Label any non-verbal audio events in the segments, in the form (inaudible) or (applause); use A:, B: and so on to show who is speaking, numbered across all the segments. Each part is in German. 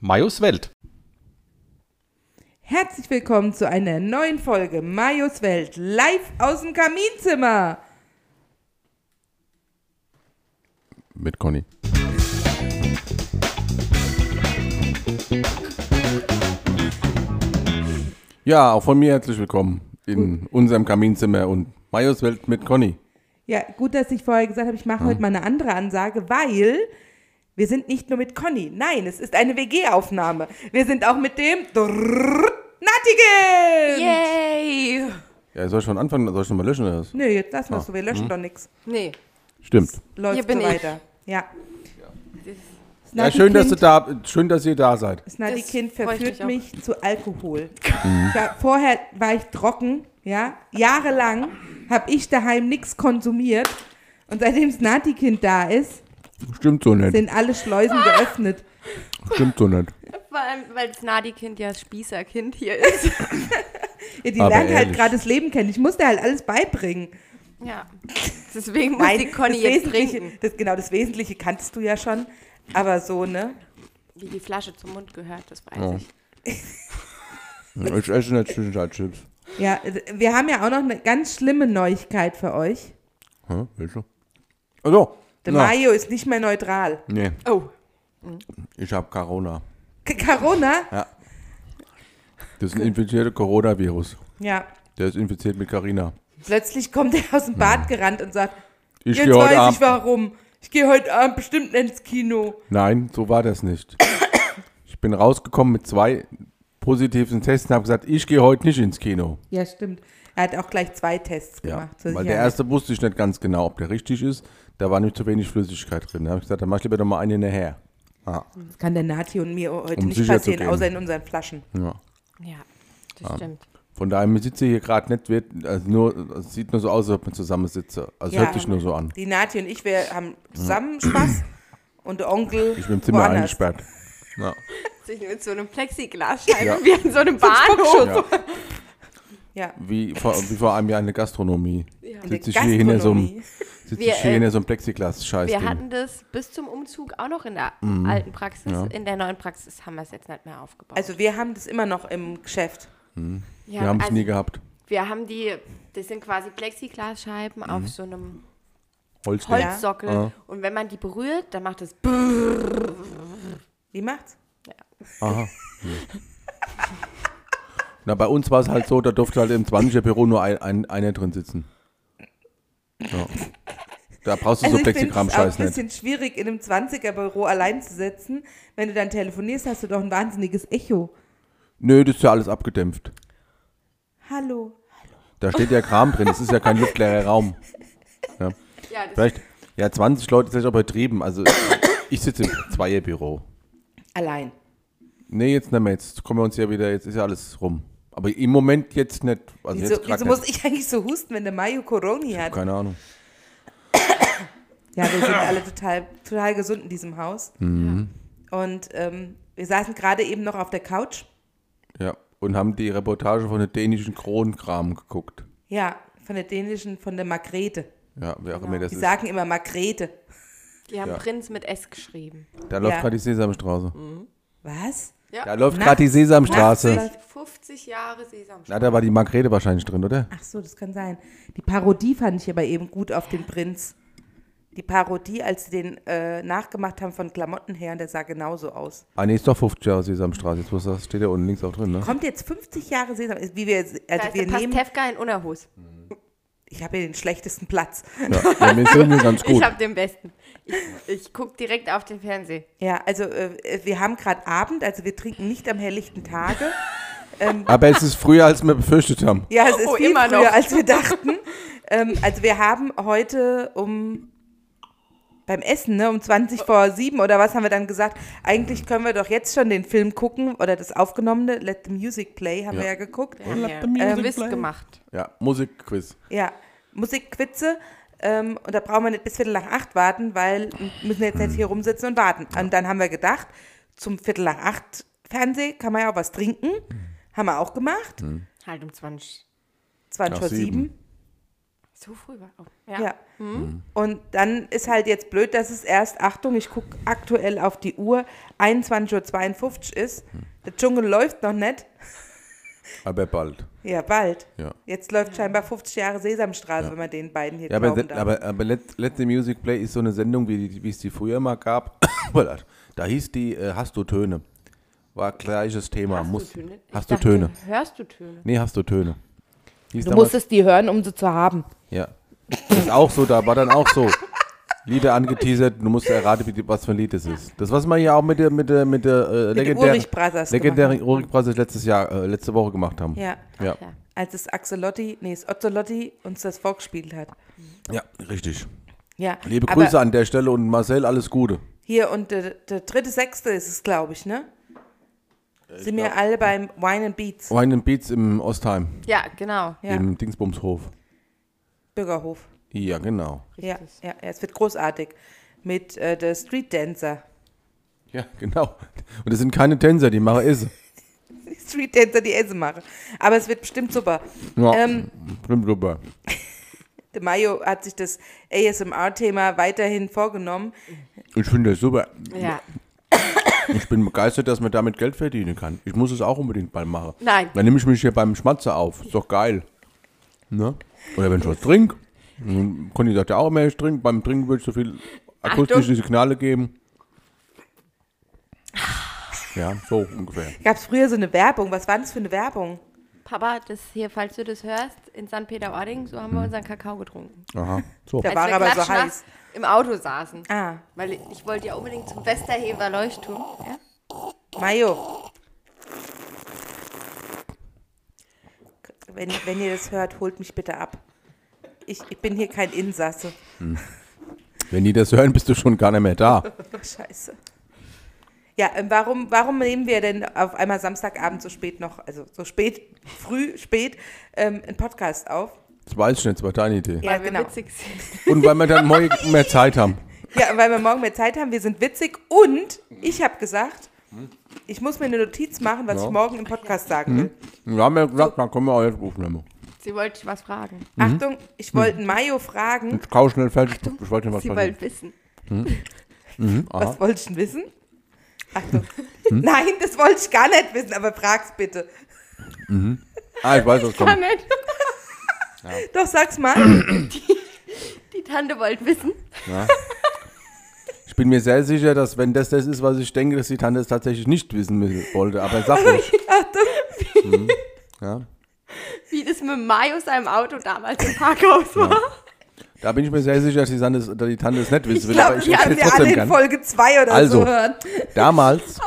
A: Majos Welt.
B: Herzlich willkommen zu einer neuen Folge Majos Welt live aus dem Kaminzimmer.
C: Mit Conny. Ja, auch von mir herzlich willkommen in unserem Kaminzimmer und Majos Welt mit Conny.
B: Ja, gut, dass ich vorher gesagt habe, ich
C: Hm.
B: mache heute mal eine andere Ansage, weil wir sind nicht nur mit Conny. Nein, es ist eine WG-Aufnahme. Wir sind auch mit dem Nattigen.
D: Yay!
C: Ja, soll ich schon anfangen? Soll ich schon mal löschen oder was?
B: Nö, jetzt lassen
C: Ah,
B: wir es so. Wir
C: hm.
B: löschen doch nichts.
D: Nee.
C: Stimmt.
B: Läuft
D: Hier bin
B: so
D: ich.
B: weiter. Ja. Das
C: Ja, schön, dass du
B: Nattikind-
C: da, schön, dass ihr da seid.
B: Das Nadi-Kind
D: Das freut
B: verführt
D: mich
B: mich, zu Alkohol.
C: Mhm.
B: Ich war, vorher war ich trocken, ja. Jahrelang habe ich daheim nichts konsumiert. Und seitdem das Nati-Kind da ist,
C: Stimmt so nicht.
B: sind alle
D: Ah!
B: Schleusen geöffnet.
C: Stimmt so nicht.
D: Vor allem, weil das Nadi-Kind ja das Spießerkind hier ist.
B: Ja, die
C: Aber
B: lernt halt
C: ehrlich.
B: gerade das Leben kennen. Ich musste halt alles beibringen.
D: ja. Deswegen muss die Conny jetzt
B: Wesentliche-
D: trinken.
B: Das, genau, das Wesentliche kannst du ja schon. Aber so, ne?
D: Wie die Flasche zum Mund gehört, das weiß
C: Ja.
D: ich.
C: Ich esse nicht Zwischenzeitchips.
B: Ja, wir haben ja auch noch eine ganz schlimme Neuigkeit für euch.
C: Hä? Welche? Also.
B: Der Mayo ist nicht mehr neutral.
C: nee,
D: Oh.
C: ich habe Corona.
B: K Corona?
C: Das ist ein infizierter Coronavirus.
B: Ja.
C: Der ist infiziert mit Carina.
B: Plötzlich kommt er aus dem
C: Hm.
B: Bad gerannt und sagt,
C: Ich
B: Jetzt
C: gehe
B: weiß
C: heute
B: ich
C: Abend.
B: warum. Ich gehe heute Abend bestimmt nicht ins Kino.
C: Nein, so war das nicht. Ich bin rausgekommen mit zwei positiven Tests und habe gesagt, ich gehe heute nicht ins Kino.
B: Ja, stimmt. Er hat auch gleich zwei Tests
C: Ja,
B: gemacht. ne? zur
C: weil der
B: Sicherheit.
C: erste wusste ich nicht ganz genau, ob der richtig ist. Da war nicht zu wenig Flüssigkeit drin. Da habe ich gesagt, dann mach ich lieber noch mal einen nachher.
B: das kann der Nati und mir heute
C: Um
B: nicht
C: sicher zu
B: passieren,
C: gehen.
B: außer in unseren Flaschen.
C: Ja.
D: Ja,
C: Ah.
D: das stimmt.
C: Von daher, ich sitze hier gerade nicht, wird, also nur, es sieht nur so aus, als ob man zusammen sitze. Also
B: Ja.
C: hört sich nur so an.
B: Die Nati und ich, wir haben zusammen Spaß und der Onkel
C: Ich bin im Zimmer
B: woanders.
C: eingesperrt. Ja.
D: Sich mit so einem Plexiglasscheibe
C: Ja.
D: wie an so einem Bahnhof.
C: Ja.
B: Ja.
C: Wie, vor, wie vor einem Jahr in der Gastronomie.
B: In der
C: Sitze ich hier hinter so einem,
B: Gastronomie.
C: sitz
D: Wir,
C: ich hier
D: äh,
C: hinter so einem Plexiglas-Scheiß.
D: Wir hatten das bis zum Umzug auch noch in der
C: Mhm.
D: alten Praxis. In der neuen Praxis haben wir es jetzt nicht mehr aufgebaut.
B: Also wir haben das immer noch im Geschäft.
D: ja,
C: Wir haben es
D: also
C: nie gehabt.
D: wir haben die, das sind quasi Plexiglasscheiben auf so einem
C: Holz.
D: Holzsockel.
C: Mhm. Ja.
D: Und wenn man die berührt, dann macht es
B: Wie macht's?
C: Aha. Na, bei uns war es halt so, da durfte halt im 20er-Büro nur ein, ein, einer drin sitzen. Ja. Da brauchst du so
B: Also, ich finde es auch ein
C: Plexigramscheiß nicht.
B: bisschen schwierig, in einem 20er-Büro allein zu sitzen. Wenn du dann telefonierst, hast du doch ein wahnsinniges Echo.
C: Nö, das ist ja alles abgedämpft.
B: Hallo.
C: Da steht ja Kram drin, es ist ja kein luftleerer Raum. Ja.
D: Ja, das
C: Vielleicht, ja, 20 Leute ist vielleicht auch übertrieben. Also, ich sitze im Zweierbüro.
B: Allein.
C: Nee, jetzt nicht mehr. Jetzt kommen wir uns ja wieder, jetzt ist ja alles rum. Aber im Moment jetzt nicht. Also
B: Wieso,
C: jetzt gerade
B: wieso
C: nicht.
B: muss ich eigentlich so husten, wenn der Mayo Coroni hat?
C: Keine Ahnung.
B: Ja,
C: (laughs)
B: wir sind alle total, total gesund in diesem Haus.
C: Mhm.
B: Und ähm, wir saßen gerade eben noch auf der Couch.
C: Ja. Und haben die Reportage von der dänischen Kronkram geguckt.
B: Ja, von der dänischen, von der Margrete.
C: Ja, wer auch
D: Genau.
C: immer das
B: Die
C: ist.
B: sagen immer Margrete.
D: Die haben
C: Ja.
D: Prinz mit S geschrieben.
C: Da läuft
B: Ja.
C: gerade die Sesamstraße.
D: Mhm.
B: Was?
C: Da läuft gerade die Sesamstraße.
D: 50, 50 Jahre Sesamstraße.
C: Na, da war die Margrethe wahrscheinlich drin, oder?
B: Ach so, das kann sein. Die Parodie fand ich aber eben gut auf den Prinz. Die Parodie, als sie den äh, nachgemacht haben von Klamotten her, und der sah genauso aus.
C: Ah, nee, ist doch 50 Jahre Sesamstraße. Jetzt muss das, steht ja unten links auch drin, ne?
B: Kommt jetzt 50 Jahre Sesam, ist wie wir, also
D: Da ist
B: wir
D: der
B: nehmen,
D: Pastewka in Unerhos.
B: ich habe hier den schlechtesten Platz.
C: Ja, ja wir sind hier ganz gut.
D: (laughs) Ich habe den besten. Ich, ich gucke direkt auf den Fernseher.
B: Ja, also äh, wir haben gerade Abend, also wir trinken nicht am helllichten
D: (laughs)
B: Tage.
C: Aber es ist früher, als wir befürchtet haben.
B: Ja, es ist
D: Oh,
B: viel
D: immer
B: früher,
D: noch.
B: als wir dachten. ähm, also wir haben heute um beim Essen, ne, um 20
D: Oh.
B: vor 7 oder was haben wir dann gesagt, eigentlich können wir doch jetzt schon den Film gucken oder das aufgenommene Let the Music Play haben
C: Ja.
B: wir ja geguckt.
D: Wir haben
C: Let
D: ja
C: the music
D: ähm, Quiz
C: play.
D: gemacht.
C: Ja, Musikquiz.
B: Ja, Musikquitze. Ähm, und da brauchen wir nicht bis Viertel nach acht warten, weil wir müssen jetzt nicht hier rumsitzen und warten. Und dann haben wir gedacht, zum Viertel nach acht Fernseh kann man ja auch was trinken.
C: Mhm.
B: Haben wir auch gemacht.
D: Halt um 20.
B: 20
C: Nach
B: vor
C: sieben. Mhm.
B: 7.
D: So früh war. Oh,
B: Ja. Mhm. Und dann ist halt jetzt blöd, dass es erst, Achtung, ich gucke aktuell auf die Uhr, 21.52 Uhr ist.
C: Mhm.
B: Der Dschungel läuft noch nicht.
C: Aber bald.
B: Ja, bald.
C: Ja.
B: Jetzt läuft scheinbar 50 Jahre Sesamstraße, wenn man den beiden hier
C: Ja, aber,
B: glauben
C: se-
B: darf.
C: aber, aber Let, Let the Music Play ist so eine Sendung, wie, die- wie es die früher mal gab. (coughs) da, da hieß die äh, Hast du Töne. War gleiches Thema.
D: Hast
C: Muss,
D: du Töne? Ich
C: Hast du
D: dachte,
C: Töne.
D: Hörst du Töne?
C: Nee, hast du Töne. Hieß
B: du
C: damals-
B: musstest die hören, um sie zu haben.
C: Ja. Ist auch so, da war dann auch so. Lieder angeteasert, du musst erraten, wie die- was für ein Lied es ist. Das, was man ja auch mit der, mit der, mit der äh,
B: den
C: legendären,
B: Ulrich Brothers
C: legendären
B: gemacht
C: Ulrich Brothers letztes Jahr, äh, letzte Woche gemacht haben.
B: Ja.
C: Ja,
D: Ja.
B: Als es Axolotti, nee, es Ozzolotti uns das vorgespielt hat.
C: ja richtig.
B: Ja.
C: Liebe
B: aber
C: Grüße an der Stelle und Marcel, alles Gute.
B: Hier und der, der dritte, sechste ist es, glaube ich, ne? Sind wir alle beim Wine and Beats,
C: Wine and Beats im Ostheim,
D: Ja, genau.
B: Ja.
C: im Dingsbumshof.
B: Bürgerhof.
C: Ja, genau.
B: Ja, ja, ja, es wird großartig. Mit äh, der Street Dancer. (laughs)
C: Ja, genau. Und das sind keine Tänzer, die machen Esse.
B: Die Street Dancer, die Essen machen. Aber es wird bestimmt super.
C: Ja,
B: Ähm.
C: stimmt super.
B: De Mayo hat sich das ASMR-Thema weiterhin vorgenommen.
C: Ich finde das super.
D: Ja.
C: Ich bin begeistert, dass man damit Geld verdienen kann. Ich muss es auch unbedingt mal machen.
D: Nein.
C: Dann nehme ich mich hier beim Schmatzer auf. Ist doch geil. Ne? Oder wenn ich was trinke. Hm, Conny sagt ja auch immer, ich trinke. Beim Trinken würde ich so viel akustische Signale geben. Ja, so ungefähr.
B: Gab es früher so eine Werbung? Was war das für eine Werbung?
D: Papa, das hier, falls du das hörst, in St. Peter-Ording, so haben wir unseren Kakao getrunken.
C: Aha. So.
B: Der war
D: wir
B: aber so
D: klatschnass
B: heiß.
D: im Auto saßen.
B: Ah,
D: Weil ich, ich wollte ja unbedingt zum Westerhever Leuchtturm. Ja?
B: Mayo. Wenn, wenn ihr das hört, holt mich bitte ab. Ich, ich bin hier kein Insasse.
C: Wenn die das hören, bist du schon gar nicht mehr da.
B: Oh, Scheiße. Ja, ähm, warum, warum nehmen wir denn auf einmal Samstagabend so spät noch, also so spät, früh, spät, ähm, einen Podcast auf?
C: Das weiß ich nicht, das war deine Idee.
B: Ja,
D: weil
B: genau.
D: wir witzig sind.
C: Und weil wir dann morgen mehr Zeit haben.
B: Ja, weil wir morgen mehr Zeit haben, wir sind witzig und ich habe gesagt, ich muss mir eine Notiz machen, was
C: Ja.
B: ich morgen im Podcast sagen will.
C: Wir haben ja gesagt, dann können wir auch jetzt aufnehmen.
D: Sie wollte dich was fragen.
B: Achtung, ich wollte Mayo fragen,
C: Ich kau schnell fertig. Ich wollte nicht was
D: Sie
C: passieren.
D: wollte wissen.
C: Ah.
B: was wollte ich denn wissen? Achtung.
C: Hm?
B: (laughs) Nein, das wollte ich gar nicht wissen, aber frag's bitte.
C: Ah, ich weiß, was kommt.
D: Moment,
B: Doch, sag's mal.
D: die Tante wollte wissen.
C: Ich bin mir sehr sicher, dass wenn das das ist, was ich denke, dass die Tante es tatsächlich nicht wissen will- wollte. Aber
B: (laughs)
C: sag ruhig. Ja.
D: wie das mit Mayo seinem Auto damals im Parkhaus war.
C: Da bin ich mir sehr sicher, dass die Tante es, dass die Tante es nicht wissen
B: Ich
C: will.
B: glaube, die
C: erzähl's
B: haben wir alle in Folge 2 oder
C: Also.
B: so hören.
C: Damals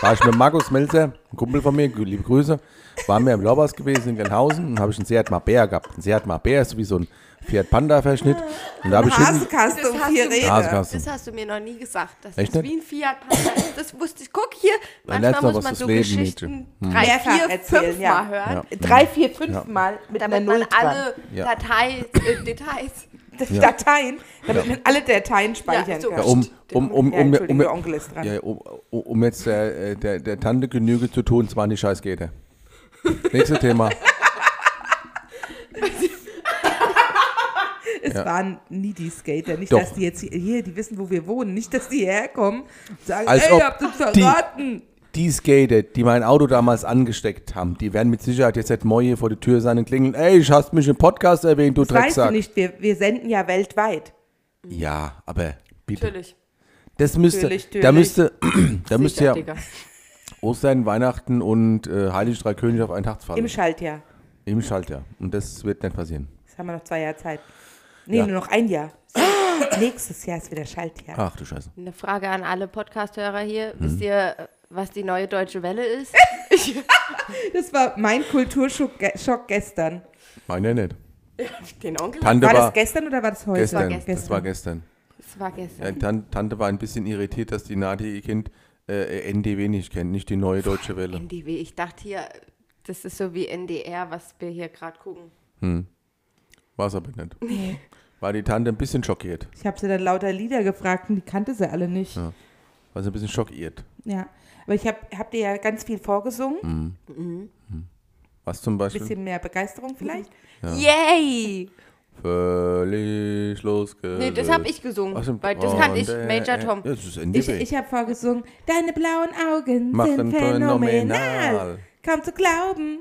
C: war ich mit Markus Melzer, ein Kumpel von mir, liebe Grüße, waren wir im Laubers gewesen in Gernhausen und habe ich einen Seat Marbella gehabt. Ein Seat Marbella ist so wie so ein Fiat Panda-Verschnitt. Und da habe ich hinten...
B: Hasekaste
D: Das
B: um
D: hast
B: vier
D: du-
B: Rede.
C: Ah, Hasenkasten.
D: Das hast du mir noch nie gesagt. Das
C: Echt
D: ist
C: nicht?
D: wie ein Fiat Panda. Das wusste ich. Guck hier,
C: Man lernt
D: manchmal
C: noch
D: muss
C: was
D: man
C: fürs
D: so
C: Leben, Hm.
D: Geschichten drei,
B: Mehrfach
D: vier,
B: erzählen,
D: fünf
B: ja.
D: Mal hören.
B: Drei, vier, fünf Mal mit einer
D: Damit man
B: Null dran. (laughs)
D: alle
C: Ja.
D: Datei, äh, Details.
B: Dateien, damit man alle Dateien speichern
D: Ja, so.
B: kann.
C: Ja, um, um, um,
B: Ja,
C: um, um,
B: Entschuldigung, Onkel ist dran.
C: ja, um, um jetzt der, äh, der, der Tante Genüge zu tun, zwar nicht scheiß geht er. (laughs) Nächstes Thema.
B: Es waren nie die Skater. Nicht,
C: Doch.
B: dass die jetzt hier, hier, die wissen, wo wir wohnen. Nicht, dass die herkommen und sagen,
C: Als
B: ey,
C: ob
B: ihr habt uns
C: die-
B: verraten.
C: Die Skater, die mein Auto damals angesteckt haben, die werden mit Sicherheit jetzt seit Moje vor die Tür sein und klingeln, ey, ich hast mich im Podcast erwähnt, du
B: Das weißt du
C: Drecksack.
B: nicht, wir, wir senden ja weltweit.
C: Ja, aber bitte.
D: Natürlich.
C: Das müsste,
B: Natürlich,
C: da
B: natürlich.
C: müsste, (clears throat) da müsste ja
D: Digga.
C: Ostern, Weihnachten und äh, Heilig Drei König auf einen Tag fallen.
B: Im Schaltjahr.
C: Im Schalter. Und das wird nicht passieren.
B: Jetzt haben wir noch zwei Jahre Zeit. Nee,
C: Ja. Ah.
B: nur noch ein Jahr.
C: (gasps)
B: Nächstes Jahr ist wieder Schaltjahr.
C: Ach du Scheiße.
D: Eine Frage an alle Podcast-Hörer hier.
C: Hm.
D: Wisst ihr, äh, was die neue deutsche Welle ist?
B: Das war mein Kulturschock ge- Schock gestern.
C: Meine nicht.
D: Den Onkel?
C: Tante
B: War
C: war
B: das gestern oder war das heute?
C: gestern.
D: gestern.
C: Das war gestern.
D: Das war gestern.
C: Ja, Tan Tante war ein bisschen irritiert, dass die Nati ihr Kind äh, NDW nicht kennt, nicht die neue deutsche Welle.
D: NDW. Ich dachte hier, das ist so wie NDR, was wir hier gerade gucken.
C: War es aber nicht. War die Tante ein bisschen schockiert.
B: Ich habe sie dann lauter Lieder gefragt und die kannte sie alle nicht. Ja.
C: War sie ein bisschen schockiert.
B: Aber ich habe hab dir ja ganz viel vorgesungen.
C: Mhm.
B: Ein
C: Was zum Beispiel? Mhm. Äh,
B: bisschen mehr Begeisterung vielleicht.
D: Yay!
C: Völlig losgelöst.
D: Nee, das habe ich gesungen.
C: Ach, stimmt.
D: Weil das kann
C: Und
D: ich,
C: der-
D: Major Tom.
C: Ja, Das ist
B: Ich,
C: NDW.
B: ich habe vorgesungen, deine blauen Augen
C: Machen
B: sind phänomenal.
C: phänomenal.
B: Kaum zu glauben.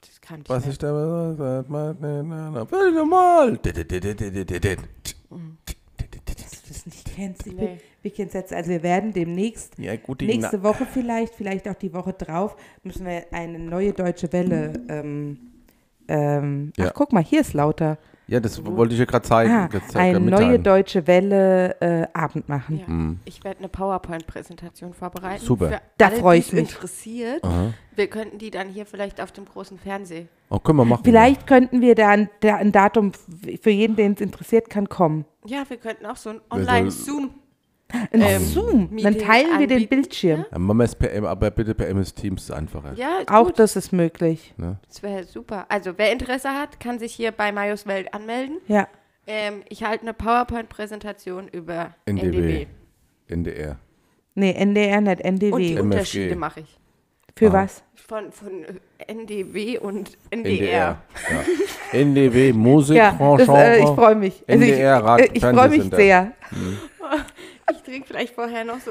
D: Das kann ich
C: Was
D: nicht.
C: ich da seit meinen Völlig normal. Dit, dit, dit, dit, dit, dit, dit.
D: Mhm.
B: Dass du das nicht kennst. Ich bin,
D: Nee.
B: wir kennen es jetzt. Also wir werden demnächst,
C: Ja, gut, die
B: nächste Woche vielleicht, vielleicht auch die Woche drauf, müssen wir eine neue deutsche Welle. Ähm, ähm,
C: Ja.
B: Ach, guck mal, hier ist lauter.
C: Ja, das wollte ich ja gerade zeigen.
B: Ah,
C: Jetzt, äh,
B: eine neue
C: mitteilen.
B: deutsche Welle äh, Abend machen.
D: Ja. Ich werde eine PowerPoint-Präsentation vorbereiten.
C: Hm. Super.
D: Für
B: Da
D: alle,
B: freu
D: die
B: ich
D: es
B: mich.
D: interessiert. Wir könnten die dann hier vielleicht auf dem großen Fernsehen.
C: Oh, können wir machen.
B: Vielleicht könnten wir da ein, da ein Datum f- für jeden, den es interessiert, kann kommen.
D: Ja, wir könnten auch so ein
C: soll-
D: Online-Zoom.
B: Ein Zoom. Dann
D: Ähm, Meeting
B: teilen wir den
D: anbieten,
B: Bildschirm.
C: Dann machen wir es per, M- aber bitte per MS Teams einfacher.
D: Ja,
B: Auch
D: gut,
B: das ist möglich.
D: das wäre super. Also, wer Interesse hat, kann sich hier bei Marius Welt anmelden.
B: Ja.
D: Ähm, ich halte eine PowerPoint-Präsentation über
C: NDW.
D: NDW.
C: NDR.
B: Nee, NDR nicht,
D: Und die
B: NDW.
C: MFG.
D: Unterschiede mache ich.
B: Für
C: Ah.
B: was?
D: Von, von äh, NDW und NDR.
C: NDR. Ja.
B: (laughs)
C: NDW Musik.
B: Ja, das, äh, ich freue mich. Also ich-
C: NDR
B: ich ich freue mich
C: Fernsehsender.
B: sehr.
D: Ich trinke vielleicht vorher noch so.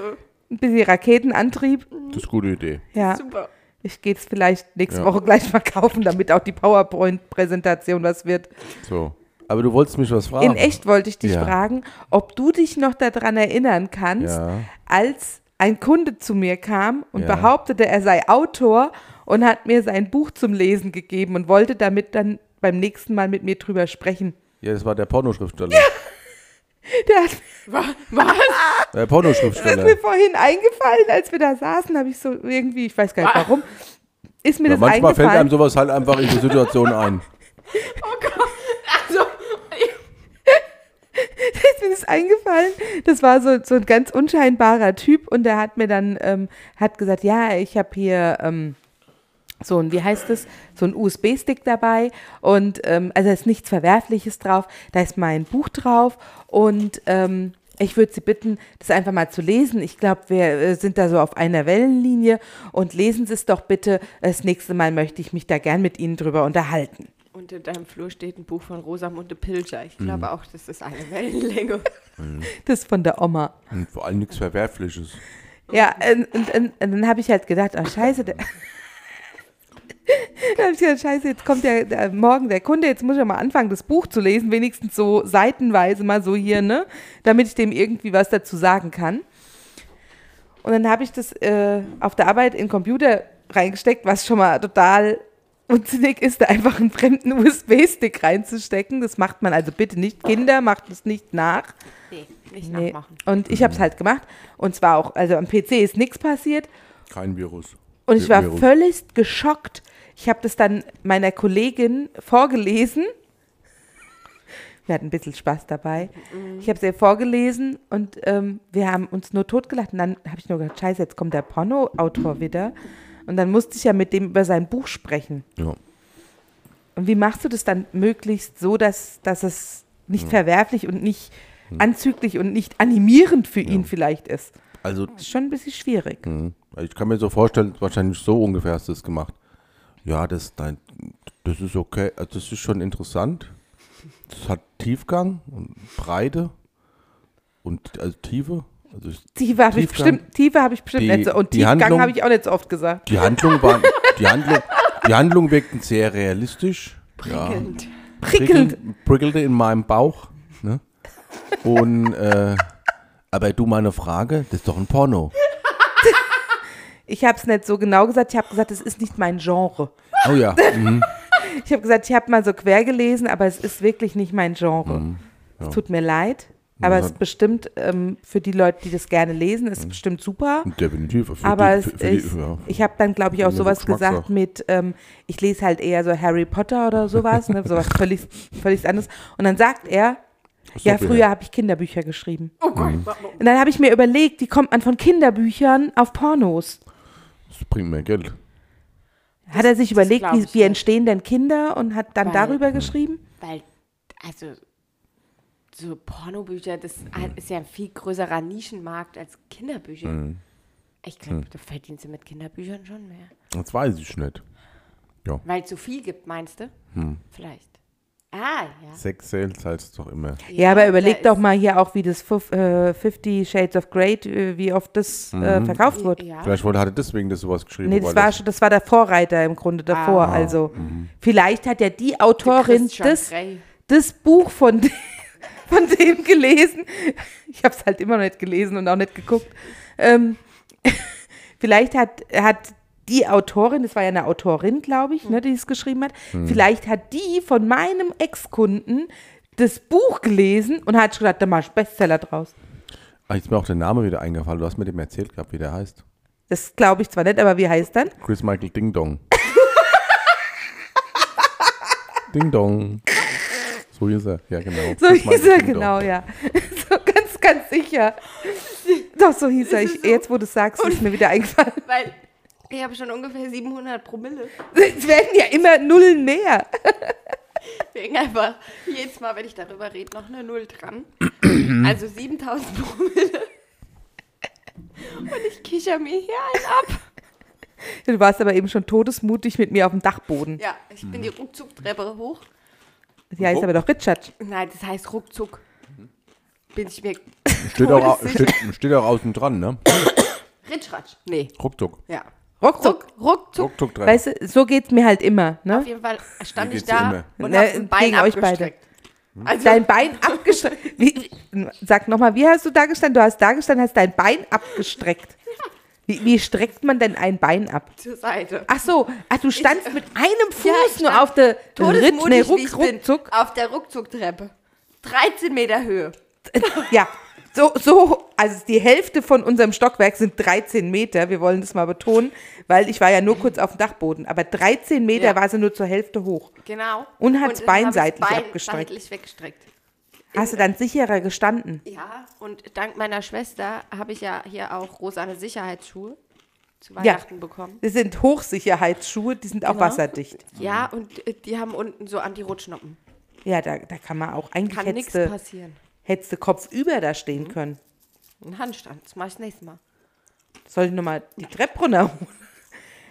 B: Ein bisschen Raketenantrieb.
C: Das ist eine gute Idee.
B: Ja,
D: Super.
B: ich gehe es vielleicht nächste
C: Ja.
B: Woche gleich verkaufen, damit auch die PowerPoint-Präsentation was wird.
C: So. Aber du wolltest mich was fragen.
B: In echt wollte ich dich
C: Ja.
B: fragen, ob du dich noch daran erinnern kannst,
C: Ja.
B: als ein Kunde zu mir kam und
C: Ja.
B: behauptete, er sei Autor und hat mir sein Buch zum Lesen gegeben und wollte damit dann beim nächsten Mal mit mir drüber sprechen.
C: Ja, das war der Pornoschriftsteller. Ja.
B: Der hat
D: Wa-
C: Der
D: Was?
B: Das ist
C: Äh,
B: (laughs)
C: Pornoschriftsteller.
B: mir vorhin eingefallen, als wir da saßen, habe ich so irgendwie, ich weiß gar nicht warum, ist mir
C: Ah. Ja,
B: das
C: manchmal fällt
B: eingefallen.
C: einem sowas halt einfach in die Situation ein.
D: Oh Gott. Also,
B: ist (laughs) mir das eingefallen. Das war so, so ein ganz unscheinbarer Typ und der hat mir dann ähm, hat gesagt, ja, ich habe hier ähm, so ein, wie heißt es, so ein USB-Stick dabei und ähm, also da ist nichts Verwerfliches drauf, da ist mein Buch drauf und ähm, ich würde Sie bitten, das einfach mal zu lesen. Ich glaube, wir äh, sind da so auf einer Wellenlinie und lesen Sie es doch bitte. Das nächste Mal möchte ich mich da gern mit Ihnen drüber unterhalten.
D: Unter deinem Flur steht ein Buch von Rosamunde Pilcher. Ich glaube auch, das ist eine Wellenlänge.
B: Das ist von der Oma.
C: Und vor allem nichts Verwerfliches.
B: Ja, und, und, und, und dann habe ich halt gedacht, oh scheiße, der (laughs) dann habe ich gedacht, scheiße, jetzt kommt der, der morgen der Kunde, jetzt muss ich ja mal anfangen, das Buch zu lesen, wenigstens so seitenweise mal so hier, ne? Damit ich dem irgendwie was dazu sagen kann. Und dann habe ich das äh, auf der Arbeit in den Computer reingesteckt, was schon mal total unsinnig ist, da einfach einen fremden (laughs) USB-Stick reinzustecken. Das macht man also bitte nicht. Kinder, macht es nicht nach.
D: Nee, nicht
B: Nee.
D: nachmachen.
B: Und ich habe es halt gemacht. Und zwar auch, also am PC ist nichts passiert.
C: Kein Virus.
B: Und ich war
C: Virus.
B: völlig geschockt. Ich habe das dann meiner Kollegin vorgelesen. Wir hatten ein bisschen Spaß dabei. Ich habe es ihr vorgelesen und ähm, wir haben uns nur totgelacht. Und dann habe ich nur gedacht, scheiße, jetzt kommt der Porno-Autor wieder. Und dann musste ich ja mit dem über sein Buch sprechen.
C: Ja.
B: Und wie machst du das dann möglichst so, dass, dass es nicht verwerflich und nicht anzüglich und nicht animierend für ihn vielleicht ist?
C: Also
B: Das ist schon ein bisschen schwierig.
C: Ich kann mir so vorstellen, wahrscheinlich so ungefähr hast du es gemacht. Ja, das, nein, das ist okay. Also das ist schon interessant. Das hat Tiefgang und Breite und also Tiefe. Also ich-
B: Tiefe habe ich
C: Tiefgang.
B: bestimmt, Tiefe habe ich bestimmt
C: Die-
B: nicht so. Und
C: die
B: Tiefgang
C: Handlung-
B: habe ich auch nicht so oft gesagt.
C: die Handlung war, die Handlung, die Handlung wirkten sehr realistisch. Ja,
D: Prickelnd.
B: Prickelnd.
C: prickeln- prickelte in meinem Bauch. Ne? Und äh, aber du meine Frage, das ist doch ein Porno.
B: Ich habe es nicht so genau gesagt. Ich habe gesagt, es ist nicht mein Genre. (laughs)
C: Oh ja. Mhm.
B: Ich habe gesagt, ich habe mal so quer gelesen, aber es ist wirklich nicht mein Genre.
C: Mhm.
B: Es tut mir leid, aber es
C: das
B: ist bestimmt ähm, für die Leute, die das gerne lesen, ist es bestimmt super.
C: Definitiv. Mhm. Für
B: Aber
C: die,
B: es
C: für, für
B: ist,
C: die, ja.
B: ich habe dann, glaube ich, auch
C: Ja,
B: sowas
C: Geschmackssache.
B: gesagt mit, ähm, ich lese halt eher so Harry Potter oder sowas, ne, sowas völlig, völlig anderes. Und dann sagt er, ja,
C: super.
B: früher habe ich Kinderbücher geschrieben.
D: Oh Gott. warum?
B: Und dann habe ich mir überlegt, wie kommt man von Kinderbüchern auf Pornos?
C: Das bringt mir Geld.
B: Hat er sich überlegt,
D: glaub
B: wie,
D: ich
B: wie
D: nicht.
B: entstehen denn Kinder und hat dann
D: Weil- hm.
B: darüber geschrieben?
D: Weil, also, so Pornobücher, das hat- ist ja ein viel größerer Nischenmarkt als Kinderbücher. Ich glaube, da verdienen sie mit Kinderbüchern schon mehr.
C: Das weiß ich nicht.
D: Weil es so viel gibt, meinst du? Vielleicht. Ah, ja.
C: Sexuell heißt es doch immer.
B: Ja, aber überleg
D: da
B: doch
D: ist-
B: mal hier auch, wie das Fuf- äh, Fifty Shades of Grey, äh, wie oft das äh, verkauft wurde.
D: Ja.
C: Vielleicht wurde, hatte deswegen das sowas geschrieben.
B: Nee, das
C: weil
B: war, schon, das war der Vorreiter im Grunde davor. Also, vielleicht hat ja die Autorin
D: Ah. Christian
B: das,
D: Grey.
B: das Buch von, de- von dem gelesen. Ich habe es halt immer noch nicht gelesen und auch nicht geguckt. Ähm, vielleicht hat, hat die Autorin, das war ja eine Autorin, glaube ich, ne, die es geschrieben hat, vielleicht hat die von meinem Ex-Kunden das Buch gelesen und hat schon gedacht, da mach ich einen Bestseller draus.
C: Ah, jetzt ist mir auch der Name wieder eingefallen. Du hast mir dem erzählt gehabt, wie der heißt.
B: Das glaube ich zwar nicht, aber wie heißt dann?
C: Chris Michael Ding Dong.
B: (laughs)
C: Ding Dong. So hieß er, ja genau.
B: So
C: Chris
B: hieß
C: Michael
B: er,
C: Ding
B: genau,
C: Dong.
B: ja. (laughs) So ganz, ganz sicher. Doch, so hieß er.
D: Es
B: Ich,
D: ist so-
B: Jetzt, wo du es sagst, ist mir wieder eingefallen. (laughs)
D: Weil ich habe schon ungefähr 700 Promille.
B: Es werden ja immer Nullen mehr.
D: Deswegen einfach jedes Mal, wenn ich darüber rede, noch eine Null dran. Also 7000 Promille. Und ich kicher mir hier einen ab.
B: Du warst aber eben schon todesmutig mit mir auf dem Dachboden.
D: Ja, ich bin die Ruckzucktreppe hoch.
B: Die heißt
C: Wo?
B: aber doch Richard.
D: Nein, das heißt Ruckzuck. Mhm. Bin ich mir.
C: Steht auch, au-
D: Todessicher.
C: steht, steht auch außen dran, ne?
D: Ritschratsch. Nee.
C: Ruckzuck.
D: Ja.
B: Ruckzuck.
D: Ruck, Ruckzuck.
C: Ruckzuck dran.
B: Weißt du, so geht's mir halt immer.
D: Auf
B: Ne?
D: jeden Fall stand
C: Mir
D: ich
C: geht's ja
D: da
C: immer.
D: und
B: Ne,
D: hab ein Bein
B: gegen euch beide.
D: abgestreckt. Also,
B: Dein Bein
D: (laughs)
B: abgestreckt. Wie, sag nochmal, wie hast du da gestanden? Du hast da gestanden, hast dein Bein
D: (laughs)
B: abgestreckt. Wie, wie streckt man denn ein Bein ab?
D: zur Seite.
B: Ach so, ach, du standst mit einem Fuß
D: Ja, ich stand
B: nur auf der Ritz, nee,
D: Todesmutig, wie
B: Ruck,
D: ich bin,
B: Ruckzuck.
D: auf der Ruckzucktreppe. 13 Meter Höhe.
B: Ja, so, so, also die Hälfte von unserem Stockwerk sind 13 Meter. Wir wollen das mal betonen, weil ich war ja nur kurz auf dem Dachboden. Aber 13 Meter
D: Ja.
B: war sie nur zur Hälfte hoch.
D: Genau.
B: Und hat's
D: dann
B: Bein
D: hab ich's
B: seitlich
D: Bein
B: abgestreckt.
D: seitlich weggestreckt.
B: Hast du dann sicherer gestanden?
D: Ja, und dank meiner Schwester habe ich ja hier auch rosane Sicherheitsschuhe zu
B: Ja.
D: Weihnachten bekommen. Genau.
B: Das sind Hochsicherheitsschuhe, die sind auch wasserdicht.
D: Ja, und äh, die haben unten so Anti-Rutschnoppen.
B: Ja, da, da kann man auch, eigentlich
D: Kann nichts
B: hättest du,
D: passieren.
B: hättest du kopfüber da stehen können.
D: Ein Handstand, das mache ich das nächste Mal.
B: Soll ich nochmal die Treppe runterholen? (laughs)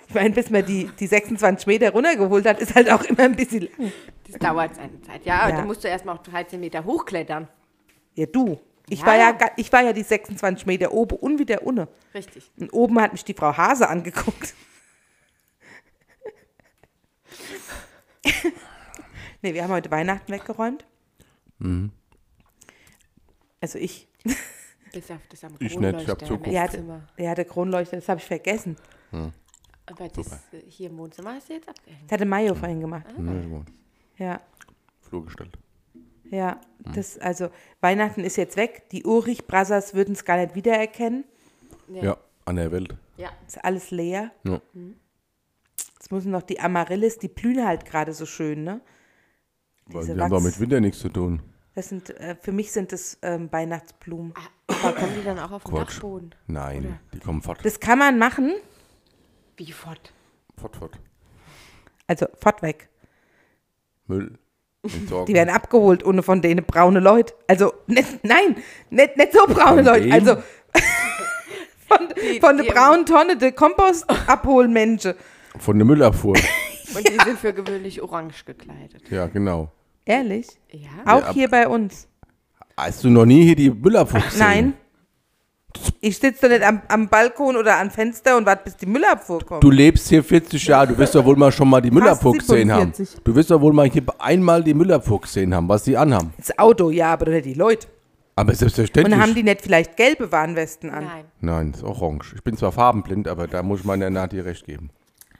B: Ich meine, bis man die, die 26 Meter runtergeholt hat, ist halt auch immer ein bisschen lang.
D: Das dauert seine Zeit. Mhm. Ja,
B: Ja.
D: und dann musst du erstmal auf 13 Meter hochklettern.
B: Ja, du. Ich,
D: Ja.
B: War ja, ga- ich war ja die 26 Meter oben und wieder ohne.
D: Richtig.
B: Und oben hat mich die Frau Hase angeguckt. nee, wir haben heute Weihnachten weggeräumt. Also ich.
D: Bis auf das am
C: Ich nicht, ich hab
D: Kronleuchter
C: zuguckt.
D: im
B: Der hatte,
D: Esszimmer.
B: der hatte Kronleuchter, das habe ich vergessen.
D: Aber das äh, hier im Wohnzimmer ist jetzt abgehängt.
B: Das hatte Mayo vorhin gemacht.
C: Hm, Ja, gut.
B: Ja,
C: Flur gestellt.
B: ja. Das, also Weihnachten ist jetzt weg. Die Urich Brothers würden es gar nicht wiedererkennen.
D: Nee.
C: Ja, an der Welt.
D: ja.
B: Ist alles leer.
C: Ja.
B: Jetzt müssen noch die Amaryllis, die blühen halt gerade so schön, ne?
C: Weil
B: Diese
C: die haben doch
B: Wachs-
C: mit Winter nichts zu tun.
B: Das sind, äh, für mich sind das ähm, Weihnachtsblumen.
D: Ah, Aber kommen die dann auch auf den
C: Quatsch.
D: Dachboden?
C: Nein, die kommen fort.
B: Das kann man machen,
D: Wie fort?
C: Fort, fort.
B: also fort weg.
C: Müll. Entsorgen.
B: Die werden abgeholt ohne von denen braune Leute. Also, nicht, nein, nicht, nicht so braune
C: Von
B: Leute.
C: wem?
D: (laughs)
B: Also, von, von der
D: die-
B: braunen Tonne, der Kompost abholen, Menschen.
C: Von der Müllabfuhr.
D: Und die sind für gewöhnlich orange gekleidet.
C: ja, genau.
B: Ehrlich?
D: Ja?
B: Auch
C: ab-
B: hier bei uns.
C: Hast du noch nie hier die Müllabfuhr gesehen?
B: Nein. Ich sitze doch nicht am, am Balkon oder am Fenster und warte, bis die Müllabfuhr kommt.
C: Du lebst hier 40 Jahre, du wirst doch wohl mal schon mal die Müllabfuhr gesehen haben.
B: 47.
C: Du wirst doch wohl mal hier einmal die Müllabfuhr gesehen haben, was die anhaben.
B: Das Auto, ja, aber doch nicht die Leute.
C: Aber
B: Und
C: selbstverständlich.
B: haben die nicht vielleicht gelbe Warnwesten an?
D: Nein.
C: Nein, ist orange. Ich bin zwar farbenblind, aber da muss ich meiner Nati recht geben.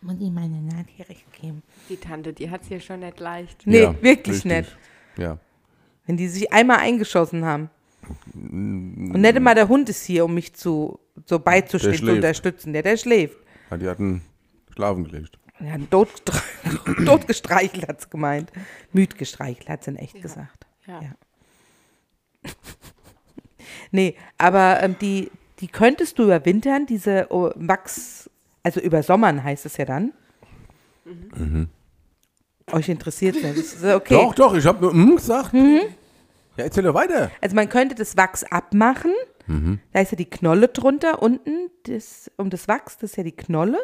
B: Muss ich meine Naht hier recht geben?
D: Die Tante, die hat es hier schon nicht leicht.
B: Nee,
C: Ja,
B: wirklich
C: richtig.
B: nicht.
C: Ja.
B: Wenn die sich einmal eingeschossen haben. Und nicht immer der Hund ist hier, um mich zu, so beizustehen,
C: Der
B: zu
C: schläft.
B: unterstützen. Der, der schläft.
C: ja, die hatten schlafen gelegt.
B: Ja, tot, (laughs) gestre- tot gestreichelt hat's gemeint. Müd gestreichelt hat's in echt gesagt.
D: Ja.
B: Ja. (laughs) Nee, aber ähm, die, die könntest du überwintern, diese oh, Wachs, also übersommern heißt es ja dann.
D: Mhm.
B: Euch interessiert nicht. Das ist okay.
C: Mhm.
B: Mhm.
C: Doch, doch, ich habe nur mm gesagt. Ja, erzähl doch weiter.
B: Also man könnte das Wachs abmachen. Da ist ja die Knolle drunter unten, das, um das Wachs, das ist ja die Knolle.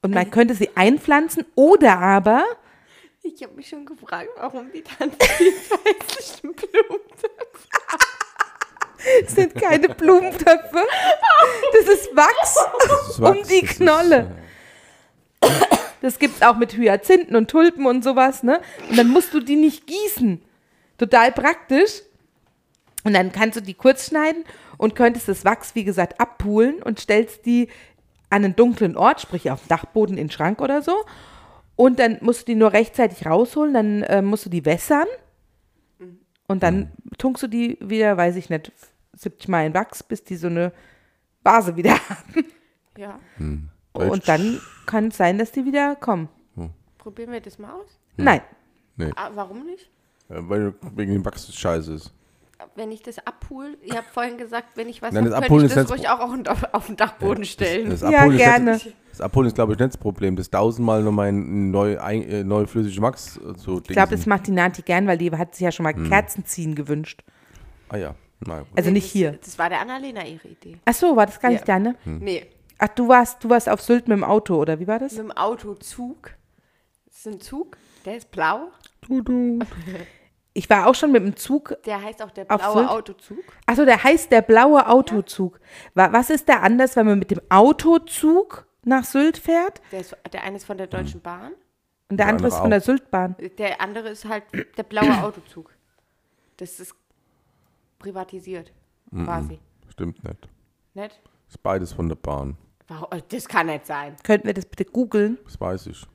B: Und man könnte sie einpflanzen oder aber
D: Ich habe mich schon gefragt, warum die Tante (laughs) die weißlichen Blumen.
B: (laughs) Das sind keine Blumentöpfe. (laughs) Das ist Wachs.
C: Das
B: Um die Knolle. Das gibt's auch mit Hyazinthen und Tulpen und sowas, ne? Und dann musst du die nicht gießen. Total praktisch. Und dann kannst du die kurz schneiden und könntest das Wachs, wie gesagt, abpulen und stellst die an einen dunklen Ort, sprich auf dem Dachboden in den Schrank oder so. Und dann musst du die nur rechtzeitig rausholen, dann äh, musst du die wässern. Und dann tunkst du die wieder, weiß ich nicht, 70 Mal in Wachs, bis die so eine Vase wieder (laughs) haben.
D: Ja,
C: Echt?
B: Und dann kann es sein, dass die wieder kommen.
D: probieren wir das mal aus.
B: Nein.
D: Ah, warum nicht?
C: Ja, äh, Weil wegen dem Wachs das scheiße ist.
D: Wenn ich das abhole, ihr habt vorhin gesagt, wenn ich was
C: Nein,
D: habe,
C: das
D: könnte
C: Abholen
D: ich
C: ist
D: das
C: jetzt-
D: ruhig auch auf, den- auf den Dachboden stellen.
C: Das, das
B: Ja,
C: Abholen
B: gerne.
C: Ist, nicht- das Abholen ist, glaube ich, nicht das Problem. Das tausendmal nochmal ein neu, ein, äh, neu flüssiges Wachs äh, zu
B: Ich glaube, das macht die Nati gern, weil die hat sich ja schon mal
C: Hm.
B: Kerzen ziehen gewünscht.
C: Ah ja, na gut.
B: Also nicht
D: das,
B: hier.
D: Das war der Annalena ihre Idee.
B: Ach so, war das gar nicht
D: Ja.
B: deine?
C: Hm.
D: Nee,
B: Ach, du warst, du warst auf Sylt mit dem Auto, oder wie war das?
D: mit dem Autozug. Das ist ein Zug, der ist blau.
B: Ich war auch schon mit dem Zug.
D: Der heißt auch der
B: Auf
D: blaue
B: Sylt?
D: Autozug.
B: Ach so, der heißt der blaue Autozug. Wa- Was ist da anders, wenn man mit dem Autozug nach Sylt fährt
D: Der, ist, der eine ist von der Deutschen Bahn.
B: und der
C: Der
B: andere ist
C: andere
B: von der
C: auch.
B: Syltbahn?
D: Der andere ist halt
B: (clears throat)
D: der blaue Autozug. Das ist privatisiert, quasi.
C: Stimmt nicht.
D: Nicht?
C: Ist beides von der Bahn.
D: Warum- oh, Das kann nicht sein.
B: Könnten wir das bitte googeln? (laughs)
C: Das weiß ich.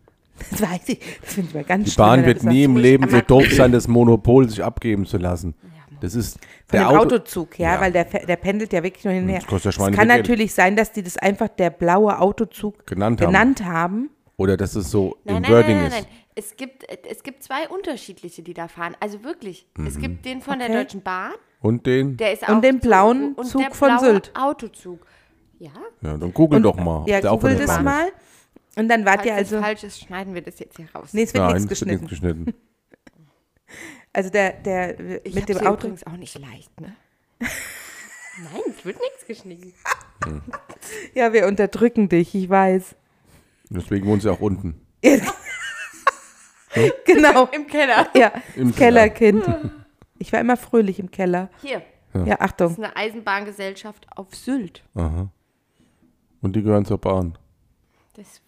B: Das weiß ich. Das finde ich mal ganz
C: Die
B: schlimm, wenn
C: Bahn
B: er
C: wird
B: das sagt.
C: nie im
D: ruhig.
C: Leben so
D: Aber-
C: doof sein, das Monopol sich abgeben zu lassen. Das ist
B: Von
C: der
B: dem
C: Auto.
B: Autozug, ja,
C: Ja.
B: weil der, fäh- der pendelt ja wirklich nur hin und her.
C: Das kostet ja
B: Es
C: Schweine
B: kann
C: viel Geld.
B: natürlich sein, dass die das einfach der blaue Autozug
C: Genannt haben.
B: genannt haben.
C: Oder dass es so
D: Nein,
C: im
D: nein, nein,
C: Wording
D: nein,
C: ist.
D: nein. Es gibt, es gibt zwei unterschiedliche, die da fahren. Also wirklich. Es gibt den von
B: Okay.
D: der Deutschen Bahn,
C: Und den?
D: der ist
B: Und
D: auch
B: den blauen
D: und
B: Zug
D: der
B: von
D: blaue
B: Sylt.
D: Autozug. Ja,
C: Ja, dann google
B: Und-
C: doch mal. ob
B: Ja,
C: der auch von
B: googelt
C: der
B: es
C: Bahn ist.
B: mal. Und dann wart
D: falls
B: ihr
D: das
B: also.
D: falsch ist, schneiden wir das jetzt hier raus.
B: Nee, es wird
C: Nein,
B: nichts
C: es wird nichts
B: geschnitten.
C: geschnitten.
B: Also der, der äh,
D: ich
B: mit
D: hab's
B: dem
D: hier
B: Auto.
D: übrigens auch nicht leicht, ne? (laughs) Nein, es wird nichts geschnitten.
B: Ja, wir unterdrücken dich, ich weiß.
C: Deswegen wohnt sie auch unten.
B: (laughs) Genau.
D: (laughs) Im Keller.
B: ja,
C: Im Keller.
B: Kellerkind. Ich war immer fröhlich im Keller.
D: Hier,
B: Ja,
D: das
B: Achtung.
D: ist eine Eisenbahngesellschaft auf Sylt.
C: Aha. Und die gehören zur Bahn.
D: Das,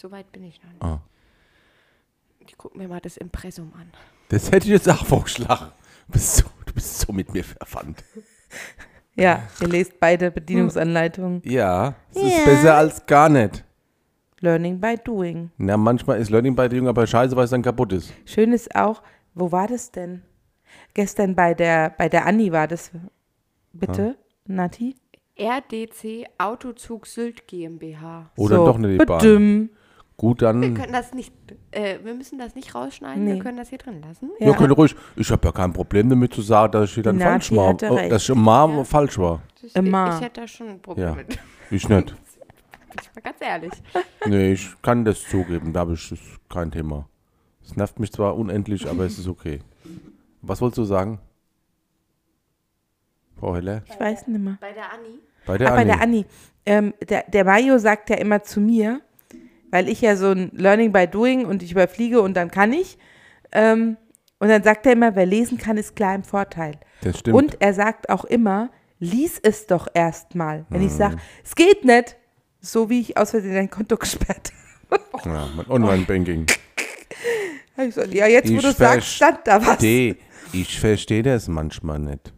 D: so weit bin ich noch nicht.
C: Ah.
D: Ich guck mir mal das Impressum an.
C: Das hätte ich jetzt auch vorgeschlagen. Du bist so, du bist so mit mir verwandt.
B: Ja, ihr lest beide
C: Hm.
B: Bedienungsanleitungen.
C: Ja, es ist besser als gar nicht.
B: Learning by doing.
C: Na, manchmal ist Learning bei der Jugend aber scheiße, weil es dann kaputt ist.
B: Schön ist auch, wo war das denn? Gestern bei der, bei der Anni war das. Bitte, Nati?
D: RDC Autozug Sylt GmbH.
C: Oder
B: so.
C: doch nicht die Bahn.
B: Badüm.
C: Gut,
D: Wir
C: dann.
D: können das nicht, äh, wir müssen das nicht rausschneiden,
B: Hm. Nee.
D: wir können das hier drin lassen.
C: Ja, könnt ihr ruhig. Ich habe ja kein Problem damit zu sagen, dass ich dann
B: Na,
C: falsch
B: die
C: war.
B: hatte
C: Oh,
B: recht.
C: dass ich mal falsch war.
D: Das ist-
B: Immer.
D: Ich, ich hätte da schon ein Problem
C: Ja.
D: mit. (laughs) Bin
C: Ich nicht.
D: ich mal ganz ehrlich.
C: Nee, ich kann das zugeben, da habe ich das ist kein Thema. Es nervt mich zwar unendlich, aber es ist okay. Was wolltest du sagen? Frau Heller?
B: Ich weiß nicht mehr.
D: Bei der Anni.
C: Bei der
B: ah, bei
C: Anni.
B: der Anni. Ähm, der, der Mario sagt ja immer zu mir, weil ich ja so ein Learning by Doing und ich überfliege und dann kann ich. Ähm, und dann sagt er immer, wer lesen kann, ist klar im Vorteil.
C: Das stimmt.
B: Und er sagt auch immer, lies es doch erstmal. Wenn ich sage, es geht nicht, so wie ich aus Versehen dein Konto gesperrt habe.
C: ja, mein Online-Banking.
B: Hab Ich so, ja, jetzt, wo
C: Ich
B: du sagst, stand da was.
C: D. Ich verstehe das manchmal nicht.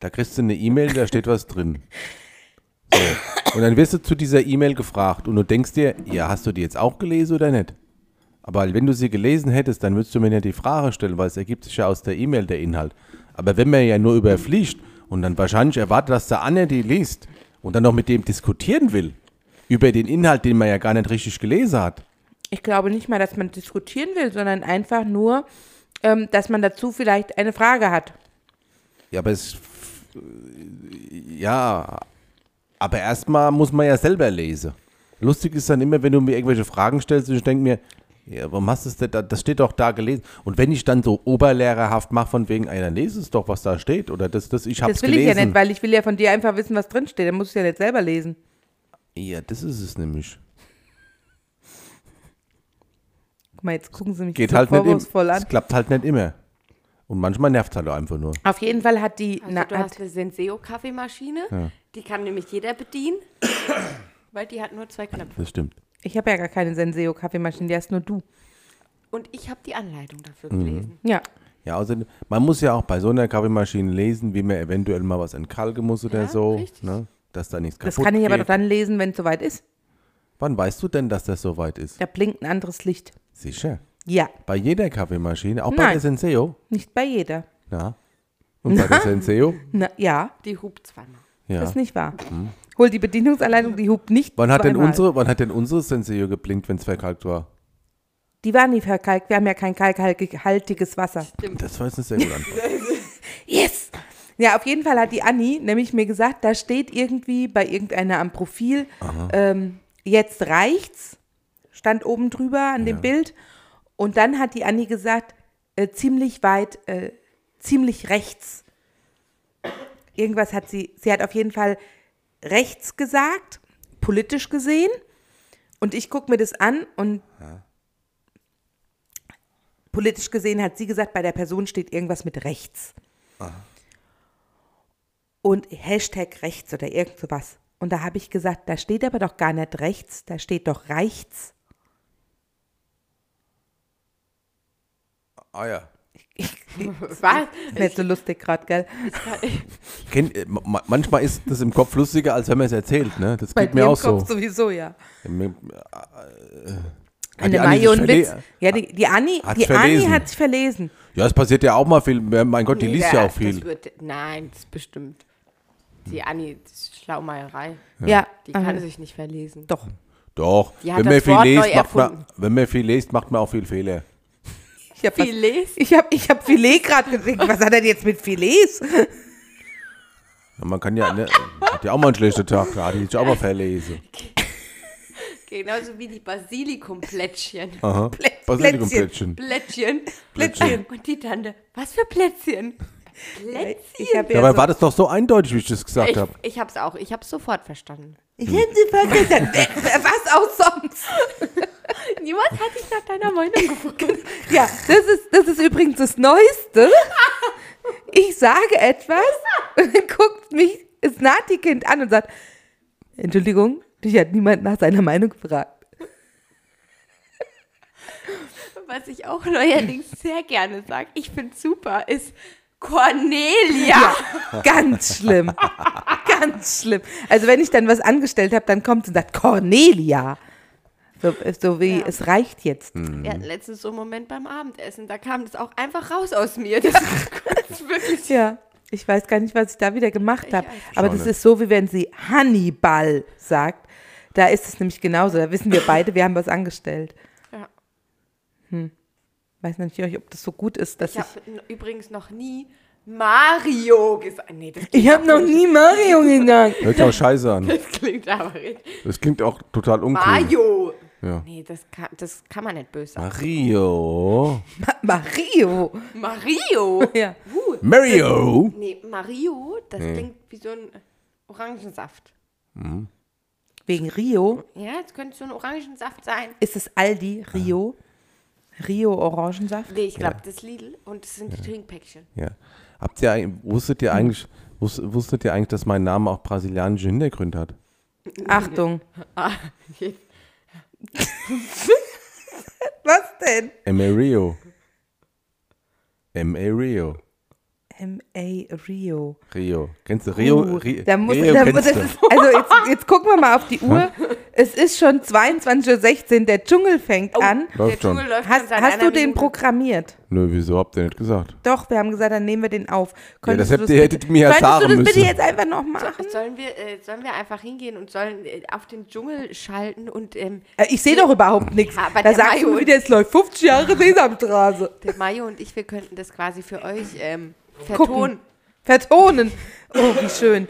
C: Da kriegst du eine E-Mail, da steht was drin. So. Und dann wirst du zu dieser E-Mail gefragt und du denkst dir, ja, hast du die jetzt auch gelesen oder nicht? Aber wenn du sie gelesen hättest, dann würdest du mir nicht die Frage stellen, weil es ergibt sich ja aus der E-Mail der Inhalt. Aber wenn man ja nur überfliegt und dann wahrscheinlich erwartet, dass der andere die liest und dann noch mit dem diskutieren will, über den Inhalt, den man ja gar nicht richtig gelesen hat,
B: Ich glaube nicht mal, dass man diskutieren will, sondern einfach nur, ähm, dass man dazu vielleicht eine Frage hat.
C: Ja, aber es. äh, Ja. Aber erstmal muss man ja selber lesen. Lustig ist dann immer, wenn du mir irgendwelche Fragen stellst und ich denke mir, ja, warum hast du es denn da? Das steht doch da gelesen. Und wenn ich dann so oberlehrerhaft mache, von wegen, ey, dann lese es doch, was da steht. Oder das, das ich hab's
B: Das will
C: gelesen.
B: ich ja nicht, weil ich will ja von dir einfach wissen, was drinsteht. Dann muss ich ja nicht selber lesen.
C: ja, das ist es nämlich.
B: Guck mal, jetzt gucken sie mich
C: Geht
B: so
C: halt nicht
B: vorwurfsvoll
C: immer.
B: an.
C: Es klappt halt nicht immer. Und manchmal nervt es halt auch einfach nur.
B: Auf jeden Fall hat die,
D: Also
B: na,
D: du
B: hat,
D: hast eine Senseo-Kaffeemaschine, die kann nämlich jeder bedienen, weil die hat nur zwei Knöpfe.
C: Das stimmt.
B: ich habe ja gar keine Senseo-Kaffeemaschine, die hast nur du.
D: Und ich habe die Anleitung dafür
B: Mhm.
D: gelesen.
B: Ja,
C: Ja, außerdem, man muss ja auch bei so einer Kaffeemaschine lesen, wie man eventuell mal was entkalken muss oder
D: Ja,
C: so.
D: richtig.
C: Ne? Dass da nichts
B: das
C: kaputt
B: kann ich
C: geht.
B: aber doch dann lesen, wenn es soweit ist.
C: Wann weißt du denn, dass das soweit ist?
B: Da blinkt ein anderes Licht.
C: Sicher.
B: Ja,
C: Bei jeder Kaffeemaschine, auch bei
B: Nein.
C: der Senseo.
B: nicht bei jeder.
C: Ja. Und bei der Senseo?
B: Na, ja,
D: Die hupt zweimal. (laughs)
C: Ja. Mhm.
B: ist nicht wahr. Hol die Bedienungsanleitung, die hupt nicht.
C: Wann hat, denn
B: zweimal.
C: unsere, wann hat denn unsere Senseo geblinkt, wenn es verkalkt war?
B: Die waren nie verkalkt, wir haben ja kein kalkhaltiges Wasser.
C: Das war jetzt eine sehr gute Antwort.
B: Yes! Ja, auf jeden Fall hat die Anni nämlich mir gesagt, da steht irgendwie bei irgendeiner am Profil, ähm, jetzt reicht's, stand oben drüber an dem Bild. Und dann hat die Anni gesagt, äh, ziemlich weit, äh, ziemlich rechts. Irgendwas hat sie, sie hat auf jeden Fall rechts gesagt, politisch gesehen. Und ich gucke mir das an und politisch gesehen hat sie gesagt, bei der Person steht irgendwas mit rechts. Und Hashtag rechts oder irgend sowas. Und da habe ich gesagt, da steht aber doch gar nicht rechts, da steht doch rechts.
C: ah ja.
D: Was?
B: Nicht so lustig gerade, gell?
C: Kennt, äh, ma- manchmal ist das im Kopf lustiger, als wenn man es erzählt. Ne? Das
B: Bei
C: geht mir
B: im
C: auch so.
B: Kopf sowieso, ja.
C: Mir- Hat
B: Eine
C: die Anni
B: Mayo
C: sich
B: und Witz.
C: verle-
B: Ja, die, die Anni,
C: Hat's
B: die Anni
C: verlesen.
B: hat sich verlesen.
C: Ja, es passiert ja auch mal viel. Mein Gott, die liest ja auch viel.
D: Das wird, nein, das ist bestimmt. Die Anni, das ist Schlaumeierei.
B: Ja.
D: Die
B: aber-
D: kann sich nicht verlesen.
B: doch.
C: Doch,
D: Die hat
C: wenn
D: das
C: man, viel
D: Wort neu
C: liest, macht man,
D: erfunden.
C: wenn man viel liest, macht man auch viel Fehler.
B: Ich habe
D: Viel lesen?
B: ich hab, ich hab Filet gerade gesehen. Was hat er denn jetzt mit Filets?
C: Ja, Man kann ja, ne, hat ja auch mal einen schlechten Tag, ja, die ist auch mal
D: (laughs)
C: verlesen.
D: Genauso wie die Basilikum-Plättchen.
C: (laughs) Aha. Basilikum-Plättchen.
D: Plättchen.
C: Plättchen.
D: Und die Tante, was für Plätzchen? Plätzchen?
B: Ich habe
C: Dabei war das doch so eindeutig, wie ich das gesagt
D: Ich,
C: habe.
D: ich hab's auch, ich hab's sofort verstanden.
B: Ich hätte sie vergessen. (laughs) Was auch sonst?
D: Niemand hat dich nach deiner Meinung gefunden.
B: Ja, das ist, das ist übrigens das Neueste. Ich sage etwas, und dann guckt mich das Nati-Kind an und sagt, Entschuldigung, dich hat niemand nach seiner Meinung gefragt.
D: (laughs) Was ich auch neuerdings sehr gerne sage, ich find's super, ist Cornelia.
B: Ganz schlimm. Ganz schlimm. Also wenn ich dann was angestellt habe, dann kommt sie und sagt, Cornelia. So, so wie,
D: Ja.
B: es reicht jetzt.
D: Wir hatten letztens so einen Moment beim Abendessen, da kam das auch einfach raus aus mir. (laughs) Das ist wirklich.
B: Ja, ich weiß gar nicht, was ich da wieder gemacht habe.
D: weiß
B: Aber
C: Schau
B: das
C: nicht.
B: ist so, wie wenn sie Hannibal sagt. Da ist es nämlich genauso. Da wissen wir beide, wir haben was angestellt.
D: Ja.
B: Weiß natürlich, ob das so gut ist, dass
D: Ich
B: ich.
D: habe übrigens noch nie Mario gesagt. Nee, das (laughs) klingt,
B: Ich habe noch nie Mario gesagt.
C: Hört sich auch scheiße an.
D: das klingt aber richtig.
C: Das klingt auch total uncool.
D: Mario.
C: Ja.
D: Nee, das kann, das kann man nicht böse sagen.
C: Mario.
B: Ma (laughs) Mario. (laughs)
D: Mario.
B: Ja.
D: Uh,
C: Mario.
D: nee, Mario, das klingt wie so ein Orangensaft.
B: Wegen Rio.
D: Ja, es könnte so ein Orangensaft sein.
B: Ist es Aldi, Rio? Rio Orangensaft?
D: Nee, ich glaube, das ist Lidl und das sind die Trinkpäckchen.
C: Ja. Habt ihr, ein- wusstet
D: Hm.
C: ihr eigentlich, wus- wusstet ihr eigentlich, dass mein Name auch brasilianische Hintergründe hat?
B: Achtung.
D: Ah,
B: Was denn?
C: Emerio. Emerio.
B: M.A. Rio.
C: Rio. Kennst du Rio?
B: Uh,
C: Ri-
B: da muss,
C: Rio
B: da muss,
C: kennst
B: das
C: du.
B: ist, also jetzt, jetzt gucken wir mal auf die Uhr. Es ist schon 22.16 Uhr, der Dschungel fängt an.
C: Läuft schon.
D: Dschungel läuft schon
B: Hast,
D: seit
B: hast du
D: einer
B: den
D: Minute.
B: programmiert?
C: Nö, wieso habt ihr nicht gesagt?
B: Doch, wir haben gesagt, dann nehmen wir den auf. Könntest
C: das
B: du
C: hättet ihr- hättet ihr mir ja
B: könntest
C: sagen
B: du das bitte
C: müssen.
B: jetzt einfach noch machen?
D: Sollen wir, äh, sollen wir einfach hingehen und sollen äh, auf den Dschungel schalten und ähm,
B: Äh, Ich sehe doch überhaupt nichts.
D: Ja, aber
B: Da
D: der
B: sagst du
D: Mayo-
B: wieder, es läuft 50 Jahre Sesamstraße.
D: der Mayo und ich, wir könnten das quasi für euch ähm,
B: Gucken.
D: vertonen.
B: Vertonen. Oh, wie schön.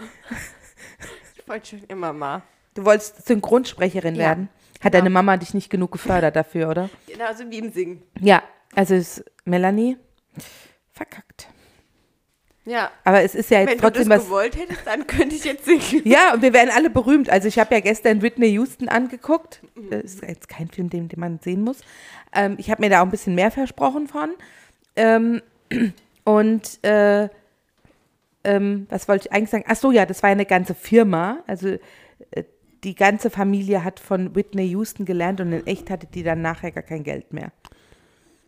D: Ich wollte schon immer mal.
B: Du wolltest Synchronsprecherin
D: Ja, Genau.
B: werden. Hat deine Mama dich nicht genug gefördert dafür, oder?
D: Genauso wie im Singen.
B: Ja, also ist Melanie verkackt.
D: Ja.
B: Aber es ist ja jetzt
D: Wenn du das
B: trotzdem was.
D: gewollt hättest, dann könnte ich jetzt singen.
B: Ja, und wir werden alle berühmt. Also ich habe ja gestern Whitney Houston angeguckt. Das ist jetzt kein Film, den, den man sehen muss. Ähm, ich habe mir da auch ein bisschen mehr versprochen von. Ähm, und äh, ähm, was wollte ich eigentlich sagen? Ach so, ja, das war eine ganze Firma. Also äh, die ganze Familie hat von Whitney Houston gelernt und in echt hatte die dann nachher gar kein Geld mehr.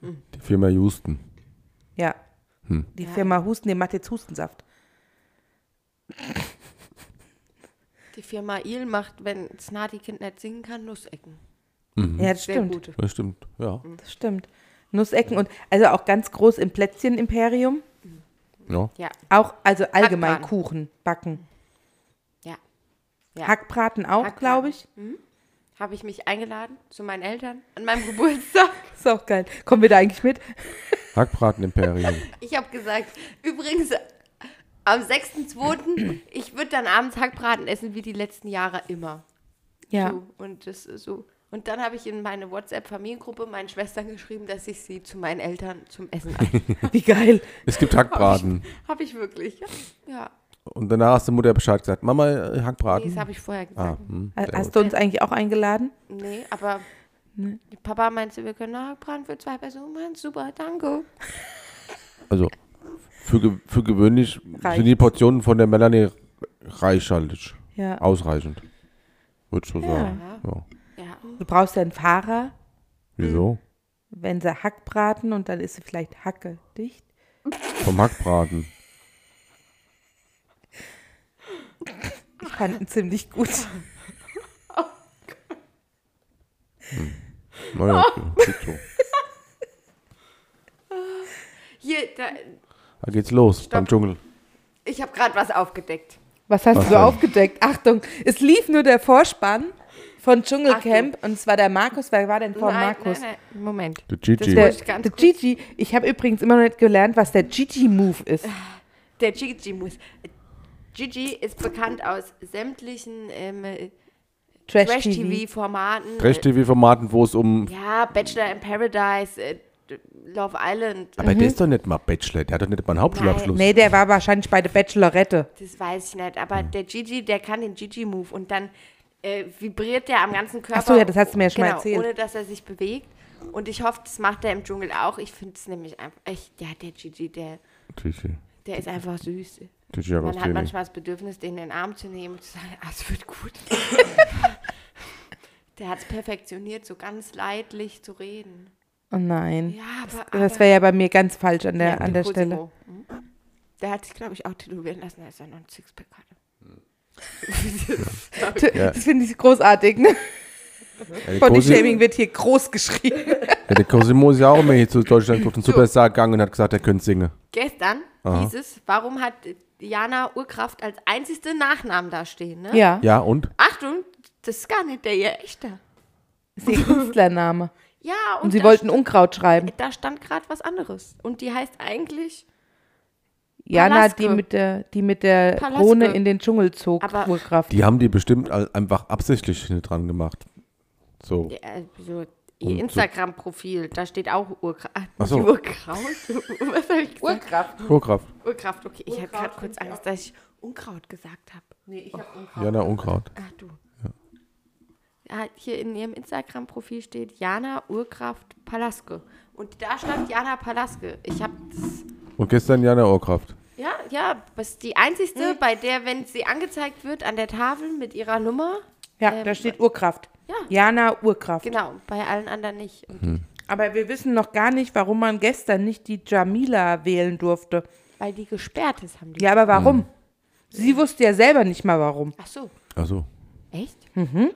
C: Die Firma Houston.
B: Ja. Die Firma Husten, die macht jetzt Hustensaft.
D: Die Firma Il macht, wenn das Nadi-Kind nicht singen kann, Nussecken.
B: Ja, das
D: Sehr
B: stimmt.
D: gute.
C: Das stimmt, ja.
B: Das stimmt. Nussecken und also auch ganz groß im Plätzchen-Imperium.
C: ja.
D: Ja,
B: Auch, also allgemein
D: Hackbraten.
B: Kuchen backen.
D: ja. Ja.
B: Hackbraten auch,
D: Hackbraten.
B: glaube ich.
D: Habe ich mich eingeladen zu meinen Eltern an meinem Geburtstag.
B: Ist auch geil. Kommen wir da eigentlich mit?
C: Hackbraten-Imperium.
D: Ich habe gesagt, übrigens, am 6.2. ich würde dann abends Hackbraten essen, wie die letzten Jahre immer.
B: Ja.
D: So, und das ist so. Und dann habe ich in meine WhatsApp-Familiengruppe meinen Schwestern geschrieben, dass ich sie zu meinen Eltern zum
B: (laughs)
D: Essen einlade.
B: Wie geil.
C: es gibt Hackbraten.
D: habe ich wirklich. Ja,
C: Und danach hast du Mutter Bescheid gesagt. Mama, äh,
D: nee, das
C: Hackbraten.
D: habe ich vorher
C: Ah,
D: gesagt.
C: hm,
B: Ha-
C: sehr
B: Hast
C: gut.
B: du uns eigentlich auch eingeladen?
D: Nee, aber die Papa meinte, wir können Hackbraten für zwei Personen machen. Super, danke.
C: also für, ge für gewöhnlich
B: Reicht.
C: sind die Portionen von der Melanie reichhaltig.
B: Ja.
C: Ausreichend. Würde ich so sagen. Ja.
D: Ja,
B: Du brauchst ja einen Fahrer,
C: Wieso?
B: wenn sie Hackbraten und dann ist sie vielleicht Hacke dicht.
C: Vom Hackbraten.
B: Ich fand ihn ziemlich gut.
C: Naja, okay, geht so.
D: hier, da,
C: Da geht's los beim Dschungel.
D: ich habe gerade was aufgedeckt.
B: Was hast
C: Was
B: du so
C: denn?
B: aufgedeckt? Achtung, es lief nur der Vorspann von Dschungelcamp und es war der Markus. Wer war denn vor
D: nein,
B: Markus?
D: nein, nein, Moment.
C: Der Gigi.
D: Das
B: Der,
D: Muss ich ganz
B: der
D: kurz-
B: Gigi, ich habe übrigens immer noch nicht gelernt, was der Gigi-Move ist.
D: Der Gigi muss. Gigi ist bekannt aus sämtlichen ähm,
B: Trash-TV.
D: Trash-TV-Formaten.
C: Trash-TV-Formaten, wo es um.
D: ja, Bachelor in Paradise, äh, Love Island.
C: Aber der ist doch nicht mal Bachelor. Der hat doch nicht mal einen Hauptschulabschluss.
B: Nee, der war wahrscheinlich bei der Bachelorette.
D: Das weiß ich nicht. Aber der Gigi, der kann den Gigi-Move und dann äh, vibriert der am ganzen Körper.
B: Ach so, ja, das hast du mir ja schon mal
D: genau,
B: erzählt.
D: Ohne dass er sich bewegt. Und ich hoffe, das macht er im Dschungel auch. Ich finde es nämlich einfach. Echt, ja, der Gigi, der,
C: Gigi.
D: der ist einfach süß.
C: Gigi
D: Man hat
C: Agostini.
D: manchmal das Bedürfnis, den in den Arm zu nehmen und zu sagen, ah, es
B: (laughs)
D: wird gut. Der hat es perfektioniert, so ganz leidlich zu reden.
B: Oh nein.
D: Ja, aber.
B: Das
D: aber-
B: wäre ja bei mir ganz falsch an der,
D: Ja,
B: an der
D: Cosimo.
B: (laughs) Stelle.
D: Hm? Der hat sich, glaube ich, auch tätowieren lassen, als er noch ein Sixpack hatte.
B: T- Das finde ich großartig. Ne?
C: Ja, der
B: Body Shaming
C: Cosi-
B: wird hier groß
D: (laughs)
B: geschrieben.
C: Äh, ja, der Cosimo ist ja auch immer hier zu Deutschland auf den Superstar gegangen und hat gesagt, er könnte singen.
D: Gestern hieß es, warum hat Jana Urkraft als einzigste Nachnamen da stehen, ne?
B: Ja,
C: Ja, und?
D: Achtung, das ist gar nicht der ihr echter.
B: ist ihr Künstlername.
D: Ja, und,
B: Und sie
D: da Äh,
B: wollten um- Unkraut schreiben.
D: st- Da stand gerade was anderes. Und die heißt eigentlich.
B: Jana,
D: Palaske.
B: die mit der, die mit der
D: Palaske.
B: Krone in den Dschungel zog,
D: Aber-
B: Urkraft.
C: Die haben die bestimmt all- einfach absichtlich hinten dran gemacht. So.
D: Ja, Äh, so ihr
C: Und so-
D: Instagram-Profil, da steht auch Urkraut.
C: Ach so.
D: Urkraut? (laughs) Was habe ich gesagt?
B: Urkraft.
C: Urkraft.
D: Urkraft, okay. Ich hatte gerade kurz Angst, dass ich Unkraut gesagt habe. Nee, ich habe Unkraut.
C: Jana Unkraut.
D: Ach du. Ja. Hier in ihrem Instagram-Profil steht Jana Urkraft Palaske. Und da stand Jana Palaske. Ich habe das.
C: Und gestern Jana Urkraft.
D: Ja, ja, was die einzigste, bei der, wenn sie angezeigt wird an der Tafel mit ihrer Nummer,
B: Ja,
D: Ähm,
B: da steht Urkraft.
D: ja.
B: Jana Urkraft.
D: genau, bei allen anderen nicht. Und
C: Hm.
B: Aber wir wissen noch gar nicht, warum man gestern nicht die Jamila wählen durfte.
D: Weil die gesperrt ist, haben die.
B: Ja, aber warum?
C: Hm.
B: Sie wusste ja selber nicht mal warum.
D: Ach so,
C: Also,
D: echt? Mhm.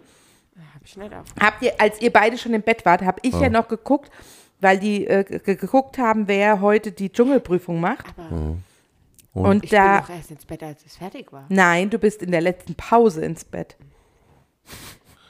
D: Hab ich nicht auf.
B: Habt ihr, als ihr beide schon im Bett wart, habe ich ja noch geguckt, weil die äh, ge- geguckt haben, wer heute die Dschungelprüfung macht.
D: Aber
C: Und?
B: Und
D: ich
B: da,
D: bin auch erst ins Bett, als es fertig war.
B: nein, du bist in der letzten Pause ins Bett.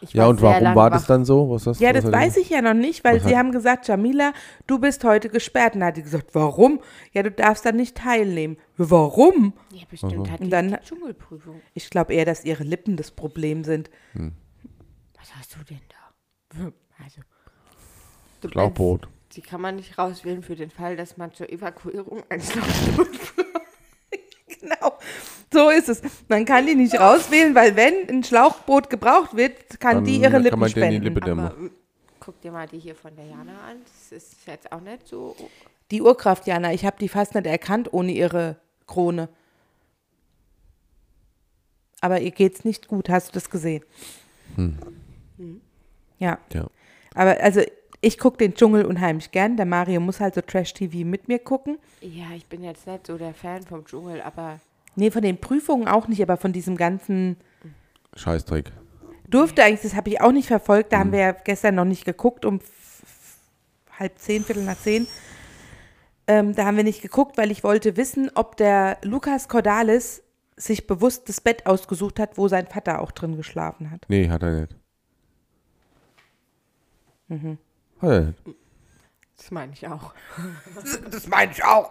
D: Ich
C: ja, und
D: sehr
C: warum
D: lange
C: war
D: wach.
C: das dann so? Was hast
B: Ja,
C: was
B: das
C: hat-
B: weiß ich ja noch nicht, weil
C: Was
B: sie
C: hat-
B: haben gesagt, Jamila, du bist heute gesperrt. Und dann hat die gesagt, warum? Ja, du darfst dann nicht teilnehmen. Warum?
D: Ja, bestimmt hat
B: Und
D: die,
B: dann-
D: die Dschungelprüfung.
B: Ich glaube eher, dass ihre Lippen das Problem sind. (laughs)
D: Was hast du denn da? Also. Du
C: Schlauchboot.
D: (laughs) meinst, Die kann man nicht rauswählen für den Fall, dass man zur Evakuierung einschlafen muss.
B: genau. So ist es. Man kann die nicht rauswählen, weil wenn ein Schlauchboot gebraucht wird, kann die ihre
C: dann
B: Lippen
C: kann man denen
B: spenden.
C: die Lippe dämmen.
D: Aber, äh, guck dir mal die hier von der Jana an. Das ist jetzt auch nicht so.
B: Die Urkraft, Jana, ich habe die fast nicht erkannt ohne ihre Krone. Aber ihr geht's nicht gut, hast du das gesehen? Hm. Ja,
C: Ja.
B: aber also ich gucke den Dschungel unheimlich gern. Der Mario muss halt so Trash-TV mit mir gucken.
D: Ja, ich bin jetzt nicht so der Fan vom Dschungel, aber
B: Nee, von den Prüfungen auch nicht, aber von diesem ganzen
C: Scheißdreck.
B: durfte eigentlich, das habe ich auch nicht verfolgt.
C: Mhm.
B: Da haben wir ja gestern noch nicht geguckt, um f- f- halb zehn, viertel nach zehn. Ähm, da haben wir nicht geguckt, weil ich wollte wissen, ob der Lukas Cordalis sich bewusst das Bett ausgesucht hat, wo sein Vater auch drin geschlafen hat.
C: Nee, hat er nicht.
B: Mhm.
C: Hat er nicht.
D: das meine ich auch.
B: Das meine ich auch.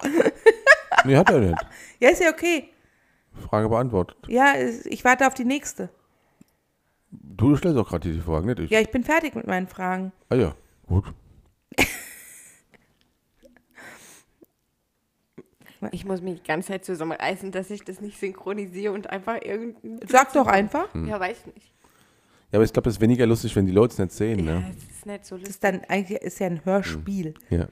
C: Nee, hat er nicht.
B: Ja, ist ja okay.
C: Frage beantwortet.
B: Ja, es- ich warte auf die nächste.
C: Du stellst auch gerade die Frage, nicht ich.
B: Ja, ich bin fertig mit meinen Fragen.
C: Ah ja, gut.
D: Ich muss mich die ganze Zeit zusammenreißen, dass ich das nicht synchronisiere und einfach irgendein.
B: Sag doch einfach.
C: Hm.
D: Ja, weiß nicht.
C: Ja, aber ich glaube, das ist weniger lustig, wenn die Leute es nicht sehen,
D: Ja,
C: ne?
D: es ist nicht so
B: Das
D: lustig.
B: ist dann eigentlich ist ja ein Hörspiel.
C: Ja.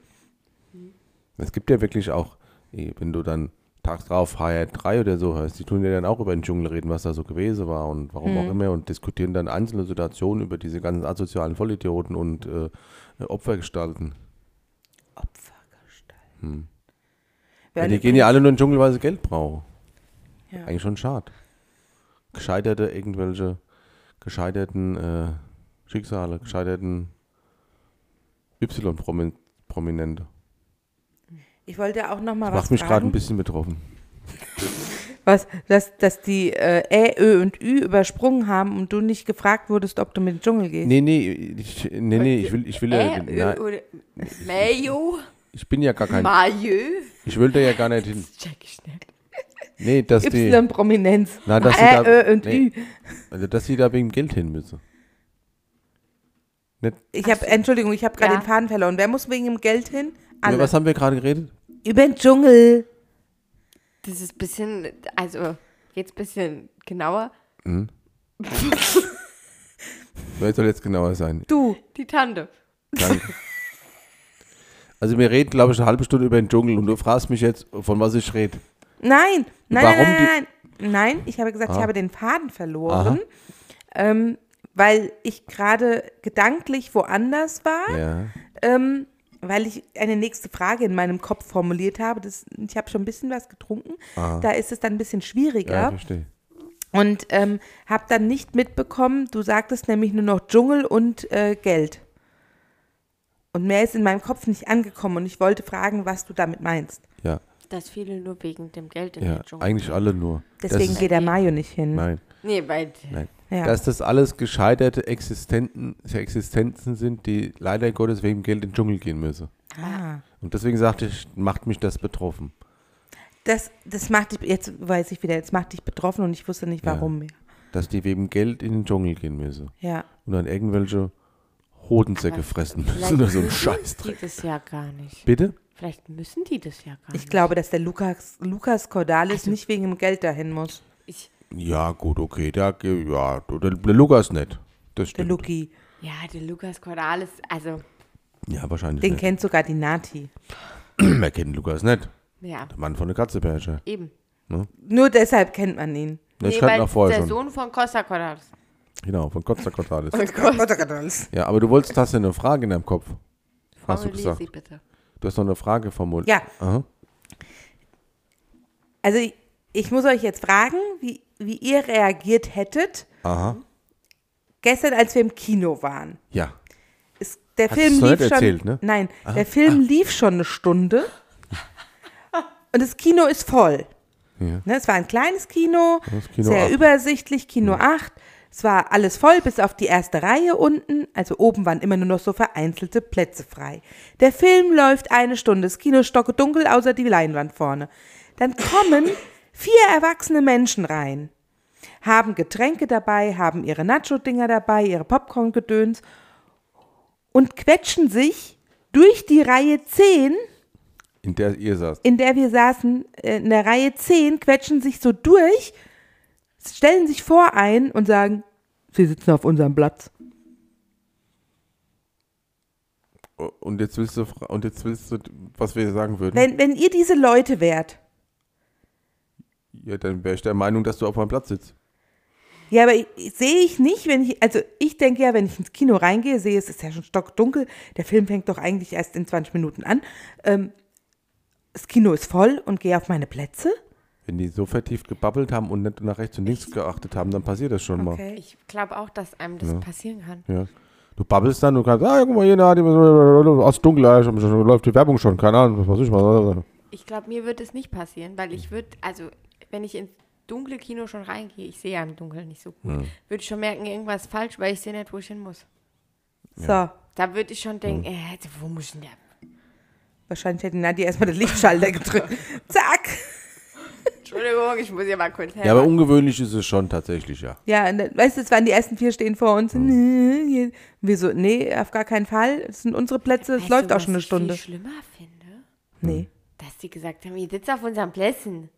C: Es gibt ja wirklich auch, eh, wenn du dann tags drauf HR3 oder so hörst, die tun ja dann auch über den Dschungel reden, was da so gewesen war und warum auch immer und diskutieren dann einzelne Situationen über diese ganzen asozialen Vollidioten und äh, Opfergestalten.
B: Opfergestalt.
C: Ja,
B: Wer
C: die gehen Hm. ja alle nur in den Dschungel, weil sie Geld brauchen.
B: Ja.
C: Eigentlich schon schade. Gescheiterte irgendwelche, gescheiterten äh, Schicksale, gescheiterten Y-Prominente.
B: Ich wollte auch noch mal was
C: Macht mich gerade
B: fragen.
C: ein bisschen betroffen.
B: Was, dass, dass die äh, Ä, Ö und Ü übersprungen haben und du nicht gefragt wurdest, ob du mit in den Dschungel gehst.
C: Nee, nee, ich, nee, nee, ich will, ich will, ja-
D: Äh,
C: na,
D: Ö oder Mayo?
C: ich bin ja gar kein,
D: Majö?
C: ich will da ja gar nicht hin.
D: Das check ich nicht.
C: Nee, dass die,
B: Y-Prominenz.
C: Na, dass sie
B: Ä,
C: da-
B: Äh, Ö und
C: nee.
B: Ü.
C: also dass sie da wegen Geld hin müssen. Nicht,
B: Ich habe, Entschuldigung, ich habe gerade
D: Ja.
B: den Faden verloren. Wer muss wegen dem Geld hin? Alle.
C: über was haben wir gerade geredet?
B: Über den Dschungel.
D: Das ist ein bisschen. Also, jetzt ein bisschen genauer.
C: Wer soll jetzt genauer sein?
B: Du.
D: Die Tante.
C: Danke. Also wir reden, glaube ich, eine halbe Stunde über den Dschungel und du fragst mich jetzt, von was ich rede.
B: Nein. Nein,
C: Warum
B: nein, nein, nein. Nein, ich habe gesagt, ich
C: Ah.
B: habe den Faden verloren, ähm, weil ich gerade gedanklich woanders war.
C: Ja.
B: Ähm, weil ich eine nächste Frage in meinem Kopf formuliert habe. Das, ich habe schon ein bisschen was getrunken. Da ist es dann ein bisschen
C: Ah. Ja,
B: schwieriger.
C: ich verstehe.
B: und ähm, habe dann nicht mitbekommen, du sagtest nämlich nur noch Dschungel und äh, Geld. Und mehr ist in meinem Kopf nicht angekommen. Und ich wollte fragen, was du damit meinst.
C: Ja,
D: Dass viele nur wegen dem Geld in
C: ja.
D: den Dschungel.
C: Eigentlich alle nur. Das
B: Deswegen
C: ist,
B: geht der Mayo nicht hin.
C: Nein,
D: Nee, weil.
C: nein.
B: Ja.
C: Dass das alles gescheiterte Existenten, Existenzen sind, die leider Gottes wegen Geld in den Dschungel gehen müssen.
B: Ah.
C: Und deswegen sagte ich, macht mich das betroffen.
B: Das, das macht dich, jetzt weiß ich wieder, jetzt macht dich betroffen und ich wusste nicht
C: Ja.
B: warum. Ja.
C: Dass die wegen Geld in den Dschungel gehen müssen.
B: ja.
C: Und dann irgendwelche Hodensäcke fressen müssen oder so ein Scheißdreck.
D: Die das ja gar nicht.
C: Bitte?
D: Vielleicht müssen die das ja
C: Ah,
D: gar nicht.
B: Ich glaube, dass der Lukas, Lukas Cordalis nicht wegen dem Geld dahin muss.
D: Ich,
C: Ja, gut, okay. Da, ge- ja, du- der, der Lukas nicht. Das
B: Der
C: stimmt.
B: Luki.
D: ja, der Lukas Cordalis, also,
C: ja, wahrscheinlich
B: Den
C: nicht.
B: kennt sogar die Nati.
C: (clears throat) Wer kennt Lukas nicht?
D: ja,
C: Der Mann von der Katzepersche.
D: eben.
B: Nur deshalb kennt man ihn.
C: Das stand Ne, noch vorher
D: der
C: schon.
D: Sohn von Costa Cordalis.
C: Genau, von Kotzer Cordalis.
B: Gott.
C: Ja, aber du wolltest, hast ja eine Frage in deinem Kopf. Hast du
D: Formulier
C: gesagt.
D: sie bitte.
C: Du hast noch eine Frage formuliert.
B: Ja.
C: Aha.
B: Also ich, ich muss euch jetzt fragen, wie, wie ihr reagiert hättet
C: Aha.
B: gestern, als wir im Kino waren.
C: Ja.
B: Ist, der
C: Hast
B: Film
C: du's noch
B: lief
C: nicht
B: schon.
C: erzählt, ne?
B: Nein, der Film lief schon eine Stunde.
C: Ah.
B: Und das Kino ist voll.
C: Ja.
B: Ne, es war ein kleines Kino,
C: Das Kino
B: sehr
C: 8.
B: übersichtlich, Kino 8. Es war alles voll, bis auf die erste Reihe unten. Also oben waren immer nur noch so vereinzelte Plätze frei. Der Film läuft eine Stunde. Das Kino ist stockedunkel, außer die Leinwand vorne. Dann kommen vier erwachsene Menschen rein, haben Getränke dabei, haben ihre Nacho-Dinger dabei, ihre Popcorn-Gedöns und quetschen sich durch die Reihe 10
C: in der ihr saßt.
B: in der wir saßen, äh, in der Reihe 10, quetschen sich so durch, stellen sich vor ein und sagen, sie sitzen auf unserem Platz.
C: Und jetzt willst du, fra- und jetzt willst du, was wir sagen würden.
B: Wenn, wenn ihr diese Leute wärt,
C: Ja, dann wäre ich der Meinung, dass du auf meinem Platz sitzt.
B: ja, aber ich, ich- sehe ich nicht, wenn ich, also ich denke ja, wenn ich ins Kino reingehe, sehe es ist ja schon stockdunkel, der Film fängt doch eigentlich erst in 20 Minuten an. Ähm, das Kino ist voll und gehe auf meine Plätze.
C: Wenn die so vertieft gebabbelt haben und nicht nach rechts und links geachtet haben, dann passiert das schon mal.
D: Ich glaube auch, dass einem
C: Ne?
D: das passieren kann.
C: Ja. Du babbelst dann und kannst, ah, guck mal hier, na, die, aus dunkel, ja, schon- schon- läuft die Werbung schon, keine Ahnung, was weiß ich mal.
D: Ich glaube, mir wird es nicht passieren, weil
B: Mhm.
D: ich würde, also wenn ich ins dunkle Kino schon reingehe, ich sehe ja im Dunkeln nicht so
B: Mhm.
D: gut, würde ich schon merken, irgendwas ist falsch, weil ich sehe nicht, wo ich hin muss.
B: So,
D: Da würde ich
B: Mhm.
D: schon denken, äh, wo muss ich denn da?
B: wahrscheinlich hätte Nadia erstmal den Lichtschalter gedrückt. Zack!
D: Entschuldigung, ich muss hier mal kurz helfen.
C: Ja, aber ungewöhnlich ist es schon tatsächlich, ja.
B: Ja, und dann, weißt du, es waren die ersten vier stehen vor uns. Nee, (laughs) hier- Wir so, nee, auf gar keinen Fall. Das sind unsere Plätze, es
D: Hm. Weißt
B: läuft
D: du,
B: auch schon eine
D: was
B: Stunde.
D: Ich Hm. viel schlimmer finde,
B: Nee.
D: dass die gesagt haben, ihr sitzt auf unseren Plätzen.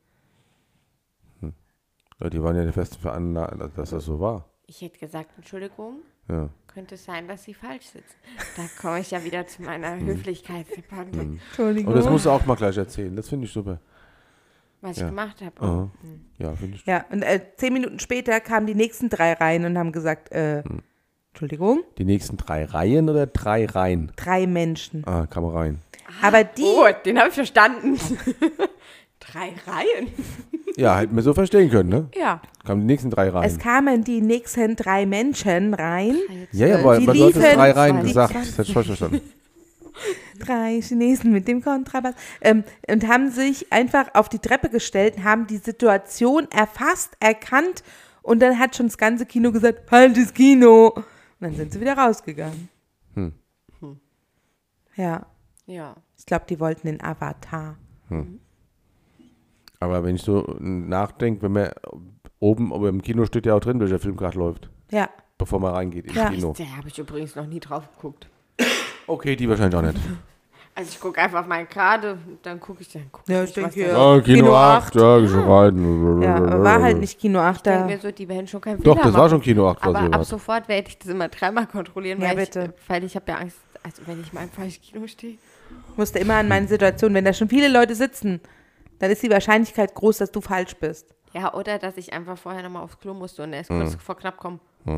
C: Ja, Die waren ja der festen Veranlagung, dass das so war.
D: Ich hätte gesagt, Entschuldigung,
C: Ja.
D: könnte es sein, dass sie falsch sitzen. Da komme ich ja wieder zu meiner
B: Mhm.
D: Höflichkeitsdebatte,
B: Entschuldigung.
C: Und das musst du auch mal gleich erzählen, das finde ich super.
D: was ich gemacht habe.
C: Aha.
B: Mhm.
C: Ja, finde ich.
B: ja, und äh, zehn Minuten später kamen die nächsten drei rein und haben gesagt, äh,
D: Hm.
B: Entschuldigung,
C: Die nächsten drei Reihen oder drei Reihen?
B: drei Menschen.
C: Ah, kam rein.
B: Aber die,
D: Oh, den habe ich verstanden. (laughs) Drei Reihen.
C: Ja, hätten wir so verstehen können, ne?
D: Ja.
C: Kamen die nächsten drei
B: es
C: Reihen.
B: kamen die nächsten drei Menschen rein.
D: Ah,
C: Ja, ja, aber
B: Die
C: man hat
B: liefen-
C: drei Reihen
B: die-
C: gesagt. Das hätte ich
B: (laughs)
C: falsch verstanden.
B: drei Chinesen mit dem Kontrabass ähm, und haben sich einfach auf die Treppe gestellt, haben die Situation erfasst, erkannt und dann hat schon das ganze Kino gesagt, halt das Kino. Und dann sind sie wieder rausgegangen. Ja,
D: Ja.
B: ich glaube, die wollten den Avatar.
C: Aber wenn ich so nachdenke, wenn man oben, aber im Kino steht ja auch drin, welcher Film gerade läuft,
B: Ja,
C: bevor man reingeht ins
B: Ja.
C: Kino.
D: Da habe äh, ich übrigens noch nie drauf geguckt.
C: Okay, die wahrscheinlich
B: (laughs)
C: auch nicht.
D: Also ich gucke einfach mal gerade, dann gucke ich dann. Guck
B: Ja,
D: nicht,
B: ich denke,
D: was da-
B: ja.
C: Ah,
B: Kino acht.
C: ja, geh schon rein.
B: ja aber war halt nicht Kino 8
D: Denken
B: da.
D: wir so, die werden schon kein
C: Doch,
D: Fehler
C: das war
D: machen.
C: schon Kino 8, was
D: Aber
C: ihr
D: ab
C: wart.
D: sofort werde ich das immer dreimal kontrollieren,
B: Ja,
D: weil,
B: bitte.
D: Ich, äh, weil ich habe ja Angst, also wenn ich mal im falschen Kino stehe.
B: Ich musste immer an meine Situation, wenn da schon viele Leute sitzen, dann ist die Wahrscheinlichkeit groß, dass du falsch bist.
D: Ja, oder dass ich einfach vorher nochmal aufs Klo musste und
C: Mhm.
D: erst kurz vor knapp kommen.
C: Das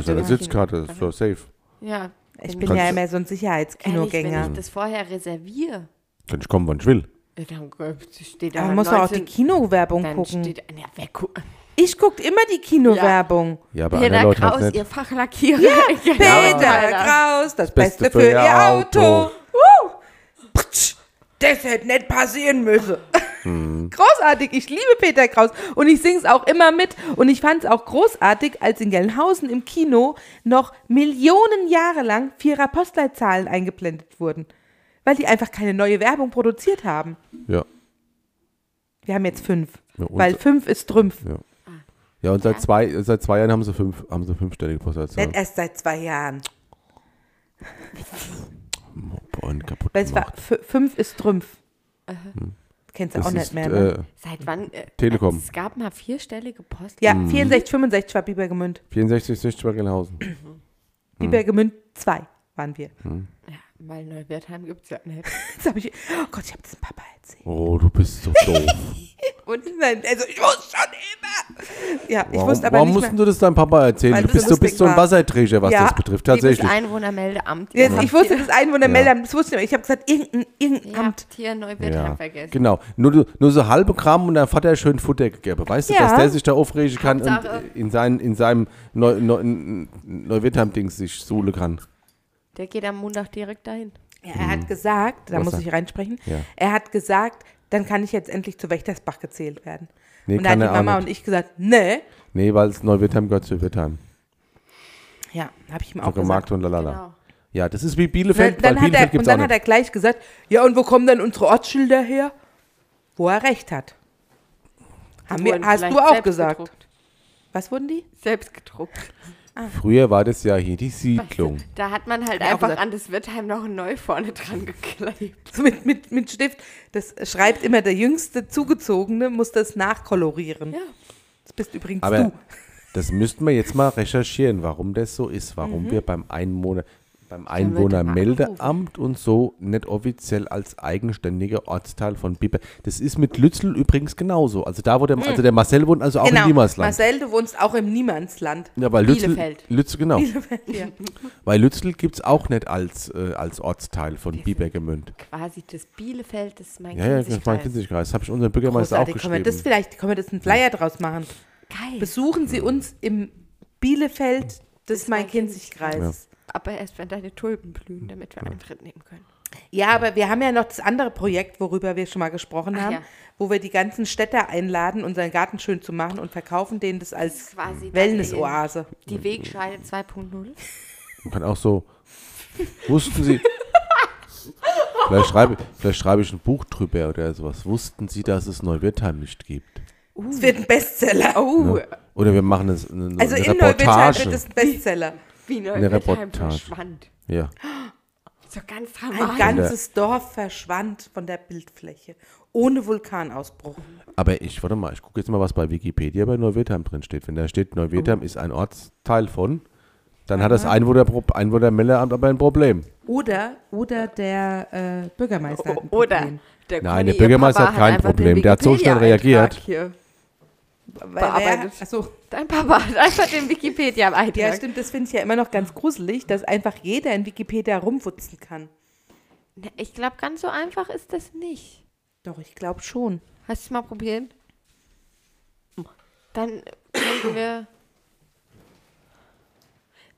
C: ist ja eine
D: Also-
C: Sitzkarte, das ist so safe.
D: Ja.
B: Ich
D: wenn-
B: bin
C: Kannst-
B: ja immer so ein
D: Genau. ehrlich, wenn
B: Sicherheitskinogänger.
D: ich das vorher reserviere,
C: Kann ich kommen, wann ich will.
D: ja, dann äh, steht da
B: Aber man muss doch auch die
D: 19
B: Kinowerbung
D: dann
B: gucken.
D: steht, ja, wer guckt?
B: Ich guckt immer die Kinowerbung.
C: Ja, aber andere
D: Peter
C: Leute
D: Kraus,
C: hat's
D: ihr Genau,
C: nicht.
D: Fachlackierer. (laughs)
B: Peter
D: Kraus.
B: Kraus, das Beste, für ihr Auto. Woo! Pritsch, Das hätte nicht passieren müssen. Hm. (laughs) Großartig, ich liebe Peter Kraus und ich sing's auch immer mit. Und ich fand's auch großartig, als in Gelnhausen im Kino noch Millionen Jahre lang vierer Postleitzahlen eingeblendet wurden, weil die einfach keine neue Werbung produziert haben.
C: Ja.
B: Wir haben jetzt fünf,
C: Ja, und-
B: weil fünf ist Trümpf.
C: Ja, und seit zwei, seit zwei Jahren haben sie fünf, haben sie fünfstellige Postleitzahlen.
B: Nicht erst seit zwei Jahren.
C: Boah, Oh, kaputt
B: Weil es war,
C: gemacht.
B: f- fünf ist Trümpf. Kennst du auch
C: Hm. Das
B: nicht
C: ist,
B: mehr, ne?
C: äh,
D: Seit wann? Äh,
C: Telekom.
D: Es gab mal vierstellige Post.
B: Ja,
C: hm.
B: 64, 65 war Biebergemünd.
C: 64, 60 bei Gelnhausen. Hm.
B: Biebergemünd 2 waren wir.
D: ja weil Neuwertheim gibt es ja nicht.
B: Jetzt hab ich, oh Gott, ich habe das dem Papa erzählt.
C: Oh, du bist so doof.
B: Und nein, also ich wusste schon immer. Ja, (laughs) ich
C: Warum,
B: wusste aber
C: warum
B: nicht
C: mussten
B: mehr.
C: du das deinem Papa erzählen?
B: Weil
C: Du
B: das
C: bist, du
B: lustig
C: bist so ein
B: war.
C: Wasserträger, was
B: Ja.
C: das betrifft, (laughs)
D: Liebes
C: tatsächlich.
D: Einwohnermeldeamt. ihr
B: Jetzt,
D: habt
B: ich wusste
D: hier-
B: das Einwohnermelder, das wusste ich nicht. Ich habe gesagt, irgendein,
D: Ihr
B: irgendein Amt.
D: habt hier Neuwertheim
C: Ja,
D: vergessen.
C: genau. Nur, du- nur so halbe Kram und dein Vater schön Futter gegeben. Weißt du,
B: Ja.
C: dass der sich da aufregen kann und
D: Hauptsache-
C: äh, in, seinen, in seinem Neu, Neu, Neuwittheim-Dings sich suhlen kann.
D: Der geht am Montag direkt dahin.
B: Ja, er hat gesagt, da
C: hm. Was
B: muss
C: er-
B: ich reinsprechen,
C: Ja.
B: er hat gesagt, dann kann ich jetzt endlich zu Wächtersbach gezählt werden.
C: Nee,
B: und dann
C: keine
B: hat die Mama
C: Ahnung.
B: und ich gesagt, ne.
C: Nee, weil es Neuwittheim gehört zu Wittheim.
B: Ja, habe ich ihm auch
C: Auch
B: gesagt.
C: Markt und lalala.
D: Genau.
C: Ja, das ist wie
B: Dann,
C: Bielefeld,
B: dann
C: weil
B: hat
C: Bielefeld
B: er,
C: gibt
B: und
C: es auch
B: dann hat er
C: nicht.
B: gleich gesagt, ja, und wo kommen dann unsere Ortsschilder her? Wo er recht hat. Haben wir,
D: Wurden
B: hast du
D: vielleicht
B: auch
D: selbst
B: gesagt.
D: gedruckt.
B: Was wurden die? (laughs)
D: Selbst gedruckt.
C: Früher war das ja hier die Siedlung.
D: Da hat man
B: Hab
D: halt
B: ich auch
D: einfach
B: gesagt.
D: an das Wittheim noch ein Neu vorne dran geklebt.
B: So mit, mit, mit Stift. Das schreibt immer der jüngste Zugezogene, muss das nachkolorieren.
D: Ja.
B: Das bist übrigens
C: Aber
B: du.
C: das müssten wir jetzt mal recherchieren, warum das so ist,
B: Mhm.
C: warum wir beim Einwohner, beim Einwohnermeldeamt und so nicht offiziell als eigenständiger Ortsteil von Bippe. Das ist mit Lützel übrigens genauso. Also da, wo der, also der Marcel wohnt, also auch in
B: Mhm.
C: Niemandsland.
B: Genau, Marcel, du wohnst auch im
C: (laughs)
B: Niemandsland.
C: Ja, weil Lützel,
D: Bielefeld.
C: Lützel, genau.
B: Ja.
C: Weil Lützel gibt es auch nicht als, äh, als Ortsteil von Biebergemünd.
D: Quasi das Bielefeld, das ist mein
C: Ja, ja, das ist
D: Kinzigkreis.
C: mein Kinzigkreis. Das habe ich unserem Bürgermeister auch
B: Großartig. Können wir das
C: geschrieben.
B: vielleicht, können wir das einen Flyer draus machen?
D: Geil.
B: Besuchen Sie uns im Bielefeld des Main-Kinzig-Kreises.
D: Aber erst wenn deine Tulpen blühen, damit wir Eintritt nehmen können.
B: Ja. aber wir haben ja noch das andere Projekt, worüber wir schon mal gesprochen
D: Ach
B: haben,
D: ja.
B: wo wir die ganzen Städter einladen, unseren Garten schön zu machen und verkaufen denen das als
D: Quasi dann
B: Wellness-Oase.
D: in Die Wegscheide 2.0.
C: Man kann auch so, wussten Sie, vielleicht schreibe, vielleicht schreibe ich ein Buch drüber oder sowas. Wussten Sie, dass es Neuwirtheim nicht gibt?
B: Es wird ein Bestseller.
D: Oh,
C: Oder wir machen das eine,
B: (laughs)
C: eine
B: Also in Neuwirtschaft
C: Reportage.
B: wird es ein Bestseller.
D: wie
C: Eine
D: Neuwirtheim
C: Reportage.
D: verschwand.
C: ja.
D: So ganz
B: Ein
D: dramatisch.
B: ganzes Dorf verschwand von der Bildfläche. Ohne Vulkanausbruch.
C: Aber ich, warte mal, ich gucke jetzt mal, was bei Wikipedia bei Neuwirtheim drin steht. Wenn da steht, Neuwirtheim
B: Oh.
C: ist ein Ortsteil von, dann hat das Einwohnerpro- Einwohnermeldeamt aber ein Problem.
B: Oder, oder der äh, Bürgermeister. hat ein
D: Oder
B: Problem.
C: Nein, der
D: der Conny, ihr
C: Bürgermeister
D: Papa
C: hat kein
D: einfach den
C: Problem. Der hat so schnell
D: Wikipedia-Eintrag
C: reagiert.
D: Hier.
B: Weil wer,
D: bearbeitet.
B: achso,
D: Dein Papa hat einfach den
B: ja,
D: Wikipedia-Eintrag.
B: stimmt, das finde ich ja immer noch ganz gruselig, dass einfach jeder in Wikipedia rumwutzen kann.
D: Na, ich glaube, ganz so einfach ist das nicht.
B: Doch, ich glaube schon.
D: Hast du es mal probiert? Dann könnten wir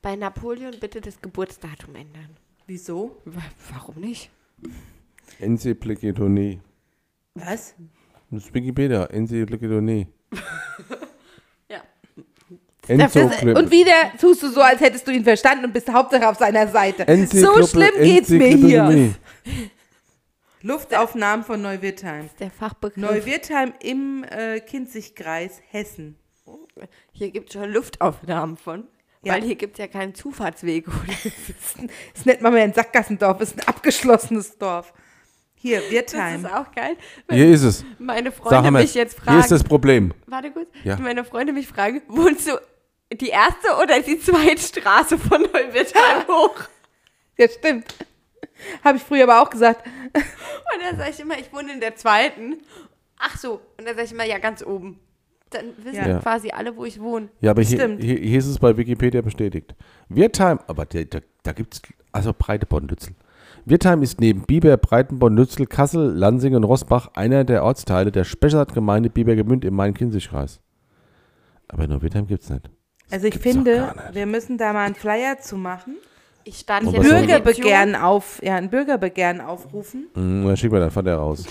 D: bei Napoleon bitte das Geburtsdatum ändern.
B: Wieso?
D: Wa- Warum nicht?
C: Enzyklopädie.
B: Was?
C: Das ist Wikipedia, Enzyklopädie.
D: Ja.
B: und wieder tust du so, als hättest du ihn verstanden und bist Hauptsache auf seiner Seite.
C: Enzyklopä-
B: So schlimm geht's mir hier.
C: Enzyklopädie.
B: Luftaufnahmen von Neuwirtheim.
D: Der Fachbegriff.
B: Neuwirtheim im äh, Kinzigkreis, Hessen.
D: hier gibt es schon Luftaufnahmen von.
B: Ja.
D: Weil hier gibt es ja keinen Zufahrtsweg.
B: Das nennt man mal ein Sackgassendorf, ist ein abgeschlossenes Dorf. Hier,
D: Das ist
B: Wirtheim.
D: auch geil. Wenn
C: Hier ist es.
D: meine Freunde
C: Sag mal,
D: mich jetzt
C: hier ist
D: fragen.
C: das Problem.
D: Warte kurz.
C: Ja.
D: Wenn Meine Freunde mich fragen, wohnst du die erste oder die zweite Straße von Neuwirtheim hoch?
B: Ja, stimmt. Habe ich früher aber auch gesagt.
D: Und dann sage ich immer, ich wohne in der zweiten. Ach so. Und dann sage ich immer, ja, ganz oben. Dann wissen
B: Ja.
C: Ja.
D: quasi alle, wo ich wohne.
C: Ja, aber hier,
B: Stimmt.
C: hier, hier ist es bei Wikipedia bestätigt. Wirtheim, aber da, da, da gibt es, also Breiteborn-Lützel. Wirtheim ist neben Bieber, Breitenborn, Lützel, Kassel, Lansing und Rossbach einer der Ortsteile der Spessart-Gemeinde Biebergemünd im Main-Kinzig-Kreis. Aber nur Wirtheim gibt es nicht.
B: Also ich
C: gibt's doch
B: finde,
C: gar nicht.
B: wir müssen da mal einen Flyer zu machen.
D: Ich stand
C: Und
D: hier
C: was soll-
B: Bürgerbegehren auf, ja, ein Bürgerbegehren aufrufen.
C: Hm, dann schicken wir deinen Vater raus.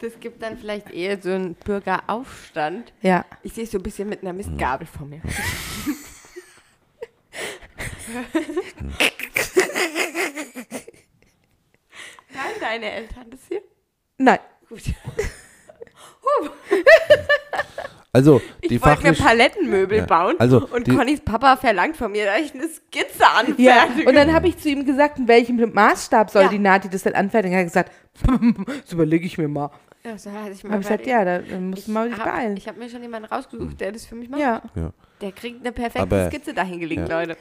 D: Das gibt dann vielleicht eher so einen Bürgeraufstand.
B: Ja.
D: Ich sehe so ein bisschen mit einer Mistgabel vor mir. (laughs) Nein, deine Eltern das hier.
B: Nein.
D: Gut.
C: Also, die
D: Ich wollte mir
C: fachlich...
D: Palettenmöbel
C: Ja,
D: bauen
C: also
D: und
C: die-
D: Connys Papa verlangt von mir, dass ich eine Skizze anfertige.
B: Ja. Und dann habe ich zu ihm gesagt, in welchem Maßstab soll
D: Ja.
B: die Nati das denn anfertigen? Er hat gesagt, (laughs) das überlege ich mir mal.
D: Ja, so hatte ich mal
B: Habe ich gesagt,
D: überlegt.
B: ja, da musst du mal dich
D: hab-
B: beeilen.
D: Ich habe mir schon jemanden rausgesucht, der das für mich macht.
B: Ja.
C: ja.
D: Der kriegt eine perfekte
C: Aber-
D: Skizze dahingelegt,
C: ja.
D: Leute.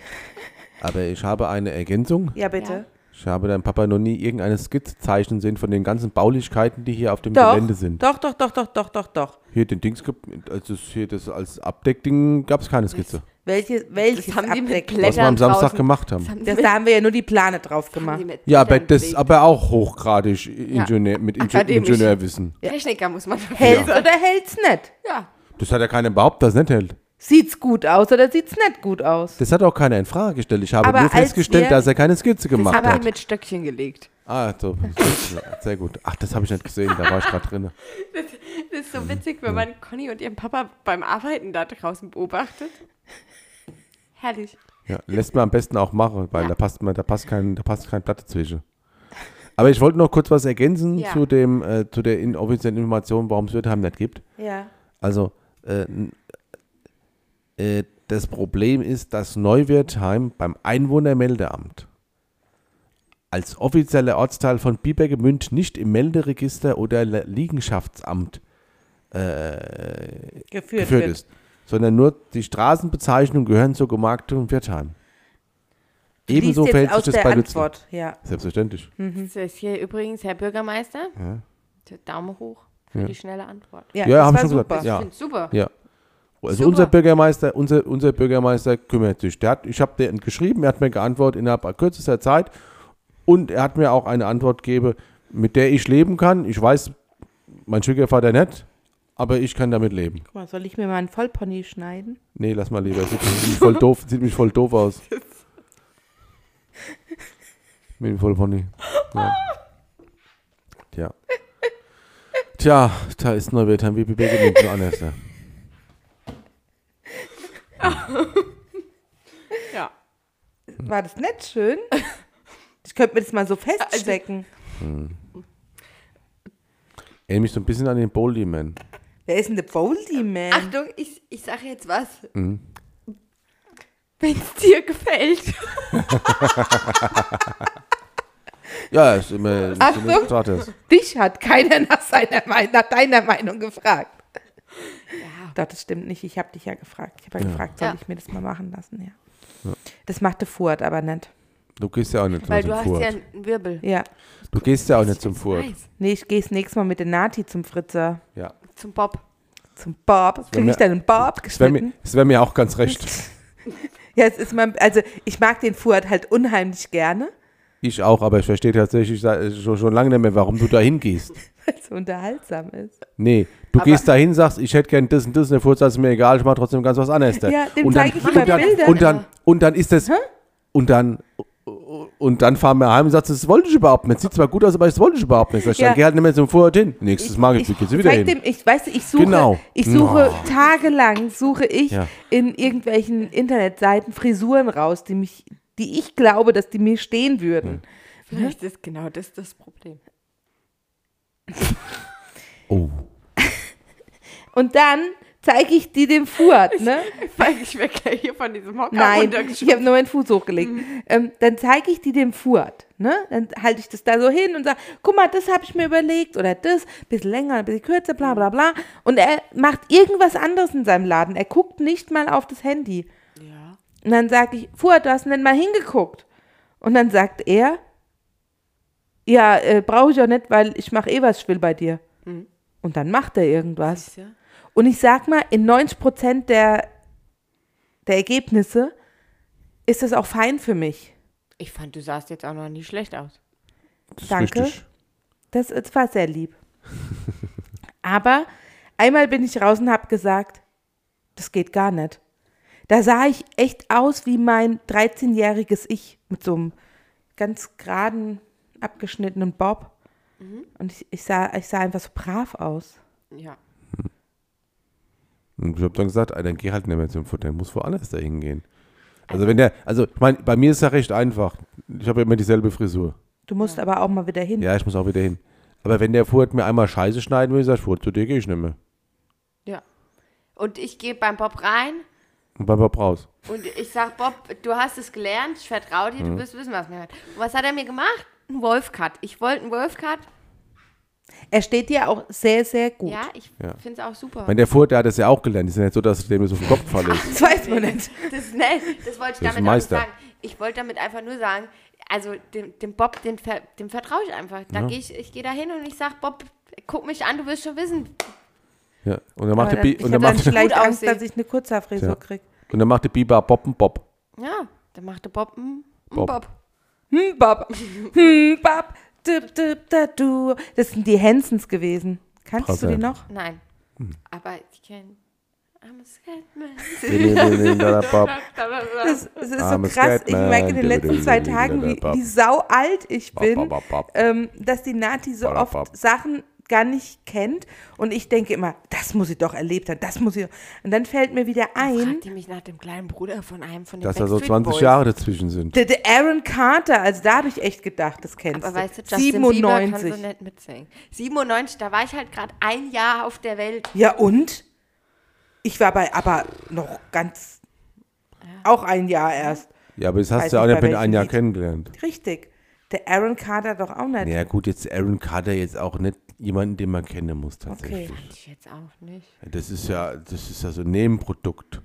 C: Aber ich habe eine Ergänzung.
B: Ja, bitte.
C: Ich habe deinem Papa noch nie irgendeine Skizze zeichnen sehen von den ganzen Baulichkeiten, die hier auf dem
B: Doch.
C: Gelände sind.
B: Doch, doch, doch, doch, doch, doch, doch.
C: Hier den Dings, gab- als das hier das als Abdeckding gab es keine Skizze.
B: Welches,
D: Das
B: welches
D: haben die mit
B: Abdeck-
D: Blättern
C: Was wir am Samstag
D: draußen.
C: gemacht
D: Das
C: haben.
D: haben die
B: Das,
D: mit,
B: da haben wir ja nur die Plane drauf
D: haben die
B: gemacht.
D: mit
C: Ja, aber
D: Blättern
C: das
D: belegt.
C: aber auch hochgradig Ingenieur, mit Inge
D: Akademisch.
C: Ingenieurwissen.
D: Techniker muss man
B: Hält's
D: Ja.
B: oder hält's nicht?
D: ja.
C: Das hat ja keiner behauptet, dass es nicht hält.
B: Sieht's gut aus oder sieht's nicht gut aus?
C: Das hat auch keiner in Frage gestellt. Ich habe
B: Aber
C: nur
B: als
C: festgestellt,
B: wir-
C: dass er keine Skizze
D: Das
C: gemacht
D: haben die
C: hat.
D: mit Stöckchen gelegt.
C: Ah, so. Ja, Sehr gut. Ach, das habe ich nicht gesehen, da war ich gerade drin.
D: Das ist so
C: Mhm.
D: witzig, wenn man Conny und ihren Papa beim Arbeiten da draußen beobachtet. Herrlich.
C: Ja, lässt man am besten auch machen, weil da passt man, da passt kein, da passt kein Blatt dazwischen. Aber ich wollte noch kurz was ergänzen
D: Ja.
C: zu dem, äh, zu der inoffiziellen Information, warum es Wirtheim nicht gibt.
B: Ja.
C: Also, äh, n- äh, Das Problem ist, dass Neuwirtheim beim Einwohnermeldeamt als offizieller Ortsteil von Biebergemünd nicht im Melderegister oder Le- Liegenschaftsamt
B: geführt,
C: geführt
B: wird.
C: ist, sondern nur die Straßenbezeichnungen gehören zur Gemarkung Wirtheim. Ebenso
B: Liest jetzt
C: verhält sich
B: aus
C: das
B: der
C: bei Lützen.
B: Antwort. Hm. Ja.
C: Selbstverständlich.
D: Das ist hier übrigens, Herr Bürgermeister, der Daumen hoch für die schnelle Antwort.
B: Ja,
C: Ja,
B: das
C: haben
B: war
C: schon
B: super.
C: gesagt. Ja.
D: Ich finde super.
C: Ja. Also
D: Super.
C: unser Bürgermeister, unser, unser Bürgermeister kümmert sich. Der hat, ich habe den geschrieben, er hat mir geantwortet innerhalb kürzester Zeit und er hat mir auch eine Antwort gegeben, mit der ich leben kann. Ich weiß, mein Schwiegervater nicht, aber ich kann damit leben.
B: Guck mal, soll ich mir mal einen Vollpony schneiden?
C: Nee, lass mal lieber. Sieht mich voll doof, sieht mich voll doof
D: (laughs)
C: aus. Mit dem Vollpony. Ja. Tja. Tja, da ist Neuwertheim wie Bewegung anders. ja.
D: Ja.
B: War das nicht (laughs) schön? Ich könnte mir das mal so feststecken.
C: Erinnert mich so ein bisschen an den Boldy Man.
B: Wer ist denn der Boldy Man?
D: Achtung, ich, ich sage jetzt was.
C: Mhm.
D: Wenn es dir gefällt.
C: Ja, ist immer, ist
B: Achtung.
C: immer gratis.
B: Dich hat keiner nach, seiner, Mei- nach deiner Meinung gefragt. Doch, das stimmt nicht. Ich habe dich ja gefragt. Ich habe ja, gefragt, soll
D: Ja.
B: ich mir das mal machen lassen? Ja. Das machte Fuhrt aber nicht.
C: Du gehst ja auch nicht
D: Weil
C: zum
D: du hast
C: Furt.
D: ja einen Wirbel.
B: Ja.
C: du gehst ja auch nicht zum Furt.
D: Nice.
B: Nee, ich gehe das nächste Mal mit den Nati zum Fritzer.
C: Ja.
D: Zum Bob.
B: Zum Bob. Krieg
C: mir-
B: ich dann einen Bob
C: Das wäre mir,
B: geschnitten?
C: das wär mir auch ganz recht.
B: Ja, es ist mein, also ich mag den Fuhrt halt unheimlich gerne. (laughs)
C: Ich auch, aber ich verstehe tatsächlich se- schon, schon lange nicht mehr, warum du da hingehst.
B: Weil es so unterhaltsam ist.
C: Nee, du
D: Aber-
C: gehst da hin, sagst, ich hätte gern das und das, der Furz ist mir egal, ich mache trotzdem ganz was anderes. da.
B: Ja, dem
C: und dann,
B: zeig ich
C: und
B: immer
C: dann,
B: Bilder.
C: Und dann, und dann ist das, und dann, und dann fahren wir heim und sagst, das wollte ich überhaupt nicht. Sieht zwar gut aus, aber das wollte ich überhaupt nicht. Sag ich,
B: Ja.
C: Dann geh halt nicht mehr zum Furt hin. Nächstes Mal geht's geht's wieder
B: zeig
C: hin.
B: dem, ich weiß, ich suche,
C: Genau.
B: ich suche tagelang suche ich
C: Ja.
B: in irgendwelchen Internetseiten Frisuren raus, die mich, die ich glaube, dass die mir stehen würden.
C: Hm.
D: Vielleicht ist genau das das Problem.
C: Oh.
B: Und dann zeige ich die dem Fuhrt, ne?
D: Weil ich wäre gleich hier von diesem Hocker
B: Nein, ich
D: runtergeschmissen.
B: habe nur meinen Fuß hochgelegt. Ähm, dann zeige ich die dem Fuhrt. Ne? Dann halte ich das da so hin und sage, guck mal, das habe ich mir überlegt oder das, bisschen länger, ein bisschen kürzer, bla bla bla. Und er macht irgendwas anderes in seinem Laden. Er guckt nicht mal auf das Handy.
D: Ja.
B: Und dann sage ich, Fuhrt, du hast denn mal hingeguckt? Und dann sagt er, ja, äh, brauche ich auch nicht, weil ich mache eh was, ich will bei dir. Und dann macht er irgendwas.
D: Mhm. Siehst du?
B: Und ich sag mal, in 90 Prozent der, der Ergebnisse ist das auch fein für mich.
D: Ich fand, du sahst jetzt auch noch nicht schlecht aus.
C: Das ist
B: Danke.
C: richtig.
B: Das, das war sehr lieb. Aber einmal bin ich raus und habe gesagt, das geht gar nicht. Da sah ich echt aus wie mein 13-jähriges Ich mit so einem ganz geraden, abgeschnittenen Bob.
D: Mhm.
B: Und ich, ich, sah, ich sah einfach so brav aus.
D: Ja.
C: Und ich habe dann gesagt, ah, dann geh halt nicht mehr zum Futter, muss woanders da hingehen. Also wenn der, also ich meine, bei mir ist ja recht einfach. Ich habe ja immer dieselbe Frisur.
B: Du musst aber auch mal wieder hin.
C: Ja, ich muss auch wieder hin. Aber wenn der Furt mir einmal Scheiße schneiden will, sagt Furt, zu dir gehe ich nicht mehr.
D: Ja. Und ich gehe beim Bob rein
C: Und beim Bob raus.
D: und ich sag Bob, du hast es gelernt, ich vertraue
C: Mhm.
D: dir, du wirst wissen, was mir hat. Und was hat er mir gemacht? Ein Wolfcut. Ich wollte einen Wolfcut.
B: Er steht dir auch sehr, sehr gut.
D: Ja, ich
C: Ja.
D: finde es auch super.
C: Wenn der Furt, der hat das ja auch gelernt. Ist ja nicht so, dass dem das auf den Kopf gefallen ist.
B: Das weiß man nicht.
D: Das, ist nett. das wollte ich
C: Das ist
D: damit auch nicht
C: Meister.
D: sagen. Ich wollte damit einfach nur sagen, also dem, dem Bob, den ver, dem vertraue ich einfach. Da geh ich, ich gehe da hin und ich sage, Bob, guck mich an, du wirst schon wissen.
C: Ja. Und dann
B: Aber
C: macht der
B: dann-
C: Bi und
B: ich
C: dann
B: habe dann
C: macht der-
B: vielleicht
D: Gut
B: Angst,
D: aussehen.
B: dass ich eine Kurzhaarfrisur
C: Ja.
B: kriege.
C: und dann macht der Biber Bob und Bob.
D: Ja, dann macht der Bob einen
C: Bob.
D: Bob. Bob.
B: Hm, Bob. Hm, Bob. Dip, dip, da, du. Das sind die Hansons gewesen. Kannst
C: Bravo.
B: du die noch?
D: Nein.
C: Hm.
D: Aber ich kenne. I'm a scared man. (laughs)
B: Das, das ist so
C: I'm a
B: krass. Ich
C: Scatman.
B: merke in den letzten zwei
C: Dip, dip,
B: Tagen,
C: dip,
B: wie,
C: dip, dip.
B: wie sau alt ich
C: Bop,
B: bin,
C: bop, bop, bop.
B: ähm, dass die Nati so
C: Bop,
B: oft
C: bop.
B: Sachen gar nicht kennt. Und ich denke immer, das muss sie doch erlebt haben, das muss sie doch. Und dann fällt mir wieder ein,
D: Fragt ihr mich nach dem kleinen Bruder von einem von den
C: Dass da so
D: Backstreet
C: 20
D: Boys?
C: Jahre dazwischen sind.
B: der, der Aaron Carter, also da habe ich echt gedacht, das kennst
D: Aber
B: du.
D: weißt du, Justin 97. Bieber kann so nicht mitsingen. 97, da war ich halt gerade ein Jahr auf der Welt.
B: Ja, und? Ich war bei aber noch ganz Auch ein Jahr erst.
C: Ja, aber das hast
B: Weiß
C: du ja auch
B: nicht,
C: nicht
B: bei
C: mit einem
B: welchem
C: Jahr
B: Lied.
C: kennengelernt.
B: Richtig. Der Aaron Carter doch auch nicht.
C: Ja gut, jetzt Aaron Carter jetzt auch nicht jemanden, den man kennen muss tatsächlich.
B: Okay.
D: Ich jetzt auch nicht.
C: Das ist ja, das ist ja so ein Nebenprodukt.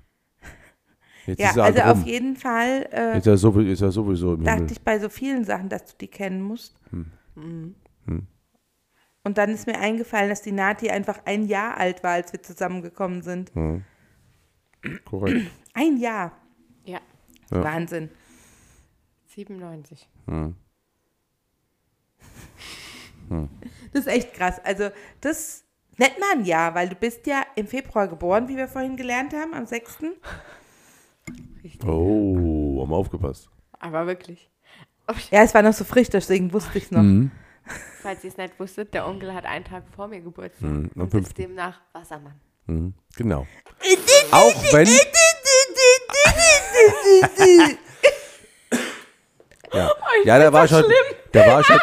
C: Jetzt
B: Ja,
C: ist er
B: also
C: halt
B: auf
C: rum.
B: jeden Fall äh,
C: Ist er, so, ist er sowieso im Himmel.
B: dachte ich bei so vielen Sachen, dass du die kennen musst.
C: Hm.
B: Mhm. Und dann ist mir eingefallen, dass die Nati einfach ein Jahr alt war, als wir zusammengekommen sind.
C: Korrekt.
B: Ein Jahr.
D: Ja,
C: Ja.
B: Wahnsinn.
D: 97.
B: Das ist echt krass. Also, das nennt man ein Jahr, weil du bist ja im Februar geboren, wie wir vorhin gelernt haben, am 6.
C: Oh, haben wir aufgepasst.
D: Aber wirklich. Oh,
B: Ja, es war noch so frisch, deswegen wusste ich es noch.
C: Mhm.
D: falls ihr es nicht wusstet, der Onkel hat einen Tag vor mir Geburtstag.
C: Hm, am
D: und ist
C: fünften.
D: demnach Wassermann.
C: Mhm. Genau. Auch wenn. ja,
D: Oh,
C: ja da, war ich heute, da war ich
D: (laughs)
C: heute.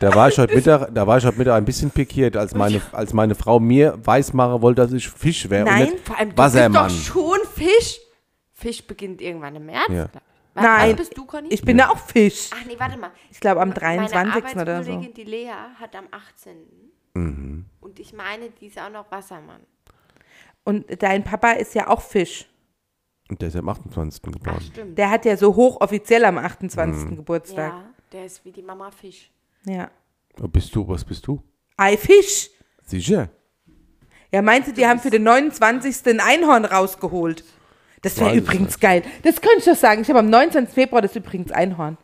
C: Da war ich heute Mittag, da war ich heute Mittag ein bisschen pikiert, als meine, als meine Frau mir weismachen wollte, dass ich Fisch wäre und
B: Nein,
C: nicht
D: Vor allem, du
C: Wassermann.
D: bist doch schon Fisch. Fisch beginnt irgendwann im März.
C: Ja.
D: glaub ich. Wann
B: Nein.
D: bist du, Conny?
B: Ich bin ja auch Fisch.
D: Ach nee, warte mal.
B: Ich glaube, am
D: Meine
B: 23. oder so.
D: Arbeitskollegin, die Lea, hat am 18.
C: Mhm.
D: Und ich meine, die ist auch noch Wassermann.
B: Und dein Papa ist ja auch Fisch.
C: Und der ist am 28.
D: Ach,
C: geboren.
D: stimmt.
B: Der hat ja so hochoffiziell am 28.
C: Mhm.
B: Geburtstag.
D: ja, der ist wie die Mama Fisch.
B: Ja.
C: Bist du, was bist du?
B: Ei Fisch.
C: Sicher?
B: Ja, meinst du, die haben für den 29. ein Einhorn rausgeholt? Das
C: Weiß
B: wäre
C: ich
B: übrigens geil. Das könnte ich doch sagen. Ich habe am 19. Februar das übrigens Einhorn.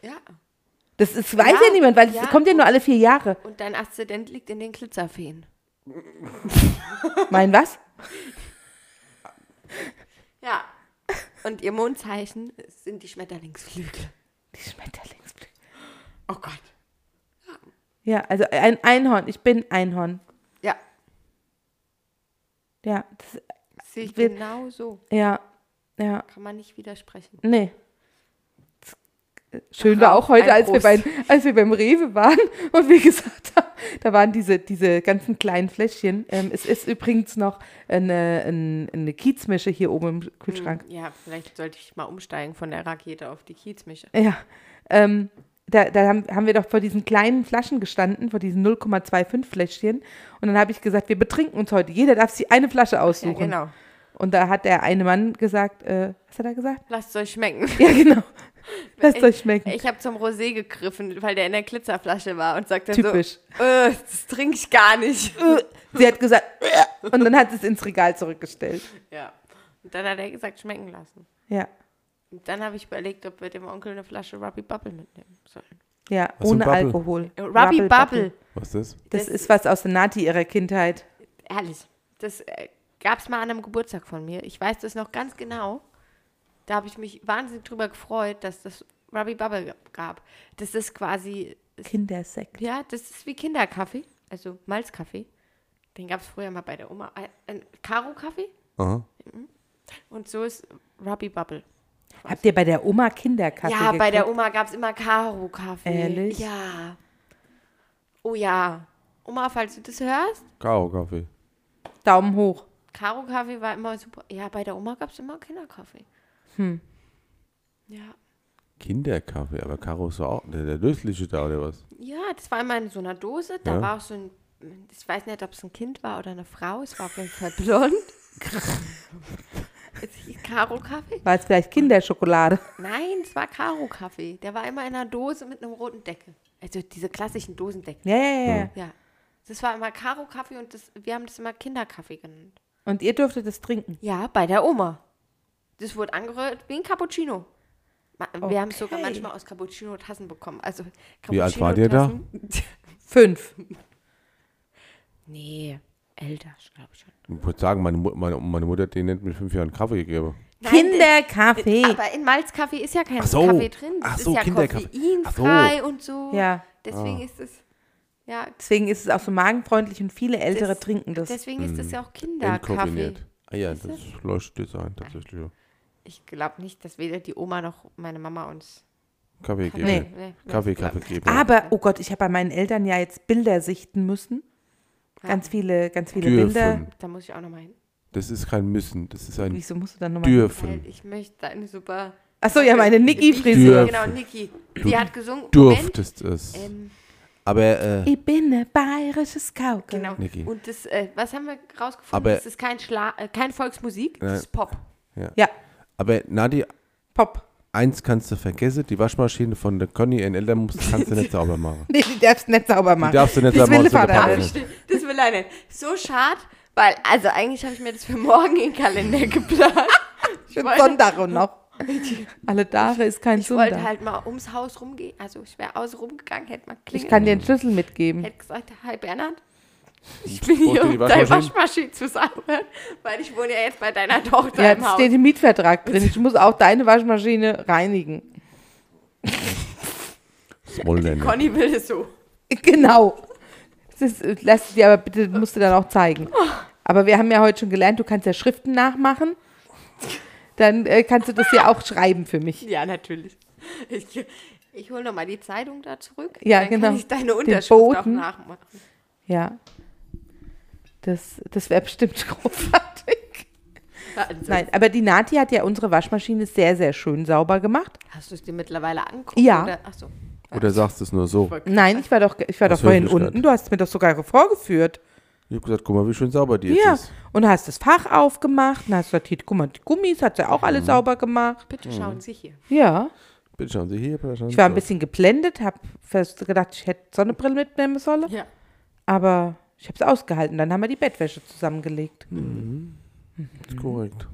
D: Ja.
B: Das ist, weiß
D: Ja,
B: ja niemand, weil es
D: ja.
B: kommt ja nur alle vier Jahre.
D: Und dein Aszendent liegt in den Glitzerfeen.
B: Mein was?
D: Ja. (laughs) Und ihr Mondzeichen sind die Schmetterlingsflügel.
B: Die Schmetterlingsflügel.
D: Oh Gott.
B: Ja, also ein Einhorn. Ich bin Einhorn.
D: Ja,
B: Ja, das,
D: sehe ich
B: Wir-
D: genau so.
B: ja, ja,
D: Kann man nicht widersprechen.
B: nee. äh, Schön war auch heute,
D: ein
B: als wir, beim,
D: Prost.
B: als wir beim Rewe waren (laughs) und wir gesagt haben, da waren diese, diese ganzen kleinen Fläschchen. Ähm, es ist übrigens noch eine, eine, eine Kiezmische hier oben im Kühlschrank.
D: Hm, Ja, vielleicht sollte ich mal umsteigen von der Rakete auf die Kiezmische.
B: Ja, ähm, da, da haben, haben wir doch vor diesen kleinen Flaschen gestanden, vor diesen 0,25 Fläschchen. Und dann habe ich gesagt, wir betrinken uns heute. Jeder darf sich eine Flasche aussuchen.
D: genau.
B: Und da hat der eine Mann gesagt, äh, was hat er gesagt? (laughs)
D: Lasst euch schmecken. (laughs)
B: Ja, genau. Lasst euch schmecken.
D: Ich habe zum Rosé gegriffen, weil der in der Glitzerflasche war und sagte
B: Typisch.
D: so, äh, das trinke ich gar nicht.
B: Sie hat gesagt, (laughs) "Äh", und dann hat sie es ins Regal zurückgestellt.
D: ja. Und dann hat er gesagt, schmecken lassen.
B: Ja,
D: Und dann habe ich überlegt, ob wir dem Onkel eine Flasche Ruby Bubble mitnehmen sollen.
B: ja,
C: Was
B: ohne
C: für ein Bubble?
B: Alkohol.
D: Ruby Äh, Bubble.
C: Was ist das?
B: Das
D: Das-
B: ist was aus der Nati ihrer Kindheit.
D: Ehrlich, das äh, gab es mal an einem Geburtstag von mir. Ich weiß das noch ganz genau. Da habe ich mich wahnsinnig drüber gefreut, dass das Ruby Bubble gab. Das ist quasi
B: Kindersekt.
D: Ja, das ist wie Kinderkaffee, also Malzkaffee. Den gab es früher mal bei der Oma. Ein- Ein Karo-Kaffee
C: Aha.
D: und so ist Ruby Bubble.
B: Habt ihr bei der Oma Kinderkaffee
D: ja, bei der
B: gekriegt?
D: Oma gab es immer Karo-Kaffee.
B: Ehrlich?
D: Ja. Oh ja. Oma, falls du das hörst,
C: Karo Kaffee.
B: Daumen hoch.
D: Karo-Kaffee war immer super. Ja, bei der Oma gab es immer Kinderkaffee. Hm. Ja.
C: Kinderkaffee, aber Karo ist doch auch der, der lösliche da oder was?
D: Ja, das war immer in so einer Dose. Da
C: Ja.
D: war auch so ein, ich weiß nicht, ob es ein Kind war oder eine Frau. Es war auf jeden Fall blond. es hieß Karo-Kaffee.
B: War es vielleicht Kinderschokolade?
D: Nein, es war Karo-Kaffee. Der war immer in einer Dose mit einem roten Deckel. Also diese klassischen Dosendecken.
B: Ja, ja, ja. ja.
D: Ja. Das war immer Karo-Kaffee und das, wir haben das immer Kinderkaffee genannt.
B: Und ihr dürftet es trinken.
D: Ja, bei der Oma. Das wurde angerührt wie ein Cappuccino. Ma- Wir haben sogar
B: Okay.
D: manchmal aus Cappuccino-Tassen bekommen. Also
C: Wie alt wart ihr da?
D: Cappuccino-Tassen-
B: Fünf.
D: Nee, älter, glaube ich schon.
C: Ich würde sagen, meine, Mu- meine, meine Mutter hat denen nicht mit fünf Jahren Kaffee gegeben.
D: Nein,
B: Kinderkaffee.
D: Aber in Malzkaffee ist ja kein
C: Ach so.
D: Kaffee drin. Das
C: Ach so,
D: ist ja
C: Kinderkaffee.
D: koffeinfrei
C: Ach Ah.
D: und so.
B: Ja.
D: Deswegen ist es. Ja,
B: Deswegen ist es auch so magenfreundlich und viele Ältere
D: Das-
B: trinken das.
D: deswegen ist
C: Hm.
D: es ja auch Kinderkaffee.
C: Entkombiniert. Ah ja, das leuchtet jetzt ein, tatsächlich. ja.
D: Ich glaube nicht, dass weder die Oma noch meine Mama uns.
C: Kaffee geben.
B: Nee.
D: Nee. Ah,
C: Kaffee, Kaffee geben.
B: Aber, oh Gott, ich habe bei meinen Eltern ja jetzt Bilder sichten müssen. Ganz viele, ganz viele
C: Dürfen.
B: Bilder.
D: Da muss ich auch nochmal hin.
C: Das ist kein Müssen, das ist ein
B: Wieso musst du dann nochmal?
C: Dürfen.
D: Weil ich möchte deine super.
B: Achso, ja, meine
C: Dürfen.
B: Niki-Frisur.
D: Genau, Niki. Die hat gesungen. Moment.
C: Durftest es.
D: Ähm,
C: Aber äh,
B: Ich bin ein bayerisches Kauke.
D: genau.
C: Niki.
D: Und das, äh, was haben wir rausgefunden?
C: Aber-
D: das ist kein, Schla äh, kein Volksmusik,
C: Nein.
D: das ist Pop. (laughs)
B: Ja,
C: aber Nadi,
B: Pop. (laughs)
C: eins kannst du vergessen, die Waschmaschine von der Conny in Eldermus kannst
B: (laughs)
C: du nicht sauber machen.
B: Nee, die darfst du nicht sauber machen.
C: darfst du nicht
B: Die ist
C: sauber machen,
B: Wildvater.
C: Papa.
D: Das will er nicht. So schade, weil, also eigentlich habe ich mir das für morgen in den Kalender (laughs) geplant. Ich
B: Schön
D: wollte,
B: Sonntag und noch.
D: (laughs)
B: Alle Dare ist kein
D: ich wollte
B: Sonntag.
D: halt mal ums Haus rumgehen. Also ich wäre aus rumgegangen, hätte mal
B: ich
D: klingelt.
B: kann dir einen Schlüssel mitgeben.
D: hätte gesagt, hi Bernhard, ich bin hier,
C: brauchst du die
D: um deine
C: Waschmaschine?
D: Waschmaschine zusammen, weil ich wohne ja jetzt bei deiner Tochter
B: Ja,
D: im
B: das
D: Haus.
B: steht im Mietvertrag drin. Ich muss auch deine Waschmaschine reinigen. (laughs)
C: Das wollen wir nicht.
D: Conny will es so.
B: Genau. Das ist, lass dir aber bitte, musst du dann auch zeigen. Aber wir haben ja heute schon gelernt, du kannst ja Schriften nachmachen. Dann äh, kannst du das ja auch schreiben für mich.
D: (laughs) Ja, natürlich. Ich, ich hole nochmal die Zeitung da zurück.
B: Ja,
D: dann
B: genau.
D: kann ich deine
B: Den
D: Unterschrift auch
B: Boten.
D: nachmachen.
B: Ja. Das, das wäre bestimmt (laughs) großartig.
D: Also,
B: Nein, aber die Nati hat ja unsere Waschmaschine sehr, sehr schön sauber gemacht.
D: Hast du es dir mittlerweile angeguckt?
B: Ja.
D: Oder? Ach so.
C: Oder sagst du es nur so?
B: Nein, ich war doch, ich war doch
C: Aus
B: vorhin
C: Höflichkeit.
B: unten. Du hast mir doch sogar vorgeführt.
C: Ich hab gesagt, guck mal, wie schön sauber die jetzt
B: ja.
C: ist.
B: Und hast das Fach aufgemacht und hast sortiert, guck mal, die Gummis hat sie auch alle sauber gemacht.
D: Bitte schauen Sie hier.
B: Mhm. Ja.
C: Bitte schauen Sie hier. Bitte schauen
B: Ich war ein
C: Sie
B: bisschen geblendet, habe gedacht, ich hätte Sonnenbrille mitnehmen sollen,
D: Ja.
B: aber ich habe es ausgehalten. Dann haben wir die Bettwäsche zusammengelegt.
C: dort. Ist korrekt.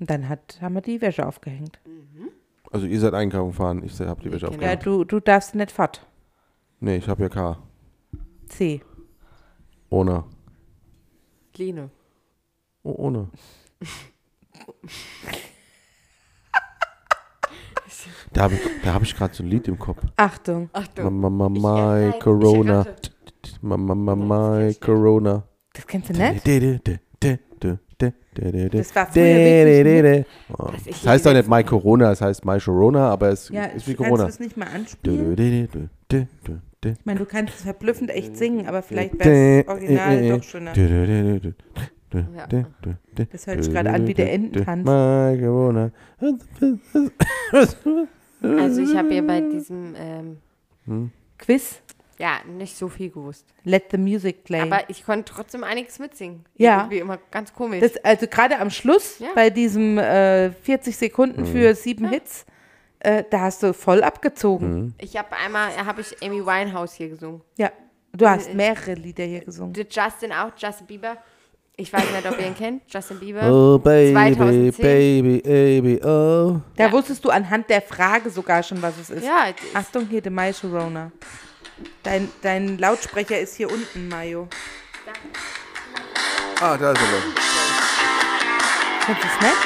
B: Und dann hat, haben wir die Wäsche aufgehängt.
C: Also ihr seid einkaufen fahren, ich hab die Wäsche
D: Genau.
B: Ja,
C: aufgehängt.
B: du, du darfst nicht fort.
C: Nee, ich hab ja K.
B: C.
C: Ohne.
D: Lene.
C: Oh,
B: (laughs)
C: ohne. da habe ich, da hab ich gerade so ein Lied im Kopf.
B: Achtung.
D: Achtung.
C: Mama,
D: Ich-
B: äh,
C: my
D: nein, ich
C: Corona.
D: errate.
C: Mama, my Corona.
B: Das kennst du nicht?
C: Das
B: Ne? Das war früher wirklich
D: Was ich
C: Das heißt doch nicht My Corona, es heißt My Corona, aber es ist wie
B: kannst du
C: Corona.
B: es nicht mal anspielen? Ich
C: Vielleicht
B: meine, du kannst es verblüffend echt singen, aber vielleicht wäre das Original doch schöner. Das hört sich gerade an wie der Ententanz.
C: My Corona.
D: Also ich habe ja bei diesem, ähm,
B: Quiz,
D: ja, nicht so viel gewusst.
B: let the music play.
D: Aber ich konnte trotzdem einiges mitsingen.
B: Ja.
D: Wie immer ganz komisch.
B: Das, also gerade am Schluss
D: Ja.
B: bei diesem äh, 40 Sekunden
C: Mhm.
B: für sieben Hits, äh, da hast du voll abgezogen.
C: Mhm.
D: ich habe einmal, habe ich Amy Winehouse hier gesungen.
B: Ja, du hast mehrere Lieder hier gesungen.
D: The Justin auch, Justin Bieber. Ich weiß nicht, ob ihr ihn kennt. Justin Bieber.
C: Oh, baby,
D: 2010.
C: baby, baby, oh.
B: Da
D: Ja.
B: wusstest du anhand der Frage sogar schon, was es ist.
D: Ja, es ist-
B: Achtung hier, der Mai Sharona. Dein, dein Lautsprecher ist hier unten, Mayo.
C: Ah, da ist er.
B: Findest du es nett?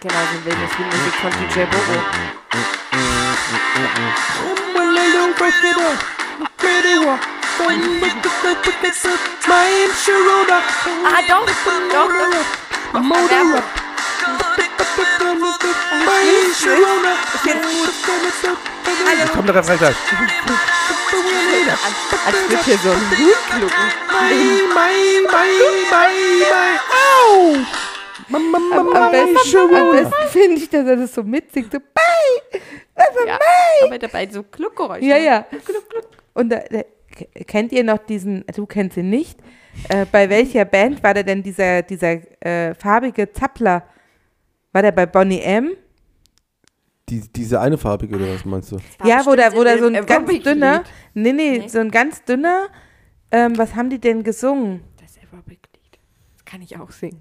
D: genau so will das wie Musik von DJ Bobo. Ah, doch, doch, doch. Werbung.
C: Jetzt kommt der Refrain gleich.
B: Als wird Also hier so ein Hut glucken. Am, am besten, am besten finde ich, dass er das so mitsingt. So, bye! Also,
D: Ja, aber dabei so Kluckgeräusche.
B: Ja, ja. Und da, da, k- kennt ihr noch diesen, du kennst ihn nicht, äh, bei welcher Band war der denn dieser, dieser äh, farbige Zappler? War der bei Bonnie M?
C: Die, diese eine farbige, oder was meinst du?
D: War
B: ja, wo
D: bestimmt
B: da, wo
D: in
B: da so ein
D: dem
B: ganz
D: Aerobic-Lied.
B: dünner, nee, nee,
D: Nee.
B: so ein ganz dünner, ähm, was haben die denn gesungen?
D: Das Aerobic-Lied. Das kann ich auch singen.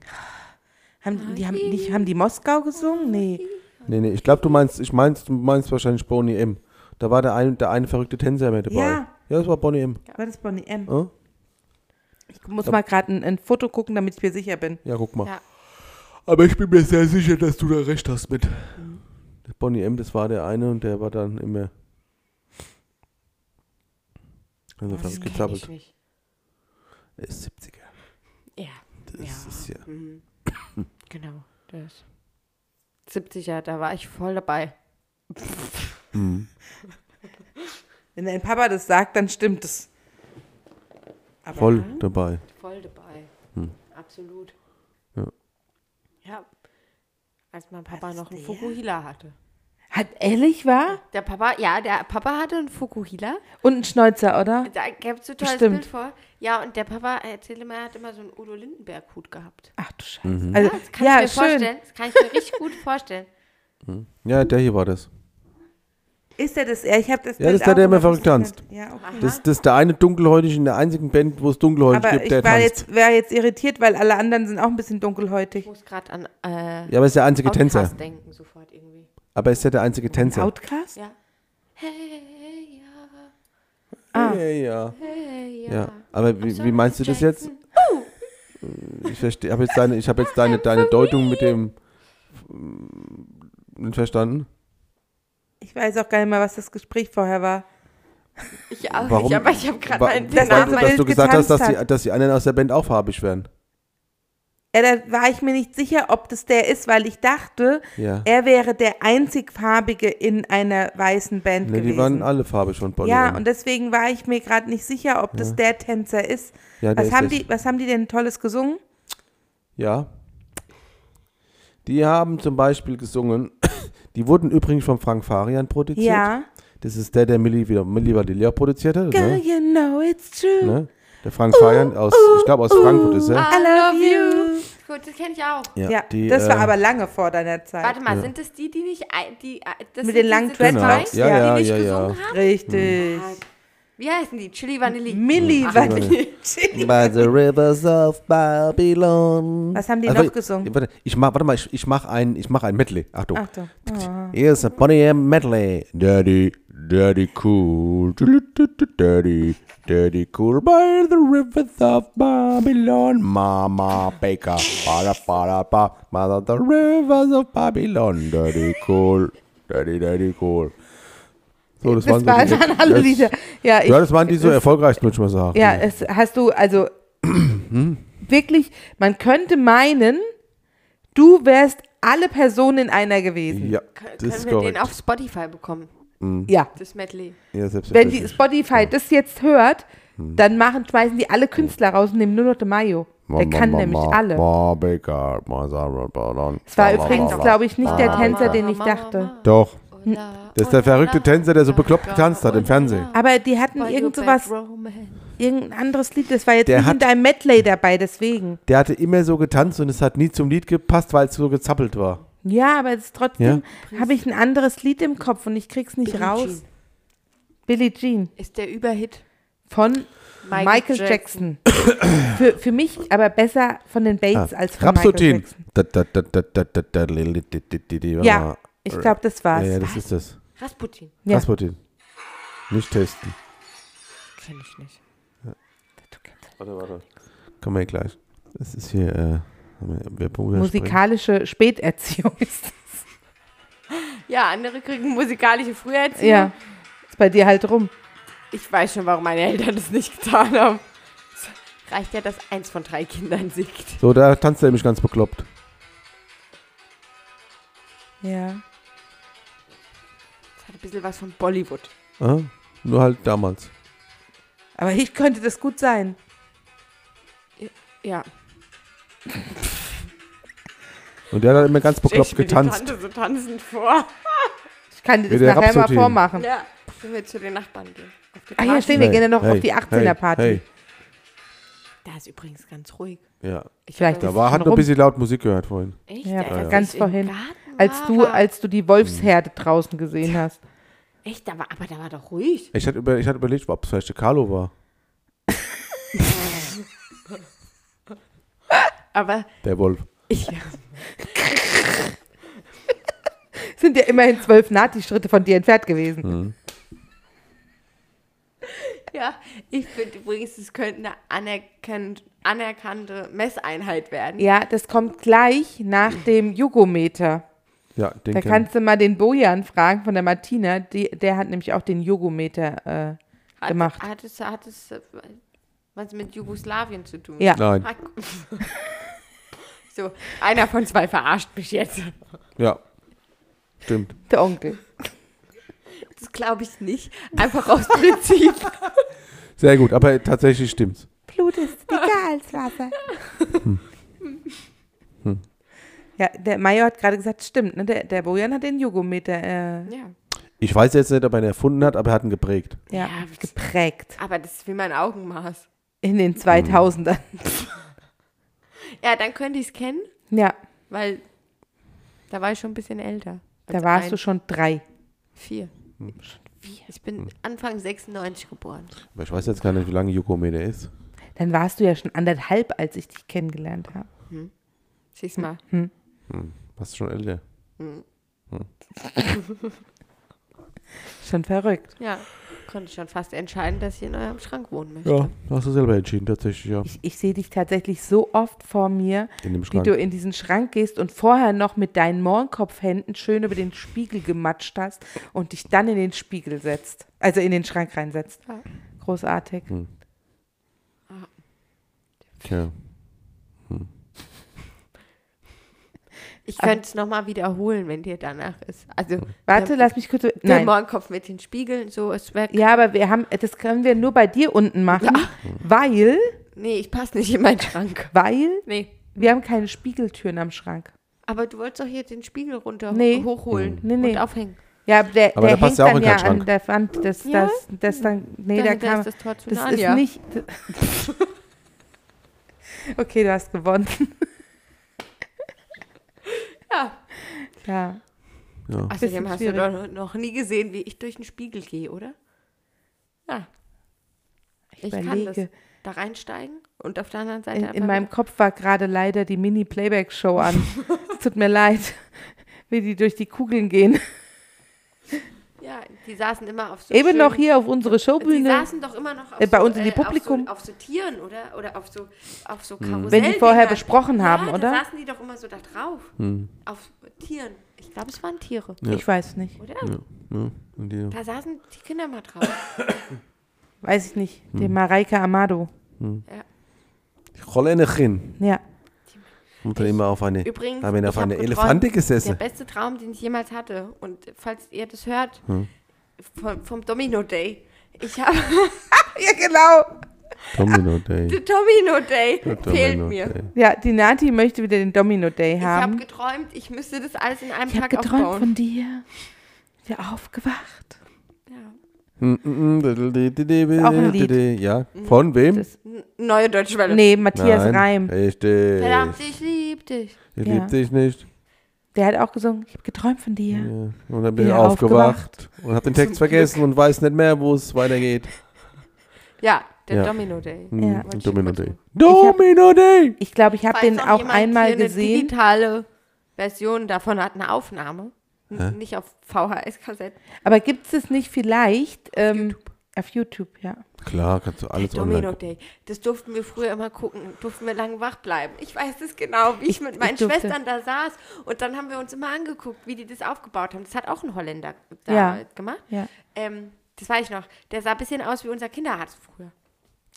B: Haben, die, haben, nicht, haben die Moskau gesungen? Nee.
C: Nee, nee, ich glaube, du meinst, ich meinst, du meinst wahrscheinlich Bonnie M. Da war der eine, der eine verrückte Tänzer mit dabei.
B: Ja.
C: Ja, das war Bonnie M.
B: War das Bonnie M?
C: Äh?
B: Ich muss mal gerade ein, ein Foto gucken, damit ich mir sicher bin.
C: Ja, guck mal.
D: Ja.
C: Aber ich bin mir sehr sicher, dass du da recht hast mit.
D: Mhm.
C: Bonnie M, das war der eine und der war dann immer. Also fast
D: Kenn ich
C: gezappelt.
D: nicht.
C: Er ist 70er.
D: Ja,
C: Das
D: Ja.
C: ist ja.
D: genau. Das. 70er, da war ich voll dabei.
B: Wenn dein Papa das sagt, dann stimmt es.
C: Voll dabei.
D: Voll dabei. Ab absolut.
C: Ja.
D: Ja. Als mein Papa
B: das
D: noch
B: der?
D: einen Fukuhila hatte.
B: Hat ehrlich war?
D: Der Papa, ja, der Papa hatte einen Fukuhila.
B: Und ein Schnäuzer, oder?
D: Da gäbe es so tolles
B: Bestimmt.
D: Bild vor. Ja, und der Papa, erzählte mir, er hat immer so einen Udo Lindenberg-Hut gehabt.
B: Ach du Scheiße. Also,
D: Das kann
B: ja,
D: ich mir
B: schön.
D: vorstellen. Das kann ich mir richtig gut vorstellen.
C: Ja, der hier war das.
B: Ist der das? Ja, ich habe das
C: Ja, das
B: Bild
C: ist der, der
B: auch, aber
C: immer
B: das
C: verrückt
B: ist
C: tanzt.
B: nicht- Ja, okay.
C: Das, das ist der eine dunkelhäutig in der einzigen Band, wo es dunkelhäutig
B: Aber
C: gibt,
B: ich
C: der
B: war
C: tanzt.
B: jetzt, wäre jetzt irritiert, weil alle anderen sind auch ein bisschen dunkelhäutig.
D: Ich muss gerade an äh,
C: ja, aber er ist der einzige Tänzer.
D: Outcast denken sofort irgendwie.
C: Aber er ist ja der einzige Tänzer.
B: Outcast?
D: Ja. Hey, ja,
C: Ja, ja,
D: Ah. hey, ja.
C: ja. Aber wie, wie meinst du das jetzt? Ich verstehe, habe jetzt deine, ich habe jetzt deine, deine Deutung mit dem mm, nicht verstanden.
B: Ich weiß auch gar nicht mehr, was das Gespräch vorher war.
D: Ich auch
C: Warum-
D: nicht, aber ich habe gerade
C: wa-
D: meinen
B: Das
D: den
C: Weil
B: Name
D: Namen
C: du,
B: Bild
C: dass du gesagt hast, dass
B: getanzt
C: die, dass die anderen aus der Band auch farbig wären.
B: Ja, da war ich mir nicht sicher, ob das der ist, weil ich dachte,
C: Ja.
B: er wäre der einzig farbige in einer weißen Band
C: Ne,
B: gewesen.
C: die waren alle farbig von Bonnie.
B: ja,
C: M.
B: und deswegen war ich mir gerade nicht sicher, ob das der Tänzer ist.
C: Ja, der
B: was,
C: ist
B: haben
C: das.
B: die, was haben die denn Tolles gesungen?
C: Ja. Die haben zum Beispiel gesungen, (coughs) die wurden übrigens von Frank Farian produziert.
B: Ja.
C: Das ist der, der Milli, wieder- Milli Vanilli produziert hat.
B: Girl,
C: Ne?
B: you know it's true.
C: Ne? Der Frank Farian aus, ich glaube
B: Uh,
C: aus Frankfurt ist er.
B: I love you.
D: Gut, das kenne ich auch.
B: Ja,
C: die,
B: das
C: äh,
B: war aber lange vor deiner Zeit.
D: Warte mal, sind das die, die nicht. ei- Die, ei- das
B: Mit
D: sind
B: den langen
D: diese zwei,
B: Dreadlocks?
C: genau. Ja,
B: Ja.
C: ja,
D: die nicht
C: ja, ja.
D: gesungen haben?
B: Richtig.
D: Wie heißen die? Chili Vanilli.
B: Milli
D: Ach,
B: Vanilli.
C: By the rivers of Babylon.
B: Was haben die noch gesungen?
C: Warte, ich mach, warte mal, ich, ich mach ein, ich mach ein Medley. Achtung.
B: Achtung. Ah.
C: Hier ist ein Bonnie M. Medley. Daddy, Daddy cool. Daddy, Daddy cool. By the rivers of Babylon. Mama Baker. Para, para, pa. Mother the rivers of Babylon. Daddy cool. Daddy, Daddy cool. So, das,
B: Das
C: so
B: waren
C: die-
B: dann alle
C: das-
B: Lieder. Ja, ich,
C: Ja, das waren die so erfolgreichsten, würde ich mal sagen.
B: Ja, es hast du, also
C: Mhm.
B: wirklich, man könnte meinen, du wärst alle Personen in einer gewesen.
C: Ja,
D: Können
C: das ist
D: wir
C: korrekt.
D: den auf Spotify bekommen?
B: Ja.
D: Das Medley.
C: Ja,
B: Wenn die
C: selbstverständlich.
B: Spotify das jetzt hört,
C: Mhm.
B: dann machen, schmeißen die alle Künstler
C: Oh.
B: raus und nehmen nur noch den Mayo. Der kann nämlich alle.
C: Es
B: Es war übrigens, glaube ich, nicht der Tänzer, den ich dachte.
C: Doch,
D: Ola,
C: das ist der
D: ola,
C: verrückte
D: ola.
C: Tänzer, der so bekloppt getanzt hat im Fernsehen.
B: Aber die hatten
D: By
B: irgend
D: your
B: sowas,
D: bad romance.
B: irgendein anderes Lied, das war jetzt
C: Der
B: nicht in
C: hat-
B: deinem Medley dabei, deswegen.
C: Der hatte immer so getanzt und es hat nie zum Lied gepasst, weil es so gezappelt war.
B: Ja, aber es ist trotzdem habe ich ein anderes Lied im Kopf und ich krieg's nicht
D: Billie
B: raus. Billie Jean
D: Ist der Überhit.
B: von
D: Michael
B: Michael Jackson. für, für mich aber besser von den Bates als von Michael
C: Rhapsodien.
B: Jackson.
C: Ah. Da, da, da, da, da, da, da, li, li, di, di, di, di,
B: Ja, ich glaube, das
C: Ja,
B: war's.
C: ja, das ist das.
D: Rasputin.
B: Ja.
C: Rasputin. Nicht testen.
D: Kenn ich nicht.
C: Kommen wir gleich. Das ist hier, äh, wir, wir
B: Musikalische (laughs) Späterziehung ist das.
D: Ja, andere kriegen musikalische Früherziehung.
B: Ja. Ist bei dir halt rum.
D: Ich weiß schon, warum meine Eltern das nicht getan haben. Es reicht ja, dass eins von drei Kindern siegt.
C: So, da tanzt er nämlich ganz bekloppt.
B: Ja.
D: Das hat ein bisschen was von Bollywood.
C: Aha. Nur halt damals.
B: Aber ich könnte das gut sein.
D: Ja.
C: Und der hat halt immer ganz bekloppt
D: mir
C: getanzt.
D: die Tante so tanzend vor.
B: Ich kann dir
C: Wie
B: das
C: der
B: nachher mal
C: Rhapsodien.
B: vormachen.
D: Ja. Wenn wir zu den Nachbarn gehen. Auf die
B: Ah, hier
D: Party.
B: stehen wir gerne noch auf die 18er-Party.
C: Hey,
D: Da ist übrigens ganz ruhig.
C: hey. Ja.
D: Ich
B: Vielleicht
D: glaub,
B: ist-
C: Da war, hat man
B: Rum.
C: ein bisschen laut Musik gehört vorhin.
D: echt,
B: Ja,
D: als ich
B: ganz
D: im
B: vorhin.
D: Garten
B: Als
D: war,
B: du,
D: war-
B: als du die Wolfsherde draußen gesehen hast.
D: Echt, da war, aber da war doch ruhig.
C: Ich hatte, über, ich hatte überlegt, ob es vielleicht der Carlo war.
D: Aber
C: Der Wolf.
D: ich,
B: Sind ja immerhin zwölf Nati-Schritte von dir entfernt gewesen.
D: ja, ich finde übrigens, es könnte eine anerkannt, anerkannte Messeinheit werden.
B: Ja, das kommt gleich nach dem Jugometer.
C: Ja, den
B: Da
C: kenn-
B: kannst du mal den Bojan fragen von der Martina. Die, der hat nämlich auch den Jugometer. Äh,
D: Hat-
B: gemacht.
D: Hat es, hat es äh, was mit Jugoslawien zu tun?
B: ja.
C: Nein.
D: Ah, gu- (laughs) So, einer von zwei verarscht mich jetzt.
C: Ja. Stimmt.
B: Der Onkel.
D: Das glaube ich nicht. Einfach aus Prinzip.
C: Sehr gut, aber tatsächlich stimmt's.
D: (laughs)
B: Blut ist dicker als Wasser. Ja, der Mayo hat gerade gesagt, stimmt, ne? der, der Bojan hat den Jugometer äh,
D: (laughs) Ja.
C: Ich weiß jetzt nicht, ob er ihn erfunden hat, aber er hat ihn geprägt.
B: ja,
D: Ja, das-
B: geprägt
D: Aber das ist wie mein Augenmaß.
B: in den 2000ern.
D: Ja, dann könnte ich es kennen,
B: Ja,
D: weil da war ich schon ein bisschen älter.
B: da
D: Als
B: warst
D: ein-
B: du Hm. schon drei.
D: Vier. Vier. Ich bin Anfang 96 geboren.
C: Aber ich weiß jetzt gar nicht, wie lange Yokometer ist.
B: Dann warst du ja schon anderthalb, als ich dich kennengelernt habe. Hm.
D: Siehst mal.
C: Warst du schon älter?
B: Schon verrückt.
D: Ja. Konnte ich schon fast entscheiden, dass ich in eurem Schrank wohnen möchte.
C: Ja, hast du selber entschieden, tatsächlich, ja.
B: Ich, ich sehe dich tatsächlich so oft vor mir,
C: In dem
B: wie
C: Schrank.
B: du in diesen Schrank gehst und vorher noch mit deinen Mohrenkopfhänden schön über den Spiegel gematscht hast und dich dann in den Spiegel setzt. Also in den Schrank reinsetzt.
D: Ja.
B: Großartig.
C: Hm. Tja.
D: Ich könnte es nochmal wiederholen, wenn dir danach ist. Also,
B: Hm. Warte,
D: der,
B: lass mich kurz.
D: Der
B: Nein.
D: Morgenkopf mit den Spiegeln, so ist weg.
B: Ja, aber wir haben, das können wir nur bei dir unten machen, weil,
D: Nee, ich passe nicht in meinen Schrank.
B: weil
D: Nee.
B: wir haben keine Spiegeltüren am Schrank.
D: Aber du wolltest doch hier den Spiegel runter
B: Nee.
D: hochholen
B: Nee, nee.
D: und aufhängen.
B: Ja, aber der,
C: Hm. Aber
B: der,
C: der
B: hängt
C: passt ja auch
B: dann
C: in
B: ja
C: keinen
B: an
C: Schrank.
B: der Wand. Das,
D: Ja?
B: das, das dann, nee, da
D: Dahinter
B: kann
D: ist das Tor zu
B: Das ist
D: Narnia.
B: nicht. (laughs) Okay, du hast gewonnen.
D: (laughs) Ja.
B: Ja.
C: ja.
D: Außerdem
B: Bisschen
D: hast
B: schwierig.
D: du doch noch nie gesehen, wie ich durch den Spiegel gehe, oder? Ja. Ich, kann das.
B: überlege.
D: Da reinsteigen und auf der anderen Seite
B: In,
D: einfach
B: in meinem
D: wieder-
B: Kopf war gerade leider die Mini-Playback-Show
D: (laughs)
B: an. es tut mir leid, wie die durch die Kugeln gehen.
D: Ja, die saßen immer auf so
B: Eben
D: schönen-
B: noch hier auf unsere
D: Die
B: Showbühne.
D: saßen doch immer noch auf
B: Äh, bei
D: so,
B: uns in die
D: auf so-
B: Publikum. Hm.
D: Auf so, Tieren, oder? Oder auf so, auf so Karussell.
B: Wenn die vorher besprochen haben,
D: ja,
B: oder?
D: Da saßen die doch immer so da drauf.
C: Hm.
D: Auf Tieren. Ich glaube, es waren Tiere,
B: Ich weiß nicht.
D: oder?
C: Ja. ne? Und die,
D: Da saßen die Kinder
C: (laughs)
D: mal drauf.
B: Weiß ich nicht. Den Mareike Amado.
C: ich rolle nicht hin.
B: Ja.
C: Und dann immer auf eine,
D: Übrigens,
C: haben wir auf
D: ich hab
C: eine
D: geträumt,
C: Elefante
D: der
C: gesessen.
D: beste Traum, den ich jemals hatte. Und falls ihr das hört,
C: Hm.
D: vom, vom Domino Day. Ich (laughs) habe
B: Ja, genau.
C: Domino Day.
D: den Domino Day. (laughs) fehlt
C: Domino
D: mir.
C: Day.
B: Ja, die Nati möchte wieder den Domino Day
D: Ich habe
B: haben.
D: geträumt, ich müsste das alles in einem
B: Ich hab
D: Tag aufbauen.
B: von dir. Wieder aufgewacht.
D: ja.
B: auch ein Lied.
C: Ja, von wem?
B: Das-
D: N- Neue deutsche Welle.
B: Nee, Matthias Reim.
C: Richtig.
D: Verdammt, ich liebe dich.
C: Ich
B: Ja.
C: lieb dich nicht.
B: Der hat auch gesungen, ich habe geträumt von dir.
C: Ja. Und dann bin ich
B: Wieder
C: aufgewacht und habe den Text vergessen und weiß nicht mehr, wo es weitergeht.
D: Ja, der
C: Ja.
D: Domino Day.
C: Hm,
B: Ja.
C: Domino Day.
B: Ich hab-
C: Domino Day!
B: Ich glaube, ich habe
D: Falls
B: den
D: noch
B: auch
D: jemand
B: einmal
D: hier Eine
B: gesehen.
D: digitale Version davon hat eine Aufnahme. N- Nicht auf VHS-Kassetten.
B: Aber gibt es es nicht vielleicht ähm, auf YouTube, ja.
C: Klar, kannst du alles
D: Domino
C: online.
D: Day. Das durften wir früher immer gucken. Durften wir lange wach bleiben. Ich weiß es genau, wie ich,
B: Ich-
D: mit
B: ich
D: meinen
B: durfte.
D: Schwestern da saß. Und dann haben wir uns immer angeguckt, wie die das aufgebaut haben. Das hat auch ein Holländer da
B: Ja.
D: gemacht.
B: Ja.
D: Ähm, das weiß ich noch. Der sah ein bisschen aus wie unser Kinderarzt früher.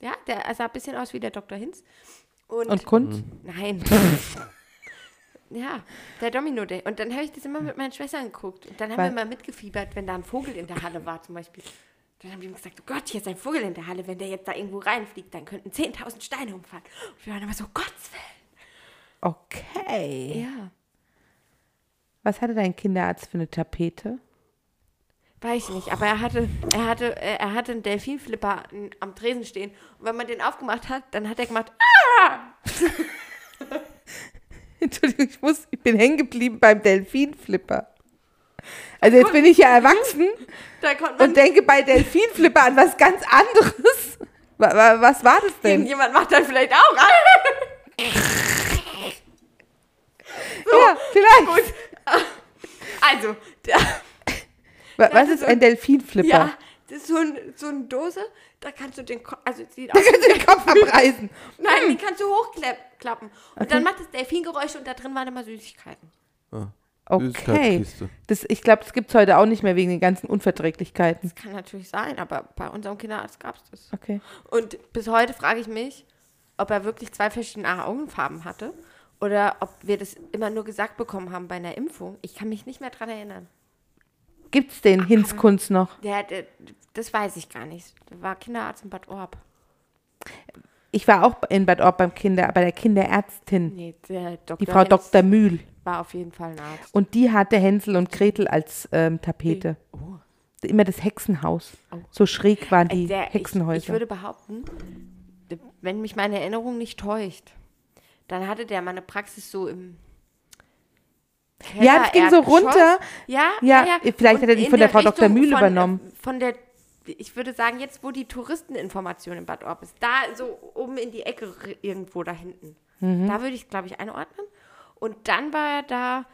D: Ja, der sah ein bisschen aus wie der Dr. Hinz.
B: Und Kunst?
D: (laughs) Nein. ja, der Domino Day. Und dann habe ich das immer mit meinen Schwestern geguckt. Und dann haben
B: Weil-
D: wir mal mitgefiebert, wenn da ein Vogel in der Halle war zum Beispiel. Dann haben wir immer gesagt, oh Gott, hier ist ein Vogel in der Halle. Wenn der jetzt da irgendwo reinfliegt, dann könnten 10.000 Steine umfallen. Und wir waren immer so, Gottes Willen.
B: Okay.
D: Ja,
B: Was hatte dein Kinderarzt für eine Tapete? (laughs)
D: weiß ich nicht. Aber er hatte, er hatte, äh, er hatte einen Delfinflipper n- am Tresen stehen. Und wenn man den aufgemacht hat, dann hat er gemacht, (laughs) ah!
B: Entschuldigung, ich, muss, ich bin hängen geblieben beim Delfinflipper. Also jetzt bin ich ja erwachsen
D: Da konnte man
B: und denke bei Delfinflipper an was ganz anderes. (laughs) Wa- wa- Was war das denn?
D: Irgendjemand macht dann vielleicht auch. (laughs) Ah!
B: Ja, vielleicht.
D: Gut. Also, der,
B: Wa- Was
D: das
B: ist
D: ist-
B: ein Delfinflipper? (laughs)
D: ja, das ist so, ein, so eine Dose, da kannst du den Ko also es sieht
B: Da
D: aus.
B: kannst Mm. du den Kopf abreißen.
D: Nein, die kannst du hochklappen. Und dann macht das Delfingeräusche und da drin waren immer Süßigkeiten.
B: Okay.
C: Süßigkeitskiste.
B: Das, ich glaube, das gibt es heute auch nicht mehr wegen den ganzen Unverträglichkeiten.
D: Kann natürlich sein, aber bei unserem Kinderarzt gab es das.
B: Okay.
D: Und bis heute frage ich mich, ob er wirklich zwei verschiedene Augenfarben hatte oder ob wir das immer nur gesagt bekommen haben bei einer Impfung. Ich kann mich nicht mehr dran erinnern.
B: Gibt es den Hinzkunst noch?
D: Der, der, das weiß ich gar nicht. Da war Kinderarzt in Bad Orb.
B: Ich war auch in Bad Orb beim Kinder, bei der Kinderärztin,
D: Nee, der Dr.
B: die Frau
D: Hinz
B: Dr. Mühl.
D: war auf jeden Fall ein Arzt.
B: Und die hatte Hänsel und Gretel als ähm, Tapete.
D: Oh.
B: Immer das Hexenhaus. So schräg waren die
D: Äh, Also Der-
B: Hexenhäuser.
D: Ich, ich würde behaupten, wenn mich meine Erinnerung nicht täuscht, dann hatte der meine Praxis so im. Keller,
B: Ja, das ging so
D: Erdgeschoss.
B: runter.
D: Ja,
B: Ja, vielleicht hat er die
D: in
B: von der
D: der
B: Frau Dr.
D: Richtung
B: Mühl
D: von,
B: übernommen.
D: äh, Von der, ich würde sagen, jetzt, wo die Touristeninformation in Bad Orb ist, da so oben in die Ecke r- irgendwo da hinten.
B: Mhm.
D: Da würde ich es, glaube ich, einordnen. Und dann war er da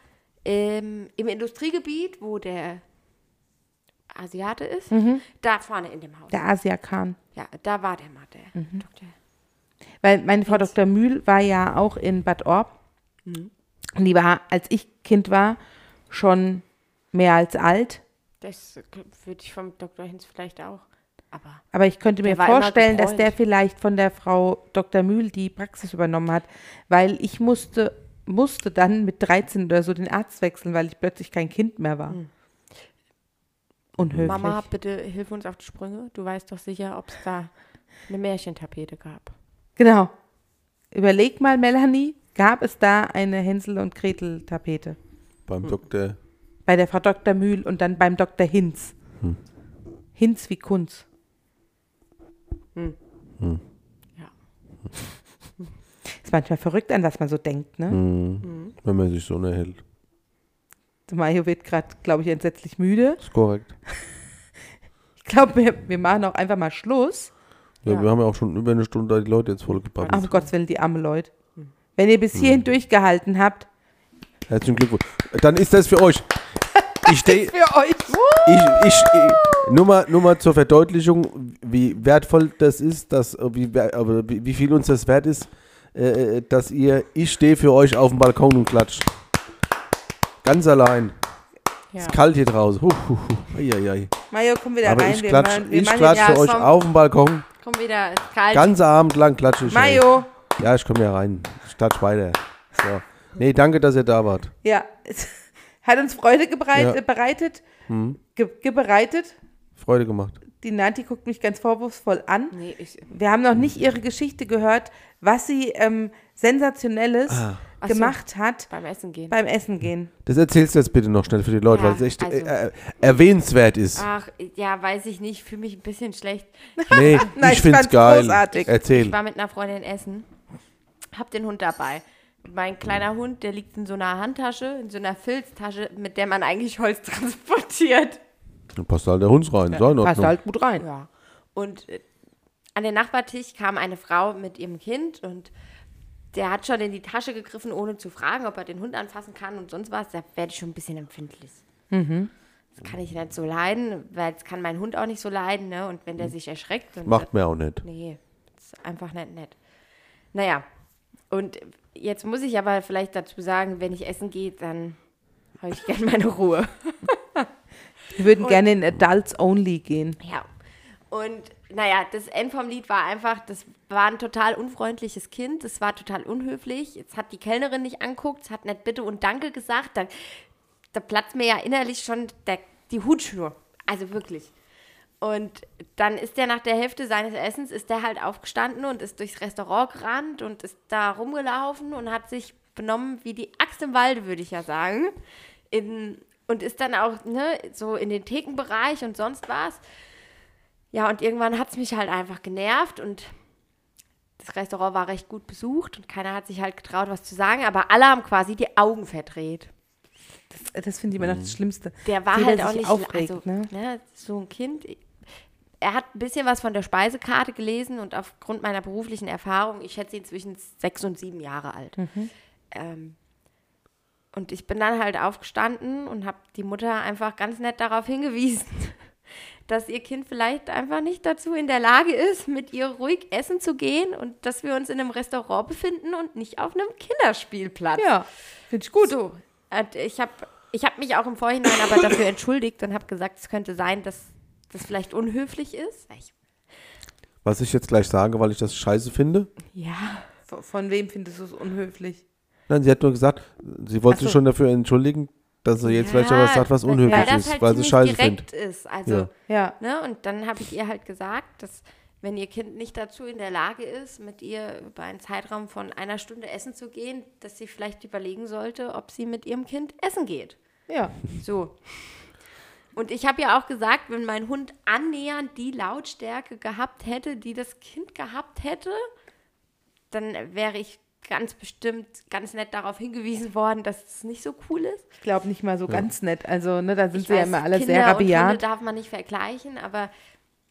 D: ähm, im Industriegebiet, wo der Asiate ist,
B: Mhm.
D: da vorne in dem Haus.
B: der Asiakan.
D: Ja, da war der mal der
C: Mhm.
D: Doktor.
B: Weil meine Frau Dr. Mühl war ja auch in Bad Orb.
D: Mhm.
B: Und die war, als ich Kind war, schon mehr als alt.
D: Das würde ich vom Dr. Hinz vielleicht auch. Aber
B: Aber ich könnte mir
D: Der war immer
B: vorstellen, dass der
D: gebräunt.
B: vielleicht von der Frau Dr. Mühl die Praxis übernommen hat, weil ich musste, musste dann mit 13 oder so den Arzt wechseln, weil ich plötzlich kein Kind mehr war. Unhöflich.
D: Mhm. Mama, bitte hilf uns auf die Sprünge. Du weißt doch sicher, ob es da eine Märchentapete gab.
B: Genau. Überleg mal, Melanie, gab es da eine Hänsel- und Gretel-Tapete?
C: Beim Doktor.
B: Bei der Frau Dr. Mühl und dann beim Dr. Hinz.
C: Hm.
B: Hinz wie Kunz.
C: Hm.
D: Ja.
B: Ist manchmal verrückt, an was man so denkt,
C: Hm.
B: ne?
C: Wenn man sich so unterhält.
B: Mario wird gerade, glaube ich, entsetzlich müde.
C: Ist korrekt.
B: Ich glaube, wir, wir machen auch einfach mal Schluss.
C: Ja,
D: Ja.
C: Wir haben ja auch schon über eine Stunde die Leute jetzt
B: Ach,
C: vollgebabbelt.
B: um Gottes Willen, die armen Leute. Wenn ihr bis
C: Hm.
B: hierhin durchgehalten habt,
C: Herzlichen Glückwunsch. Dann ist das für euch. Ich stehe.
B: für euch.
C: Ich, ich, ich, nur, mal, nur mal zur Verdeutlichung, wie wertvoll das ist, dass, äh, wie, wer- aber wie wie viel uns das wert ist, äh, dass ihr, ich stehe für euch auf dem Balkon und klatsch. Ganz allein.
D: Ja.
C: Ist kalt hier draußen. Huh, huh, huh. Ei, ei, ei.
B: Mario, komm wieder
C: Aber
B: rein.
C: ich
B: wir
C: klatsch,
B: machen, wir
C: ich
B: machen
C: klatsch
D: ja,
C: für euch
D: komm.
C: auf dem Balkon.
D: Komm wieder, ist kalt.
C: Ganz Abend lang klatsche ich.
B: jetzt-
C: ey.
B: Mario,
C: Ja, ich komme ja rein. Ich klatsch weiter. So. Nee, danke, dass ihr da wart.
B: ja, (laughs) es hat uns Freude gebreit,
C: Ja. Hm.
B: bereitet, ge gebereitet.
C: Freude gemacht.
B: Die Nati guckt mich ganz vorwurfsvoll an.
D: nee, ich,
B: Wir haben noch nicht ihre Geschichte gehört, was sie ähm, Sensationelles
D: Ach so.
B: gemacht hat
D: beim Essen gehen.
B: beim Essen gehen.
C: Das erzählst du jetzt bitte noch schnell für die Leute,
D: Ja,
C: weil es echt
D: also-
C: äh, äh, erwähnenswert ist.
D: Ach, ja, weiß ich nicht. Fühle mich ein bisschen schlecht.
C: Nee,
B: Nein,
C: ich
B: ich
C: find's
B: fand's
C: geil.
B: großartig.
C: Erzähl.
D: Ich war mit einer Freundin essen, hab den Hund dabei. Mein kleiner Hund, der liegt in so einer Handtasche, in so einer Filztasche, mit der man eigentlich Holz transportiert.
C: Dann passt halt der Hund rein. So in
B: Passt
C: Ordnung.
B: halt gut rein.
D: Ja. Und äh, an den Nachbartisch kam eine Frau mit ihrem Kind und der hat schon in die Tasche gegriffen, ohne zu fragen, ob er den Hund anfassen kann und sonst was. Da werde ich schon ein bisschen empfindlich.
B: Mhm.
D: Das kann ich nicht so leiden, weil das kann mein Hund auch nicht so leiden, ne? Und
B: Mhm.
D: wenn der sich erschreckt, dann
C: Macht mir auch nicht.
D: Nee, ist einfach nicht nett. Naja, und jetzt muss ich aber vielleicht dazu sagen, wenn ich essen gehe, dann habe ich gerne meine Ruhe.
B: Wir würden gerne in Adults Only gehen.
D: Ja. Und naja, das Ende vom Lied war einfach, das war ein total unfreundliches Kind, das war total unhöflich. Jetzt hat die Kellnerin nicht anguckt, es hat nicht Bitte und Danke gesagt. Da, da platzt mir ja innerlich schon der, die Hutschnur. Also wirklich. Und dann ist der nach der Hälfte seines Essens, ist der halt aufgestanden und ist durchs Restaurant gerannt und ist da rumgelaufen und hat sich benommen wie die Axt im Walde, würde ich ja sagen. In, und ist dann auch ne, so in den Thekenbereich und sonst was. Ja, und irgendwann hat es mich halt einfach genervt und das Restaurant war recht gut besucht und keiner hat sich halt getraut, was zu sagen, aber alle haben quasi die Augen verdreht.
B: Das, das finde ich immer noch das Schlimmste.
D: Der war
B: Wie
D: halt
B: der
D: auch
B: sich
D: nicht
B: aufregt,
D: also,
B: ne?
D: So ein Kind. Er hat ein bisschen was von der Speisekarte gelesen und aufgrund meiner beruflichen Erfahrung, ich schätze ihn zwischen sechs und sieben Jahre alt.
B: Mhm.
D: Ähm, und ich bin dann halt aufgestanden und habe die Mutter einfach ganz nett darauf hingewiesen, (laughs) dass ihr Kind vielleicht einfach nicht dazu in der Lage ist, mit ihr ruhig essen zu gehen und dass wir uns in einem Restaurant befinden und nicht auf einem Kinderspielplatz.
B: Ja, finde ich gut.
D: So, und ich habe ich hab mich auch im Vorhinein aber (laughs) dafür entschuldigt und habe gesagt, es könnte sein, dass das vielleicht unhöflich ist. Ich,
C: Was ich jetzt gleich sage, weil ich das scheiße finde.
D: ja.
B: Von, von wem findest du es unhöflich?
C: Nein, sie hat nur gesagt, sie wollte
D: Ach so.
C: sich schon dafür entschuldigen, dass sie jetzt vielleicht
D: ja,
C: aber sagt, was
D: weil
C: unhöflich
D: das
C: ist,
D: halt
C: weil sie
D: ziemlich
C: scheiße findet.
D: direkt ist. Also,
C: Ja.
B: Ja.
D: ne, und dann habe ich ihr halt gesagt, dass wenn ihr Kind nicht dazu in der Lage ist, mit ihr über einen Zeitraum von einer Stunde essen zu gehen, dass sie vielleicht überlegen sollte, ob sie mit ihrem Kind essen geht.
B: Ja.
D: So. Und ich habe ja auch gesagt, wenn mein Hund annähernd die Lautstärke gehabt hätte, die das Kind gehabt hätte, dann wäre ich ganz bestimmt ganz nett darauf hingewiesen worden, dass es nicht so cool ist.
B: Ich glaube nicht mal so ganz nett. Also, ne, da sind
D: Ich
B: sie ja
D: weiß,
B: immer alle
D: Kinder
B: sehr
D: Und
B: rabiat.
D: Hunde darf man nicht vergleichen, aber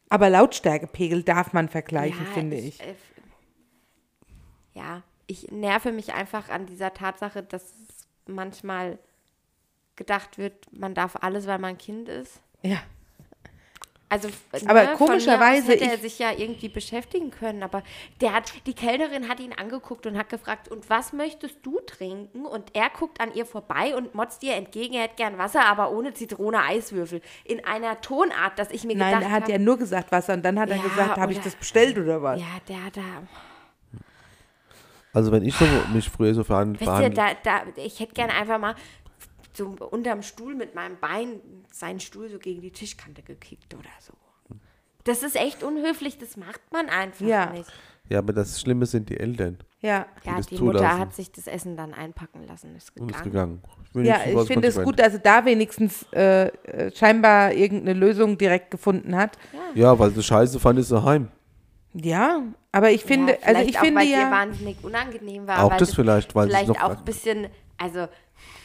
B: Aber Lautstärkepegel darf man vergleichen, finde ich.
D: äh, f- ja, ich nerve mich einfach an dieser Tatsache, dass es manchmal gedacht wird, man darf alles, weil man ein Kind ist.
B: Ja.
D: Also, f-
B: Aber
D: von mir aus
B: komischerweise,
D: hätte er
B: ich-
D: sich ja irgendwie beschäftigen können, aber der hat, die Kellnerin hat ihn angeguckt und hat gefragt, und was möchtest du trinken? Und er guckt an ihr vorbei und motzt ihr entgegen, er hätte gern Wasser, aber ohne Zitrone Eiswürfel. In einer Tonart, dass ich mir
B: Nein,
D: gedacht
B: er hat
D: habe,
B: ja nur gesagt Wasser und dann hat er
D: Ja,
B: gesagt, habe ich
D: oder-
B: das bestellt oder was?
D: ja, der hat da
C: Also wenn ich so, mich früher so verhandelt,
D: Wisst ihr,
C: verhandelt
D: da, da, ich hätte gern einfach mal so unterm Stuhl mit meinem Bein seinen Stuhl so gegen die Tischkante gekickt oder so. Das ist echt unhöflich, das macht man einfach
B: Ja.
D: nicht.
C: ja, aber das Schlimme sind die Eltern.
B: Ja.
D: Ja,
C: das
D: die Mutter
C: zulassen.
D: hat sich das Essen dann einpacken lassen. Ist
C: Und ist gegangen.
D: gegangen.
C: bin
B: Ja,
C: nicht so
B: ich finde es
C: konsequent.
B: gut, dass er da wenigstens äh, äh, scheinbar irgendeine Lösung direkt gefunden hat.
C: Ja, weil so scheiße fand ich so heim.
B: Ja, aber ich finde,
D: ja,
B: also ich
D: vielleicht auch,
B: finde
D: weil es ihr
B: ja
D: wahnsinnig unangenehm war.
C: Auch
D: weil
C: das vielleicht, weil sie
D: vielleicht
C: noch-
D: auch ein bisschen, also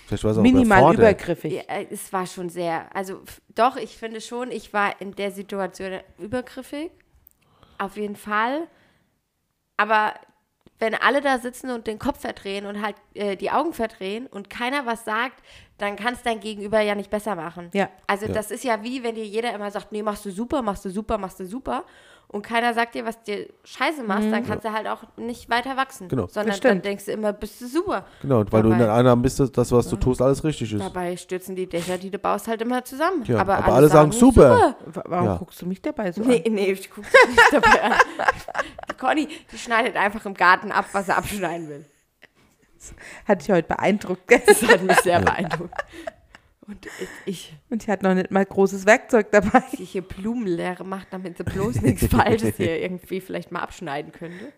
C: Vielleicht war es auch
B: minimal
C: überfordert.
B: übergriffig.
D: ja, äh, es war schon sehr, also f- doch, ich finde schon, ich war in der Situation übergriffig, auf jeden Fall. Aber wenn alle da sitzen und den Kopf verdrehen und halt äh, die Augen verdrehen und keiner was sagt, dann kann es dein Gegenüber ja nicht besser machen.
B: Ja.
D: Also das ist ja wie, wenn dir jeder immer sagt, nee, machst du super, machst du super, machst du super. Und keiner sagt dir, was dir scheiße machst, dann kannst du halt auch nicht weiter wachsen.
C: Genau. Das
D: Sondern dann
B: Mhm. stimmt.
D: denkst du immer, bist du super.
C: Genau, und weil du in
D: Dabei-
C: der Annahme bist, dass das, was du tust, alles richtig ist.
D: Dabei stürzen die Dächer, die du baust, halt immer zusammen.
C: Ja,
D: aber,
C: aber
D: alle
C: alle
D: sagen,
C: sagen super.
B: Wa- Warum
C: Ja.
B: guckst du mich dabei so
D: Nee, nee, ich gucke nicht dabei an. (laughs) Die Conny, die schneidet einfach im Garten ab, was sie abschneiden will.
B: an? Hatte ich heute beeindruckt. (laughs)
D: Das hat mich sehr beeindruckt. Und ich,
B: Und ich hatte noch nicht mal großes Werkzeug dabei.
D: ich, die hier Blumenlehre macht, damit sie bloß nichts Falsches hier irgendwie vielleicht mal abschneiden könnte.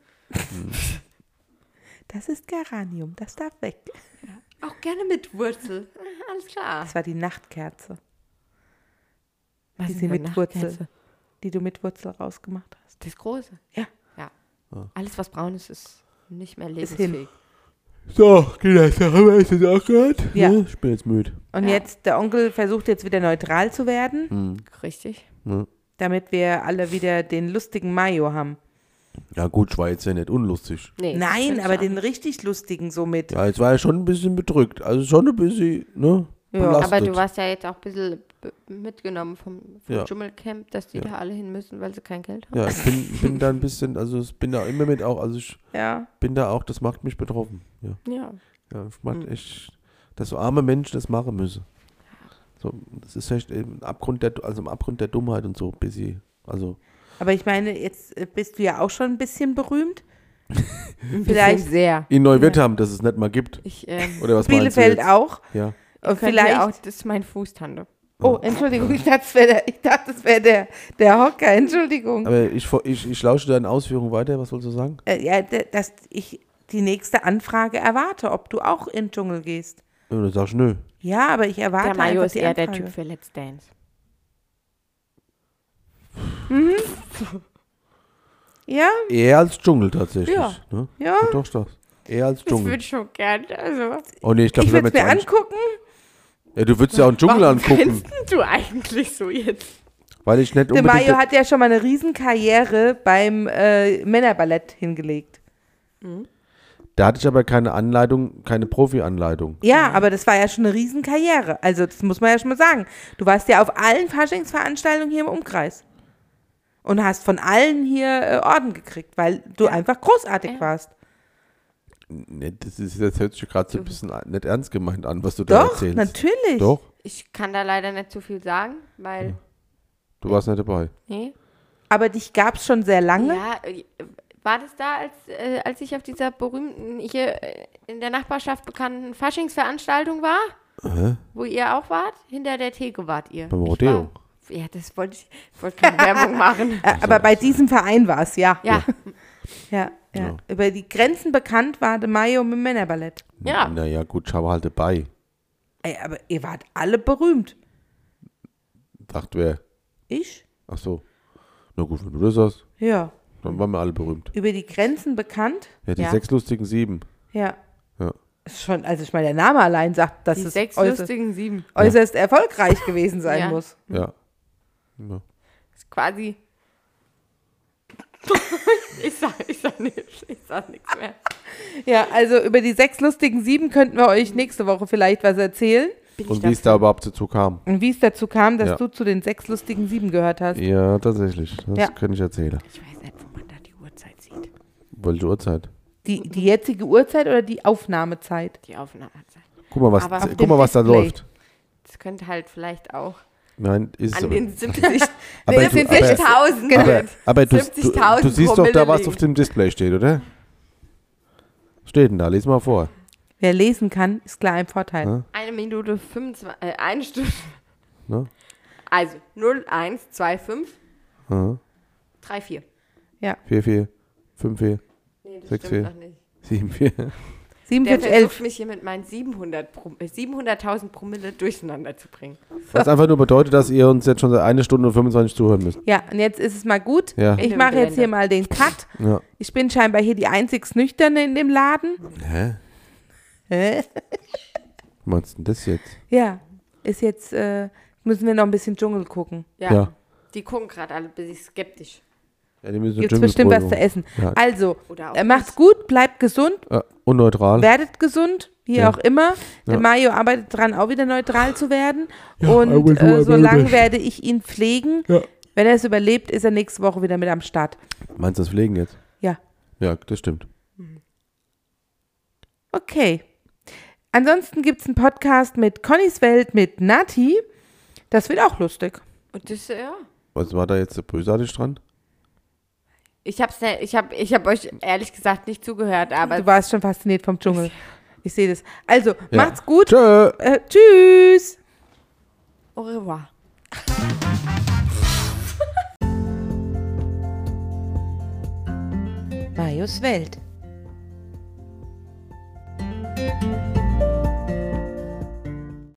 B: Das ist Geranium, das darf weg.
D: Auch gerne
B: (laughs)
D: mit Wurzel. Alles klar.
B: Das war die Nachtkerze,
D: Was
B: diese mit Wurzel, die du mit Wurzel rausgemacht hast.
D: Das Große.
B: Ja.
D: Ja. Alles, was braun ist, ist nicht mehr
B: Ist hin.
D: lebensfähig.
C: So, Kinder, ist darüber ist es auch gerade.
B: Ja.
C: Ich bin jetzt müde.
B: Und
D: Ja.
B: jetzt, der Onkel versucht jetzt wieder neutral zu werden,
D: Richtig.
B: damit wir alle wieder den lustigen Mayo haben.
C: Ja gut, ich war jetzt ja nicht unlustig.
D: Nee, das find
B: Nein,
D: ich
B: aber
D: auch
B: den richtig lustigen somit.
C: Ja, jetzt war er schon ein bisschen bedrückt. Also schon ein bisschen, ne?
B: Ja.
C: belastet.
D: Aber du warst ja jetzt auch ein bisschen b- mitgenommen vom, vom
C: Ja.
D: Dschungelcamp, dass die da alle hin müssen, weil sie kein Geld haben.
C: Ja, ich bin, bin da ein bisschen, also ich bin da immer mit auch, also ich
B: Ja.
C: bin da auch, das macht mich betroffen. Ja,
D: Ja.
C: ja ich
B: Mhm.
C: mag echt, dass so arme Menschen das machen müssen. So, das ist echt im Abgrund der, also im Abgrund der Dummheit und so ein bisschen. Also,
B: Aber ich meine, jetzt äh, bist du ja auch schon ein bisschen (laughs) berühmt. Vielleicht
D: sehr.
C: in Neuwirtham, dass es nicht mal gibt.
D: Ich, ähm,
C: Oder was meinst du
B: Bielefeld
C: jetzt?
B: auch.
C: Ja.
B: Und
D: könnt ihr
B: vielleicht.
D: auch, das ist mein Fußtante.
B: Oh, Entschuldigung, ich dachte, das wäre der, ich dachte, das wäre der, der Hocker. Entschuldigung.
C: Aber ich, fo- ich, ich lausche deinen Ausführungen weiter, was wolltest du sagen?
B: Äh, ja, d- dass ich die nächste Anfrage erwarte, ob du auch in den Dschungel gehst.
C: Ja, du sagst nö.
B: Ja, aber ich erwarte
D: Der Mario
B: einfach
D: ist
B: die
D: eher der
B: Anfrage.
D: Typ für Let's Dance.
B: Ja,
C: Eher als Dschungel tatsächlich.
B: Ja.
C: Ne?
B: ja.
C: Doch, doch. Eher als
D: Ich
C: Dschungel.
D: würde schon gern. Also,
C: Oh nee, ich glaube,
B: Ich
C: wir haben
B: würde es
C: jetzt
B: mir
C: einen-
B: angucken.
C: Ja, du würdest ja auch einen Dschungel
D: warum
C: angucken,
D: grinst denn du eigentlich so jetzt?
C: weil ich nicht
B: Der
C: unbedingt.
B: Mario hat ja schon mal eine Riesenkarriere beim äh, Männerballett hingelegt.
C: da hatte ich aber keine Anleitung, keine Profi-Anleitung.
B: Ja,
D: Mhm.
B: aber das war ja schon eine Riesenkarriere. Also, das muss man ja schon mal sagen. Du warst ja auf allen Faschingsveranstaltungen hier im Umkreis. Und hast von allen hier äh, Orden gekriegt, weil du einfach großartig
D: Ja.
B: warst.
C: Nee, das, ist, das hört sich gerade so ein bisschen nicht ernst gemeint an, was du da
B: Doch,
C: erzählst.
B: natürlich.
C: Doch,
D: Ich kann da leider nicht zu viel sagen, weil.
C: du warst nicht dabei.
D: Nee.
B: Aber dich gab es schon sehr
C: Ne?
B: lange.
D: Ja, äh, war das da, als, äh, als ich auf dieser berühmten, hier äh, in der Nachbarschaft bekannten Faschingsveranstaltung war? Wo ihr auch wart? Hinter der Theke wart ihr.
C: Beim
D: Ich
C: Rodeo.
D: war Ja, das wollte ich, ich wollte keine Werbung machen.
C: (laughs)
B: Äh, aber bei diesem Verein war es, ja.
D: Ja,
B: Ja, ja.
C: Ja.
B: Über die Grenzen bekannt war De Mayo mit dem Männerballett.
D: Ja.
C: Naja, gut, schau halt dabei.
B: Ey, aber ihr wart alle berühmt.
C: Sagt wer.
B: Ich?
C: Ach so. Na gut, wenn du das sagst,
B: Ja.
C: dann waren wir alle berühmt.
B: Über die Grenzen bekannt?
C: Ja, die
D: Ja.
C: sechs lustigen sieben.
B: Ja.
C: Ja.
B: Ist Schon, also ich meine, der Name allein sagt, dass
D: die
B: es
D: sechs
B: äußerst,
D: lustigen sieben.
B: äußerst erfolgreich gewesen sein
D: Ja.
B: muss.
C: Ja. ja.
D: Ist quasi. (laughs) ich sag, ich sag nichts, ich sag nichts mehr.
B: Ja, also über die sechs lustigen sieben könnten wir euch nächste Woche vielleicht was erzählen.
D: Bin ich
C: Und wie es da überhaupt dazu kam.
B: Und wie es dazu kam, dass
C: Ja.
B: du zu den sechs lustigen sieben gehört hast.
C: Ja, tatsächlich. Das
B: Ja.
C: kann ich erzählen.
D: Ich weiß nicht, wo man da die Uhrzeit sieht.
C: Welche Uhrzeit?
B: Die, die jetzige Uhrzeit oder die Aufnahmezeit?
D: Die Aufnahmezeit.
C: Guck mal, was,
D: Aber auf
C: guck
B: dem
C: mal, was da
B: Display.
C: läuft.
D: Das könnte halt vielleicht auch
C: Nein, ist
D: an
C: aber- (laughs)
D: den 70.
C: Aber
D: nee,
C: du- aber-
D: 70.000.
C: Aber, aber du, du,
D: 70.000
C: du siehst doch da,
D: Promille
C: was
D: liegen.
C: auf dem Display steht, oder? Steht denn da? Lies mal vor.
B: Wer lesen kann, ist klar ein Vorteil.
C: Ja.
D: Eine Minute 25, äh, eine Stunde.
C: Ne?
D: Also 0125
C: Mhm.
D: 34.
C: 4, 4, 5, 4,
D: Nee, das
C: Sechs,
D: stimmt
C: vier.
D: noch nicht.
C: 7, 4.
D: Der
B: 47,
D: versucht
B: 11.
D: mich hier mit meinen 700 Pro- äh, 700.000 Promille durcheinander zu bringen.
C: Was einfach nur bedeutet, dass ihr uns jetzt schon seit einer Stunde und 25 zuhören müsst.
B: Ja, und jetzt ist es mal gut.
C: Ja.
B: Ich mache jetzt hier mal den Cut.
C: Ja.
B: Ich bin scheinbar hier die einzig Nüchterne in dem Laden.
C: Hä?
B: Hä?
C: Was meinst du denn das jetzt?
B: Ja, ist jetzt, äh, müssen wir noch ein bisschen Dschungel gucken.
D: Ja.
C: Ja.
D: Die gucken gerade alle ein bisschen skeptisch.
C: Ja, die müssen
B: Gibt
C: Dschungelbrot
B: bestimmt was
C: holen.
B: zu essen.
C: Ja.
B: Also,
D: Oder auch
B: äh, macht's gut, bleibt gesund,
C: Äh, und neutral.
B: werdet gesund, wie
C: Ja.
B: auch immer. Der
C: Ja.
B: Mario arbeitet dran, auch wieder neutral zu werden.
C: I will
B: Und
C: do my
B: äh,
C: very
B: so lange
C: best.
B: werde ich ihn pflegen.
C: Ja.
B: Wenn er es überlebt, ist er nächste Woche wieder mit am Start.
C: Meinst du das Pflegen jetzt?
B: Ja.
C: Ja, das stimmt.
B: Okay. Ansonsten gibt es einen Podcast mit Connys Welt mit Nati. Das wird auch lustig.
D: Und das, äh, ja.
C: Was war da jetzt so bösartig dran?
D: Ich hab's ne, ich hab, ich hab euch ehrlich gesagt nicht zugehört, aber
B: Du warst schon fasziniert vom Dschungel. Ich sehe das. Also, macht's gut.
C: Tschö.
B: Äh, tschüss.
D: au revoir.
B: Marius Welt.